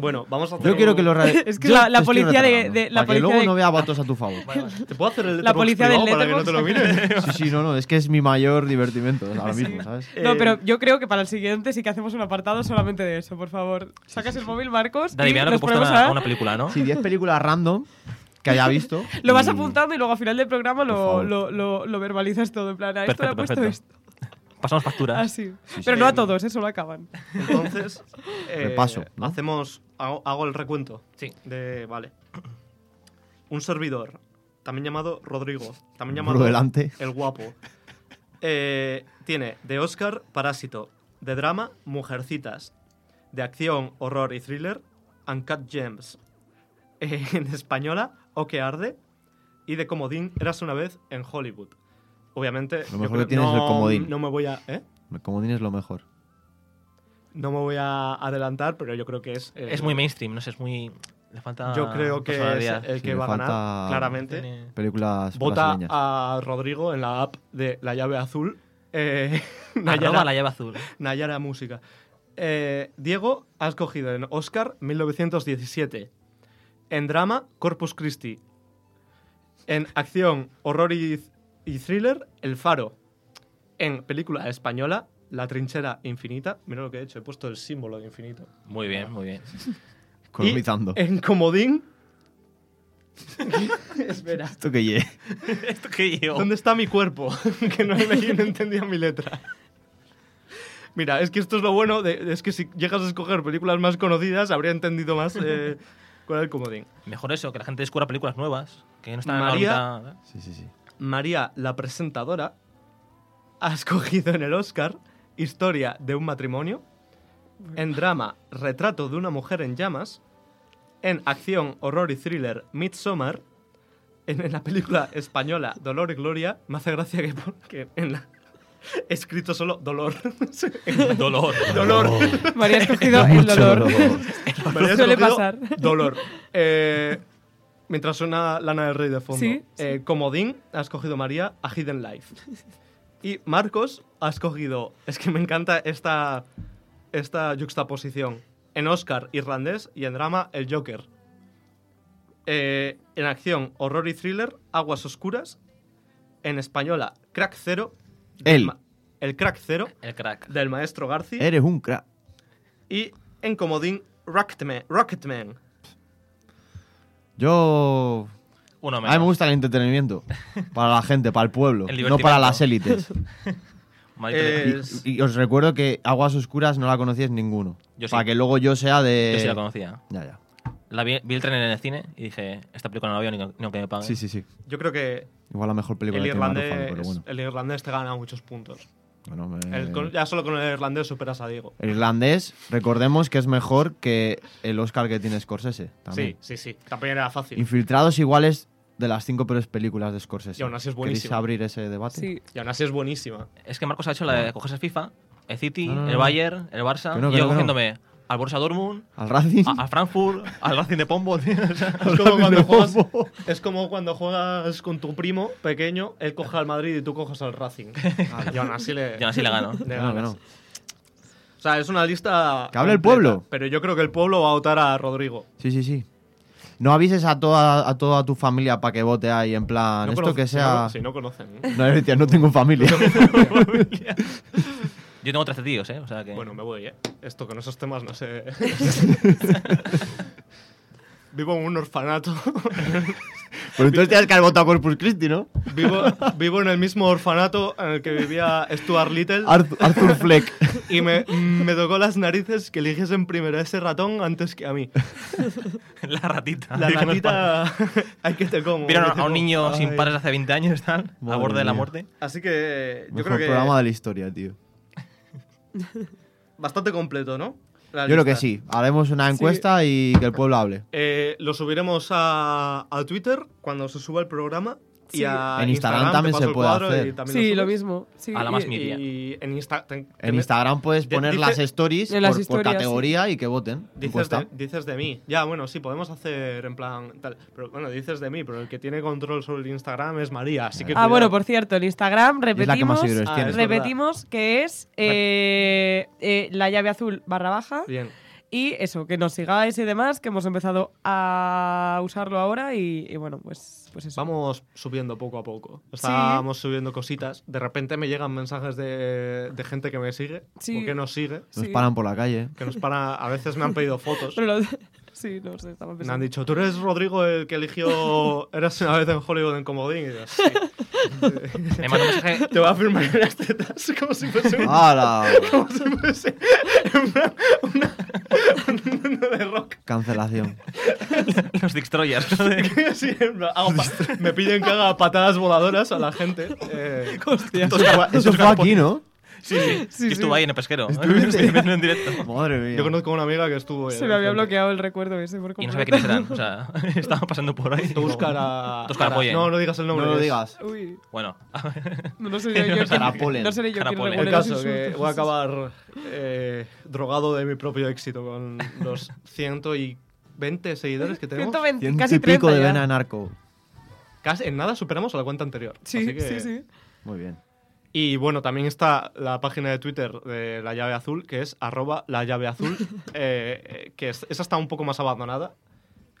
[SPEAKER 5] Bueno, vamos a hacer
[SPEAKER 3] Yo quiero que lo ra-
[SPEAKER 2] Es que
[SPEAKER 3] Yo
[SPEAKER 2] la-
[SPEAKER 3] te
[SPEAKER 2] la
[SPEAKER 3] estoy
[SPEAKER 2] policía de-
[SPEAKER 3] retratando,
[SPEAKER 2] de- la
[SPEAKER 3] para que
[SPEAKER 2] policía
[SPEAKER 3] luego
[SPEAKER 2] de-
[SPEAKER 3] no vea votos a tu favor.
[SPEAKER 5] ¿Te puedo hacer el
[SPEAKER 2] La policía del
[SPEAKER 5] letterbox privado para que no te lo
[SPEAKER 2] Letterboxd.
[SPEAKER 5] mires?
[SPEAKER 3] Sí, sí, no, no, es que es mi mayor divertimento ahora mismo, ¿sabes?
[SPEAKER 2] No, pero yo creo que para el siguiente sí que hacemos un apartado solamente de eso, por favor. Sacas el móvil, Marcos. y
[SPEAKER 4] De aliviano que
[SPEAKER 2] nos
[SPEAKER 4] he puesto
[SPEAKER 2] ponemos
[SPEAKER 4] una,
[SPEAKER 2] a-
[SPEAKER 4] una película, ¿no?
[SPEAKER 3] Sí, 10 películas random que haya visto.
[SPEAKER 2] Lo vas
[SPEAKER 3] y-
[SPEAKER 2] apuntando y luego al final del programa lo,
[SPEAKER 3] Mm. favor.
[SPEAKER 2] lo, lo, lo verbalizas todo. En plan, a esto le ha
[SPEAKER 4] Perfecto,
[SPEAKER 2] puesto
[SPEAKER 4] perfecto.
[SPEAKER 2] esto.
[SPEAKER 4] Pasamos facturas.
[SPEAKER 2] Así. Pero no
[SPEAKER 5] Eh,
[SPEAKER 2] a todos, eso lo acaban.
[SPEAKER 5] Entonces, eh,
[SPEAKER 3] Repaso, ¿no?
[SPEAKER 5] hacemos, hago, hago el recuento
[SPEAKER 4] Sí.
[SPEAKER 5] de, vale, un servidor, también llamado Rodrigo, también
[SPEAKER 3] Por
[SPEAKER 5] llamado
[SPEAKER 3] delante.
[SPEAKER 5] el guapo, eh, tiene de Oscar Parásito, de drama Mujercitas, de acción, horror y thriller Uncut Gems, eh, en española O que arde y de comodín Eras una vez en Hollywood. Obviamente, yo
[SPEAKER 3] mejor que
[SPEAKER 5] creo-
[SPEAKER 3] tienes es el
[SPEAKER 5] no-
[SPEAKER 3] comodín.
[SPEAKER 5] No me voy a... ¿eh?
[SPEAKER 3] Como tienes lo mejor.
[SPEAKER 5] No me voy a adelantar, pero yo creo que es. eh,
[SPEAKER 4] Es muy mainstream, no sé, es muy. Le falta.
[SPEAKER 5] Yo creo que es
[SPEAKER 4] personalidad.
[SPEAKER 5] el que
[SPEAKER 3] Sí,
[SPEAKER 5] va a
[SPEAKER 3] falta-
[SPEAKER 5] ganar, claramente.
[SPEAKER 4] Tiene-
[SPEAKER 3] Películas
[SPEAKER 5] Vota
[SPEAKER 3] brasileñas.
[SPEAKER 5] a Rodrigo en la app de La Llave Azul. Eh,
[SPEAKER 4] Arroba
[SPEAKER 5] Nayara,
[SPEAKER 4] la llave azul.
[SPEAKER 5] Nayara Música. Eh, Diego ha escogido en Oscar 1917. En drama, Corpus Christi. En acción, horror y, y thriller, El Faro. En película española, La Trinchera Infinita. Mira lo que he hecho, he puesto el símbolo de infinito.
[SPEAKER 4] Muy bien, muy bien.
[SPEAKER 3] Colonizando.
[SPEAKER 5] Y en comodín. Espera.
[SPEAKER 3] Esto que lle-
[SPEAKER 4] ¿Esto qué yo?
[SPEAKER 5] ¿Dónde está mi cuerpo? que no leí, no entendía mi letra. Mira, es que esto es lo bueno, de- es que si llegas a escoger películas más conocidas, habría entendido más eh, cuál era el comodín.
[SPEAKER 4] Mejor eso, que la gente descubra películas nuevas, que no están en
[SPEAKER 5] María-
[SPEAKER 4] la órbita.
[SPEAKER 3] Sí, sí, sí.
[SPEAKER 5] María, la presentadora, ha escogido en el Oscar Historia de un matrimonio, en drama Retrato de una mujer en llamas, en acción, horror y thriller Midsommar, en la película española Dolor y Gloria, me hace gracia que, pon- que en la... He escrito solo dolor.
[SPEAKER 4] ¿eh? Dolor.
[SPEAKER 5] dolor.
[SPEAKER 2] María ha escogido el
[SPEAKER 3] Mucho
[SPEAKER 2] dolor.
[SPEAKER 3] dolor.
[SPEAKER 5] Me había
[SPEAKER 2] Suele
[SPEAKER 5] escogido
[SPEAKER 2] pasar.
[SPEAKER 5] Dolor. Eh, mientras suena Lana del Rey de fondo.
[SPEAKER 2] Sí,
[SPEAKER 5] Eh, Comodín ha escogido María a Hidden Life. Y Marcos ha escogido. Es que me encanta esta, esta juxtaposición. En Oscar, irlandés, y en drama, el Joker. Eh, en acción, horror y thriller, Aguas Oscuras. En española, Crack Cero. del
[SPEAKER 3] Él.
[SPEAKER 5] ma- El Crack Cero,
[SPEAKER 4] El crack.
[SPEAKER 5] del maestro Garci.
[SPEAKER 3] Eres un crack.
[SPEAKER 5] Y en comodín, Rocketman. Rocketman.
[SPEAKER 3] Yo.
[SPEAKER 4] Uno
[SPEAKER 3] A mí me
[SPEAKER 4] menos.
[SPEAKER 3] gusta el entretenimiento. Para la gente, para el pueblo.
[SPEAKER 4] El
[SPEAKER 3] No para
[SPEAKER 4] divertimento.
[SPEAKER 3] las élites.
[SPEAKER 4] Maldito
[SPEAKER 5] Eh,
[SPEAKER 4] de-
[SPEAKER 5] Es-
[SPEAKER 3] Y, y os recuerdo que Aguas Oscuras no la conocíais ninguno.
[SPEAKER 4] Yo sí.
[SPEAKER 3] Para que luego yo sea de.
[SPEAKER 4] Yo sí la conocía.
[SPEAKER 3] Ya, ya.
[SPEAKER 4] La vi, vi el tren en el cine y dije, esta película no la veo ni, ni aunque me pague.
[SPEAKER 3] Sí, sí, sí.
[SPEAKER 5] Yo creo que
[SPEAKER 3] Igual la mejor película
[SPEAKER 5] el
[SPEAKER 3] de Tim
[SPEAKER 5] irlandés,
[SPEAKER 3] Burton, pero bueno. Eh.
[SPEAKER 5] el irlandés te gana muchos puntos.
[SPEAKER 3] Bueno, me-
[SPEAKER 5] El con- ya solo con el irlandés superas a Diego.
[SPEAKER 3] El irlandés, recordemos que es mejor que el Oscar que tiene Scorsese. También.
[SPEAKER 5] Sí, sí, sí. También era fácil.
[SPEAKER 3] Infiltrados iguales de las cinco peores películas de Scorsese.
[SPEAKER 5] Y aún así es
[SPEAKER 3] ¿Queréis
[SPEAKER 5] buenísimo.
[SPEAKER 3] abrir ese debate?
[SPEAKER 2] Sí.
[SPEAKER 5] y aún así es buenísima.
[SPEAKER 4] Es que Marcos ha hecho la de cogerse el FIFA, el City,
[SPEAKER 3] Ah. No, no, no.
[SPEAKER 4] el Bayern, el Barça,
[SPEAKER 3] Que no, que
[SPEAKER 4] y yo
[SPEAKER 3] no, que no.
[SPEAKER 4] cogiéndome al Borussia Dortmund,
[SPEAKER 3] ¿Al Racing?
[SPEAKER 5] Ah,
[SPEAKER 4] a- al Frankfurt, al Racing de Pombo, tío. o sea,
[SPEAKER 5] Es como, cuando
[SPEAKER 3] de
[SPEAKER 5] juegas,
[SPEAKER 3] Bobo.
[SPEAKER 5] es como cuando juegas con tu primo pequeño, él coge al Madrid y tú coges al Racing. y aún así le,
[SPEAKER 4] yo así le gano.
[SPEAKER 5] le
[SPEAKER 3] No,
[SPEAKER 5] ganas.
[SPEAKER 3] no, no.
[SPEAKER 5] O sea, es una lista.
[SPEAKER 3] Que hable el
[SPEAKER 5] completa,
[SPEAKER 3] pueblo.
[SPEAKER 5] Pero yo creo que el pueblo va a votar a Rodrigo.
[SPEAKER 3] Sí, sí, sí. No avises a toda, a toda tu familia para que vote ahí, en plan, Ah,
[SPEAKER 5] No
[SPEAKER 3] esto
[SPEAKER 5] conoce-
[SPEAKER 3] que sea...
[SPEAKER 5] no- Si no conocen. ¿eh?
[SPEAKER 3] No, yo decía, no tengo familia.
[SPEAKER 4] Yo tengo 13 tíos, ¿eh? O sea que.
[SPEAKER 5] Bueno, me voy, ¿eh? Esto con esos temas no sé. vivo en un orfanato.
[SPEAKER 3] Pero Pues entonces tienes que haber votado a Corpus Christi, ¿no?
[SPEAKER 5] vivo, vivo en el mismo orfanato en el que vivía Stuart Little.
[SPEAKER 3] Arthur, Arthur Fleck.
[SPEAKER 5] y me, me tocó las narices que eligiesen primero a ese ratón antes que a mí.
[SPEAKER 4] la ratita.
[SPEAKER 5] La
[SPEAKER 4] Digo, no es pa-
[SPEAKER 5] gatita. Ay, que te como.
[SPEAKER 4] Ah. Vieron
[SPEAKER 5] que te
[SPEAKER 4] a- a
[SPEAKER 5] como.
[SPEAKER 4] un niño sin
[SPEAKER 5] Ay.
[SPEAKER 4] padres hace 20 años, tal, a
[SPEAKER 3] Madre
[SPEAKER 4] borde de la
[SPEAKER 3] mía.
[SPEAKER 4] muerte.
[SPEAKER 5] Así que yo
[SPEAKER 3] Mejor
[SPEAKER 5] creo que.
[SPEAKER 3] programa de la historia, tío.
[SPEAKER 5] Bastante completo, ¿no? La
[SPEAKER 3] Yo creo que
[SPEAKER 5] lista.
[SPEAKER 3] sí. Haremos una encuesta y que el pueblo hable.
[SPEAKER 5] Eh, lo subiremos a, a Twitter cuando se suba el programa. Y a
[SPEAKER 3] En Instagram también
[SPEAKER 5] te
[SPEAKER 3] se
[SPEAKER 5] paso el
[SPEAKER 3] puede
[SPEAKER 5] cuadro
[SPEAKER 3] hacer.
[SPEAKER 5] y también
[SPEAKER 2] Sí,
[SPEAKER 5] subes.
[SPEAKER 2] lo mismo. Sí,
[SPEAKER 4] A la
[SPEAKER 2] y-
[SPEAKER 4] más mía.
[SPEAKER 5] Y en, Insta- ten-
[SPEAKER 3] En
[SPEAKER 5] ten-
[SPEAKER 3] Instagram puedes
[SPEAKER 5] Di-
[SPEAKER 3] poner
[SPEAKER 5] dice-
[SPEAKER 3] las stories
[SPEAKER 2] En las
[SPEAKER 3] por, por
[SPEAKER 2] historias,
[SPEAKER 3] categoría y que voten.
[SPEAKER 5] Dices
[SPEAKER 3] Encuesta.
[SPEAKER 5] de, dices de mí. Ya, bueno, sí, podemos hacer en plan tal. Pero bueno, dices de mí, pero el que tiene control sobre el Instagram es María, así que.
[SPEAKER 2] Ah,
[SPEAKER 5] cuidado.
[SPEAKER 2] bueno, por cierto, el Instagram,
[SPEAKER 3] Y es la que
[SPEAKER 2] repetimos,
[SPEAKER 3] más seguidores
[SPEAKER 5] Ah,
[SPEAKER 3] tiene.
[SPEAKER 5] es verdad.
[SPEAKER 2] repetimos que es eh, eh, la llave azul barra baja.
[SPEAKER 5] Bien.
[SPEAKER 2] Y eso, que nos sigáis y demás, que hemos empezado a usarlo ahora y, y bueno, pues, pues eso.
[SPEAKER 5] Vamos subiendo poco a poco. Estábamos subiendo cositas. De repente me llegan mensajes de, de gente que me sigue
[SPEAKER 2] Sí.
[SPEAKER 5] o que nos sigue,
[SPEAKER 3] Nos
[SPEAKER 2] sí.
[SPEAKER 3] paran por la calle.
[SPEAKER 5] que nos para. A veces me han pedido fotos.
[SPEAKER 2] Pero lo- sí, no sé, estaba
[SPEAKER 5] Me han
[SPEAKER 2] pensando.
[SPEAKER 5] dicho, tú eres Rodrigo el que eligió Eras una vez en Hollywood en Comodín. Y yo, sí.
[SPEAKER 4] Me mandó un mensaje.
[SPEAKER 5] Te va a firmar en las tetas como si fuese
[SPEAKER 3] Ah.
[SPEAKER 5] un-
[SPEAKER 3] ¡Hala!
[SPEAKER 5] como si fuese una, una- un mundo de rock.
[SPEAKER 3] Cancelación.
[SPEAKER 4] Los destroyers. ¿no? De-
[SPEAKER 5] Sí, en plan, hago pa- me piden que haga patadas voladoras a la gente. eh,
[SPEAKER 2] Hostia.
[SPEAKER 3] Eso fue- Eso fue aquí, ¿no?
[SPEAKER 4] Sí, sí.
[SPEAKER 2] Sí,
[SPEAKER 4] Yo
[SPEAKER 2] sí.
[SPEAKER 4] estuve ahí en el pesquero.
[SPEAKER 3] Estuviste.
[SPEAKER 4] Sí, viendo en directo.
[SPEAKER 3] Madre mía.
[SPEAKER 5] yo conozco a una amiga que estuvo.
[SPEAKER 2] Se me había bloqueado el recuerdo ese por
[SPEAKER 4] Y no
[SPEAKER 2] completo.
[SPEAKER 4] sabía quiénes eran. O sea, estaba pasando por ahí.
[SPEAKER 5] Tú buscar a.
[SPEAKER 4] Tú buscar a Poyen.
[SPEAKER 5] No, no digas el
[SPEAKER 3] No
[SPEAKER 5] nombre.
[SPEAKER 3] lo
[SPEAKER 5] es-
[SPEAKER 3] digas.
[SPEAKER 2] Uy,
[SPEAKER 4] Bueno,
[SPEAKER 2] no, no seré yo, yo
[SPEAKER 3] Carapolen.
[SPEAKER 2] quien, no seré yo quien
[SPEAKER 4] Carapolen.
[SPEAKER 2] regule
[SPEAKER 5] El
[SPEAKER 2] los
[SPEAKER 5] caso que
[SPEAKER 2] insultos.
[SPEAKER 5] voy a acabar eh, drogado de mi propio éxito con los 120 seguidores que tenemos.
[SPEAKER 2] 120,
[SPEAKER 3] Ciento
[SPEAKER 2] casi
[SPEAKER 3] y pico
[SPEAKER 2] 30
[SPEAKER 3] de
[SPEAKER 2] ya.
[SPEAKER 3] vena narco.
[SPEAKER 5] Casi, en nada superamos a la cuenta anterior.
[SPEAKER 2] Sí,
[SPEAKER 5] así que-
[SPEAKER 2] sí, sí.
[SPEAKER 3] Muy bien.
[SPEAKER 5] Y bueno, también está la página de Twitter de La Llave Azul, que es arroba la llave azul, eh, eh, que es- esa está un poco más abandonada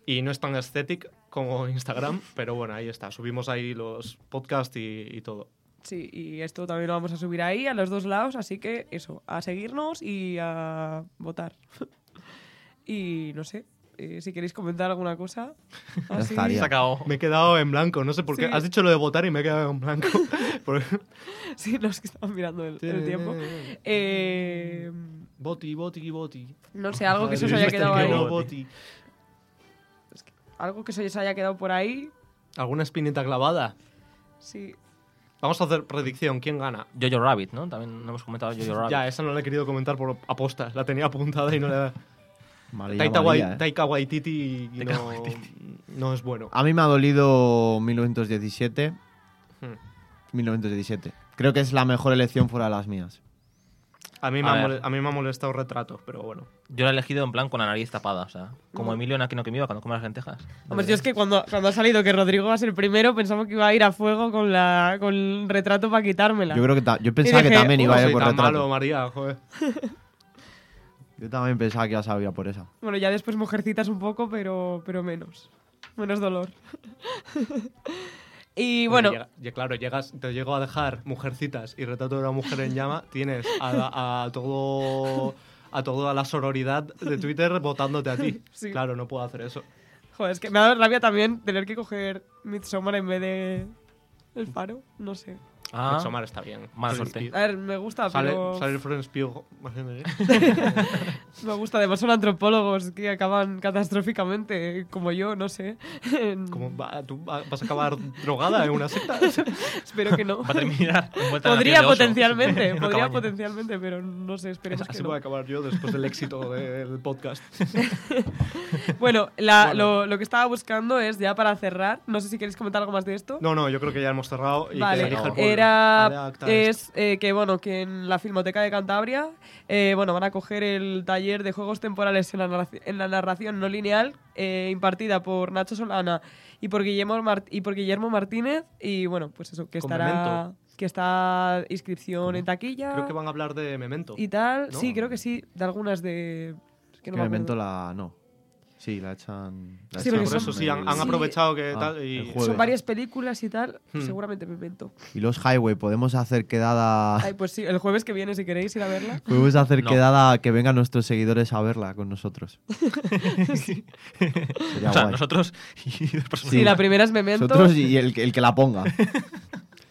[SPEAKER 5] y no es tan estética como Instagram, pero bueno, ahí está. Subimos ahí los podcasts y, y todo.
[SPEAKER 2] Sí, y esto también lo vamos a subir ahí, a los dos lados, así que eso, a seguirnos y a votar. y no sé, eh, si queréis comentar alguna cosa. así-
[SPEAKER 3] estaría.
[SPEAKER 4] se acabó.
[SPEAKER 5] Me he quedado en blanco, no sé por qué.
[SPEAKER 2] Sí.
[SPEAKER 5] Has dicho lo de votar y me he quedado en blanco. Por-
[SPEAKER 2] Sí, los que estaban mirando el, el tiempo. Eh,
[SPEAKER 5] Voti, voti, voti.
[SPEAKER 2] no sé, algo que se os
[SPEAKER 5] Madre
[SPEAKER 2] haya
[SPEAKER 5] mía,
[SPEAKER 2] quedado
[SPEAKER 5] este que
[SPEAKER 2] ahí.
[SPEAKER 5] no voti.
[SPEAKER 2] Algo que se os haya quedado por ahí.
[SPEAKER 5] ¿Alguna espinita clavada?
[SPEAKER 2] Sí.
[SPEAKER 5] Vamos a hacer predicción. ¿Quién gana?
[SPEAKER 4] Jojo Rabbit, ¿no? También no hemos comentado Jojo Rabbit.
[SPEAKER 5] Ya, esa no la he querido comentar por aposta. La tenía apuntada y no la...
[SPEAKER 3] María,
[SPEAKER 5] Taika,
[SPEAKER 3] María,
[SPEAKER 5] Wai-
[SPEAKER 3] eh.
[SPEAKER 5] Taika Waititi
[SPEAKER 4] Taika
[SPEAKER 5] no, no es bueno.
[SPEAKER 3] A mí me ha dolido 1917.
[SPEAKER 5] Hmm.
[SPEAKER 3] 1917. Creo que es la mejor elección fuera de las mías.
[SPEAKER 5] A mí,
[SPEAKER 4] A
[SPEAKER 5] me, ha
[SPEAKER 4] ver.
[SPEAKER 5] mole- a mí me ha molestado retrato, pero bueno.
[SPEAKER 4] Yo la he elegido en plan con la nariz tapada, o sea, como Emilio en Aquino que me iba cuando come las lentejas.
[SPEAKER 2] Hombre, yo es que cuando, cuando ha salido que Rodrigo va a ser el primero, pensamos que iba a ir a fuego con, la, con el retrato para quitármela.
[SPEAKER 3] Yo creo que ta- yo pensaba que
[SPEAKER 2] dije,
[SPEAKER 3] también
[SPEAKER 2] "Uh,
[SPEAKER 3] iba
[SPEAKER 5] No
[SPEAKER 3] a ir
[SPEAKER 5] soy
[SPEAKER 3] por
[SPEAKER 5] tan
[SPEAKER 3] retrato.
[SPEAKER 5] malo, María, joder.
[SPEAKER 3] Yo también pensaba que ya sabía por esa.
[SPEAKER 2] Bueno, ya después mujercitas un poco, pero, pero menos. Menos dolor. y bueno,
[SPEAKER 5] Llega- ya, claro, llegas, te llego a dejar mujercitas y retrato de una mujer en llama, tienes a, la- a todo... A toda la sororidad de Twitter votándote a ti.
[SPEAKER 2] Sí.
[SPEAKER 5] Claro, no puedo hacer eso.
[SPEAKER 2] joder, es que me ha dado rabia también tener que coger Midsommar en vez de El Faro. No sé.
[SPEAKER 4] Ah,
[SPEAKER 5] Midsommar está bien.
[SPEAKER 4] Mala
[SPEAKER 5] Florence
[SPEAKER 4] suerte.
[SPEAKER 2] A
[SPEAKER 5] Pugh.
[SPEAKER 2] ver, me gusta,
[SPEAKER 5] Sale,
[SPEAKER 2] Ah, pero
[SPEAKER 5] sale Florence Pugh haciendo-
[SPEAKER 2] me gusta. Además son antropólogos que acaban catastróficamente, como yo, no sé.
[SPEAKER 5] Como, va- ¿Tú va- vas a acabar drogada en una secta?
[SPEAKER 2] Espero que no.
[SPEAKER 4] Va a terminar. envuelta en la
[SPEAKER 2] Podría
[SPEAKER 4] piel de oso.
[SPEAKER 2] potencialmente,
[SPEAKER 4] En una
[SPEAKER 2] podría
[SPEAKER 4] cabaña.
[SPEAKER 2] potencialmente, pero no sé, esperemos
[SPEAKER 5] Así
[SPEAKER 2] que no.
[SPEAKER 5] voy a acabar yo después del éxito del podcast.
[SPEAKER 2] Bueno, la-
[SPEAKER 5] Bueno.
[SPEAKER 2] Lo, lo que estaba buscando es ya para cerrar. No sé si queréis comentar algo más de esto.
[SPEAKER 5] No, no, yo creo que ya hemos cerrado. Y que
[SPEAKER 2] Vale,
[SPEAKER 5] elija el pueblo. Vale,
[SPEAKER 2] era
[SPEAKER 5] acta esto.
[SPEAKER 2] es eh, que bueno que en la filmoteca de Cantabria eh, bueno van a coger el taller de juegos temporales en la, narraci- en la narración no lineal eh, impartida por Nacho Solana y por Guillermo Mar- y por Guillermo Martínez y bueno pues eso que
[SPEAKER 5] Con
[SPEAKER 2] estará
[SPEAKER 5] Memento.
[SPEAKER 2] que está inscripción en taquilla
[SPEAKER 5] Creo que van a hablar de Memento.
[SPEAKER 2] y tal
[SPEAKER 5] ¿no?
[SPEAKER 2] sí creo que sí de algunas de es que
[SPEAKER 3] Que
[SPEAKER 2] no me acuerdo.
[SPEAKER 3] me invento la. No. Sí, la echan. la
[SPEAKER 2] Sí,
[SPEAKER 3] echan
[SPEAKER 2] porque
[SPEAKER 5] Por
[SPEAKER 2] son-
[SPEAKER 5] eso sí, han, han
[SPEAKER 2] Sí.
[SPEAKER 5] aprovechado que
[SPEAKER 3] Ah,
[SPEAKER 5] tal.
[SPEAKER 3] el
[SPEAKER 5] Y,
[SPEAKER 3] juego.
[SPEAKER 2] son
[SPEAKER 3] jueves.
[SPEAKER 2] varias películas y tal
[SPEAKER 5] Hmm.
[SPEAKER 2] seguramente me invento
[SPEAKER 3] Y los Highway, podemos hacer quedada.
[SPEAKER 2] Ay, pues sí el jueves que viene si queréis ir a verla
[SPEAKER 3] Podemos hacer
[SPEAKER 4] No.
[SPEAKER 3] quedada que vengan nuestros seguidores a verla con nosotros. Sería
[SPEAKER 4] O sea,
[SPEAKER 3] guay.
[SPEAKER 4] nosotros y dos personas.
[SPEAKER 2] sí la primera es Memento
[SPEAKER 3] Nosotros y el, que- el que la ponga.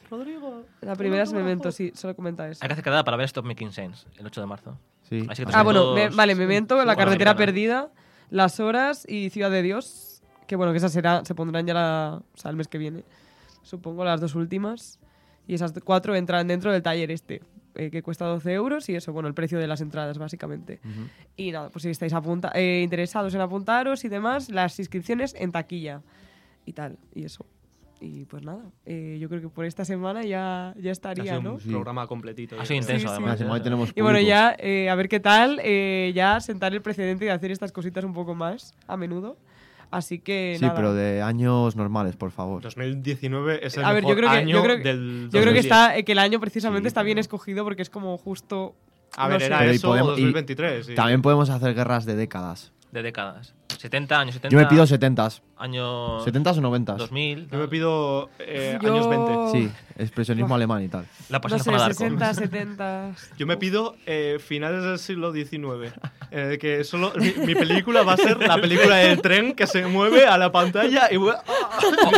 [SPEAKER 5] Rodrigo.
[SPEAKER 2] La primera es Memento, sí, solo comenta eso.
[SPEAKER 4] Hay que hacer quedada para ver Stop Making Sense el 8 de marzo.
[SPEAKER 3] Sí.
[SPEAKER 4] Así que
[SPEAKER 2] Ah, bueno,
[SPEAKER 4] Todos-
[SPEAKER 2] me- vale, Memento, La
[SPEAKER 4] Bueno,
[SPEAKER 2] carretera
[SPEAKER 4] sí, claro.
[SPEAKER 2] perdida, Las horas y Ciudad de Dios, que bueno, que esas será, se pondrán ya la, o sea, el mes que viene, supongo, las dos últimas. Y esas cuatro entran dentro del taller este, eh, que cuesta 12 euros y eso, bueno, el precio de las entradas, básicamente. Y nada, pues si estáis apunta eh, interesados en apuntaros y demás, las inscripciones en taquilla y tal, y eso. Y pues nada, eh, yo creo que por esta semana ya, ya
[SPEAKER 5] Ha
[SPEAKER 2] estaría,
[SPEAKER 5] sido
[SPEAKER 2] ¿no?
[SPEAKER 5] un programa completito.
[SPEAKER 4] Ha sido
[SPEAKER 5] yo creo.
[SPEAKER 2] Sí,
[SPEAKER 4] intenso,
[SPEAKER 2] sí.
[SPEAKER 4] además.
[SPEAKER 3] Además,
[SPEAKER 4] ¿eh?
[SPEAKER 3] hoy Ah, tenemos
[SPEAKER 2] Y bueno,
[SPEAKER 3] público.
[SPEAKER 2] ya eh, a ver qué tal, eh, ya sentar el precedente de hacer estas cositas un poco más a menudo. Así que
[SPEAKER 3] Sí,
[SPEAKER 2] nada.
[SPEAKER 3] pero de años normales, por favor.
[SPEAKER 5] 2019 es el
[SPEAKER 2] A ver, yo
[SPEAKER 5] mejor
[SPEAKER 2] creo que,
[SPEAKER 5] año
[SPEAKER 2] yo creo,
[SPEAKER 5] del
[SPEAKER 2] yo creo que
[SPEAKER 5] 2010.
[SPEAKER 2] está eh, que el año precisamente
[SPEAKER 3] Sí,
[SPEAKER 2] está bien
[SPEAKER 3] pero-
[SPEAKER 2] escogido porque es como justo
[SPEAKER 5] A
[SPEAKER 2] no
[SPEAKER 5] ver,
[SPEAKER 2] sé.
[SPEAKER 5] era
[SPEAKER 3] Pero y
[SPEAKER 5] eso
[SPEAKER 3] podemos- y
[SPEAKER 5] 2023. y-
[SPEAKER 3] También podemos hacer guerras de décadas.
[SPEAKER 4] De décadas. 70 años, 70
[SPEAKER 3] Yo me pido 70s.
[SPEAKER 4] años...
[SPEAKER 3] 70s o 90s.
[SPEAKER 4] 2000.
[SPEAKER 5] Yo me
[SPEAKER 4] tal.
[SPEAKER 5] pido eh,
[SPEAKER 2] Yo-
[SPEAKER 5] años 20.
[SPEAKER 3] Sí, expresionismo alemán y tal.
[SPEAKER 4] La
[SPEAKER 2] no
[SPEAKER 4] pasión
[SPEAKER 2] sé,
[SPEAKER 4] de Juana
[SPEAKER 2] 60,
[SPEAKER 4] d'Arco.
[SPEAKER 2] 70.
[SPEAKER 5] Yo me pido eh, finales del siglo XIX. En el que solo mi, mi película va a ser la película del tren que se mueve a la pantalla y voy-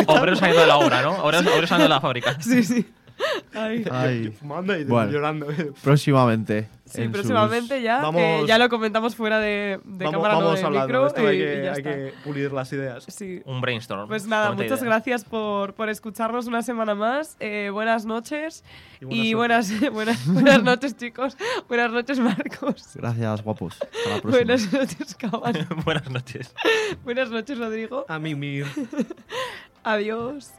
[SPEAKER 4] O- Obreros saliendo de la obra, ¿no? Obreros, obreros saliendo de la fábrica.
[SPEAKER 2] Sí, sí. Ay.
[SPEAKER 3] Ay.
[SPEAKER 5] fumando y
[SPEAKER 3] Bueno.
[SPEAKER 5] llorando.
[SPEAKER 3] Próximamente.
[SPEAKER 2] Sí,
[SPEAKER 3] en sus-
[SPEAKER 2] próximamente ya, que
[SPEAKER 5] Vamos-
[SPEAKER 2] ya lo comentamos fuera de, de
[SPEAKER 5] vamos
[SPEAKER 2] cámara,
[SPEAKER 5] vamos
[SPEAKER 2] no de
[SPEAKER 5] hablando.
[SPEAKER 2] micro,
[SPEAKER 5] Esto hay
[SPEAKER 2] eh, y
[SPEAKER 5] que,
[SPEAKER 2] ya
[SPEAKER 5] hay
[SPEAKER 2] está.
[SPEAKER 5] que pulir las ideas.
[SPEAKER 2] Sí.
[SPEAKER 4] Un brainstorm.
[SPEAKER 2] Pues nada,
[SPEAKER 4] Bonita
[SPEAKER 2] muchas
[SPEAKER 4] idea.
[SPEAKER 2] gracias por, por escucharnos una semana más. Eh, buenas noches y
[SPEAKER 5] Y buena
[SPEAKER 2] buenas, buenas, buenas noches, chicos. Buenas noches, Marcos.
[SPEAKER 3] Gracias, guapos. Hasta la próxima.
[SPEAKER 2] Buenas noches, Cabal.
[SPEAKER 4] Buenas noches.
[SPEAKER 2] buenas noches, Rodrigo.
[SPEAKER 5] A mí, mi
[SPEAKER 2] Adiós.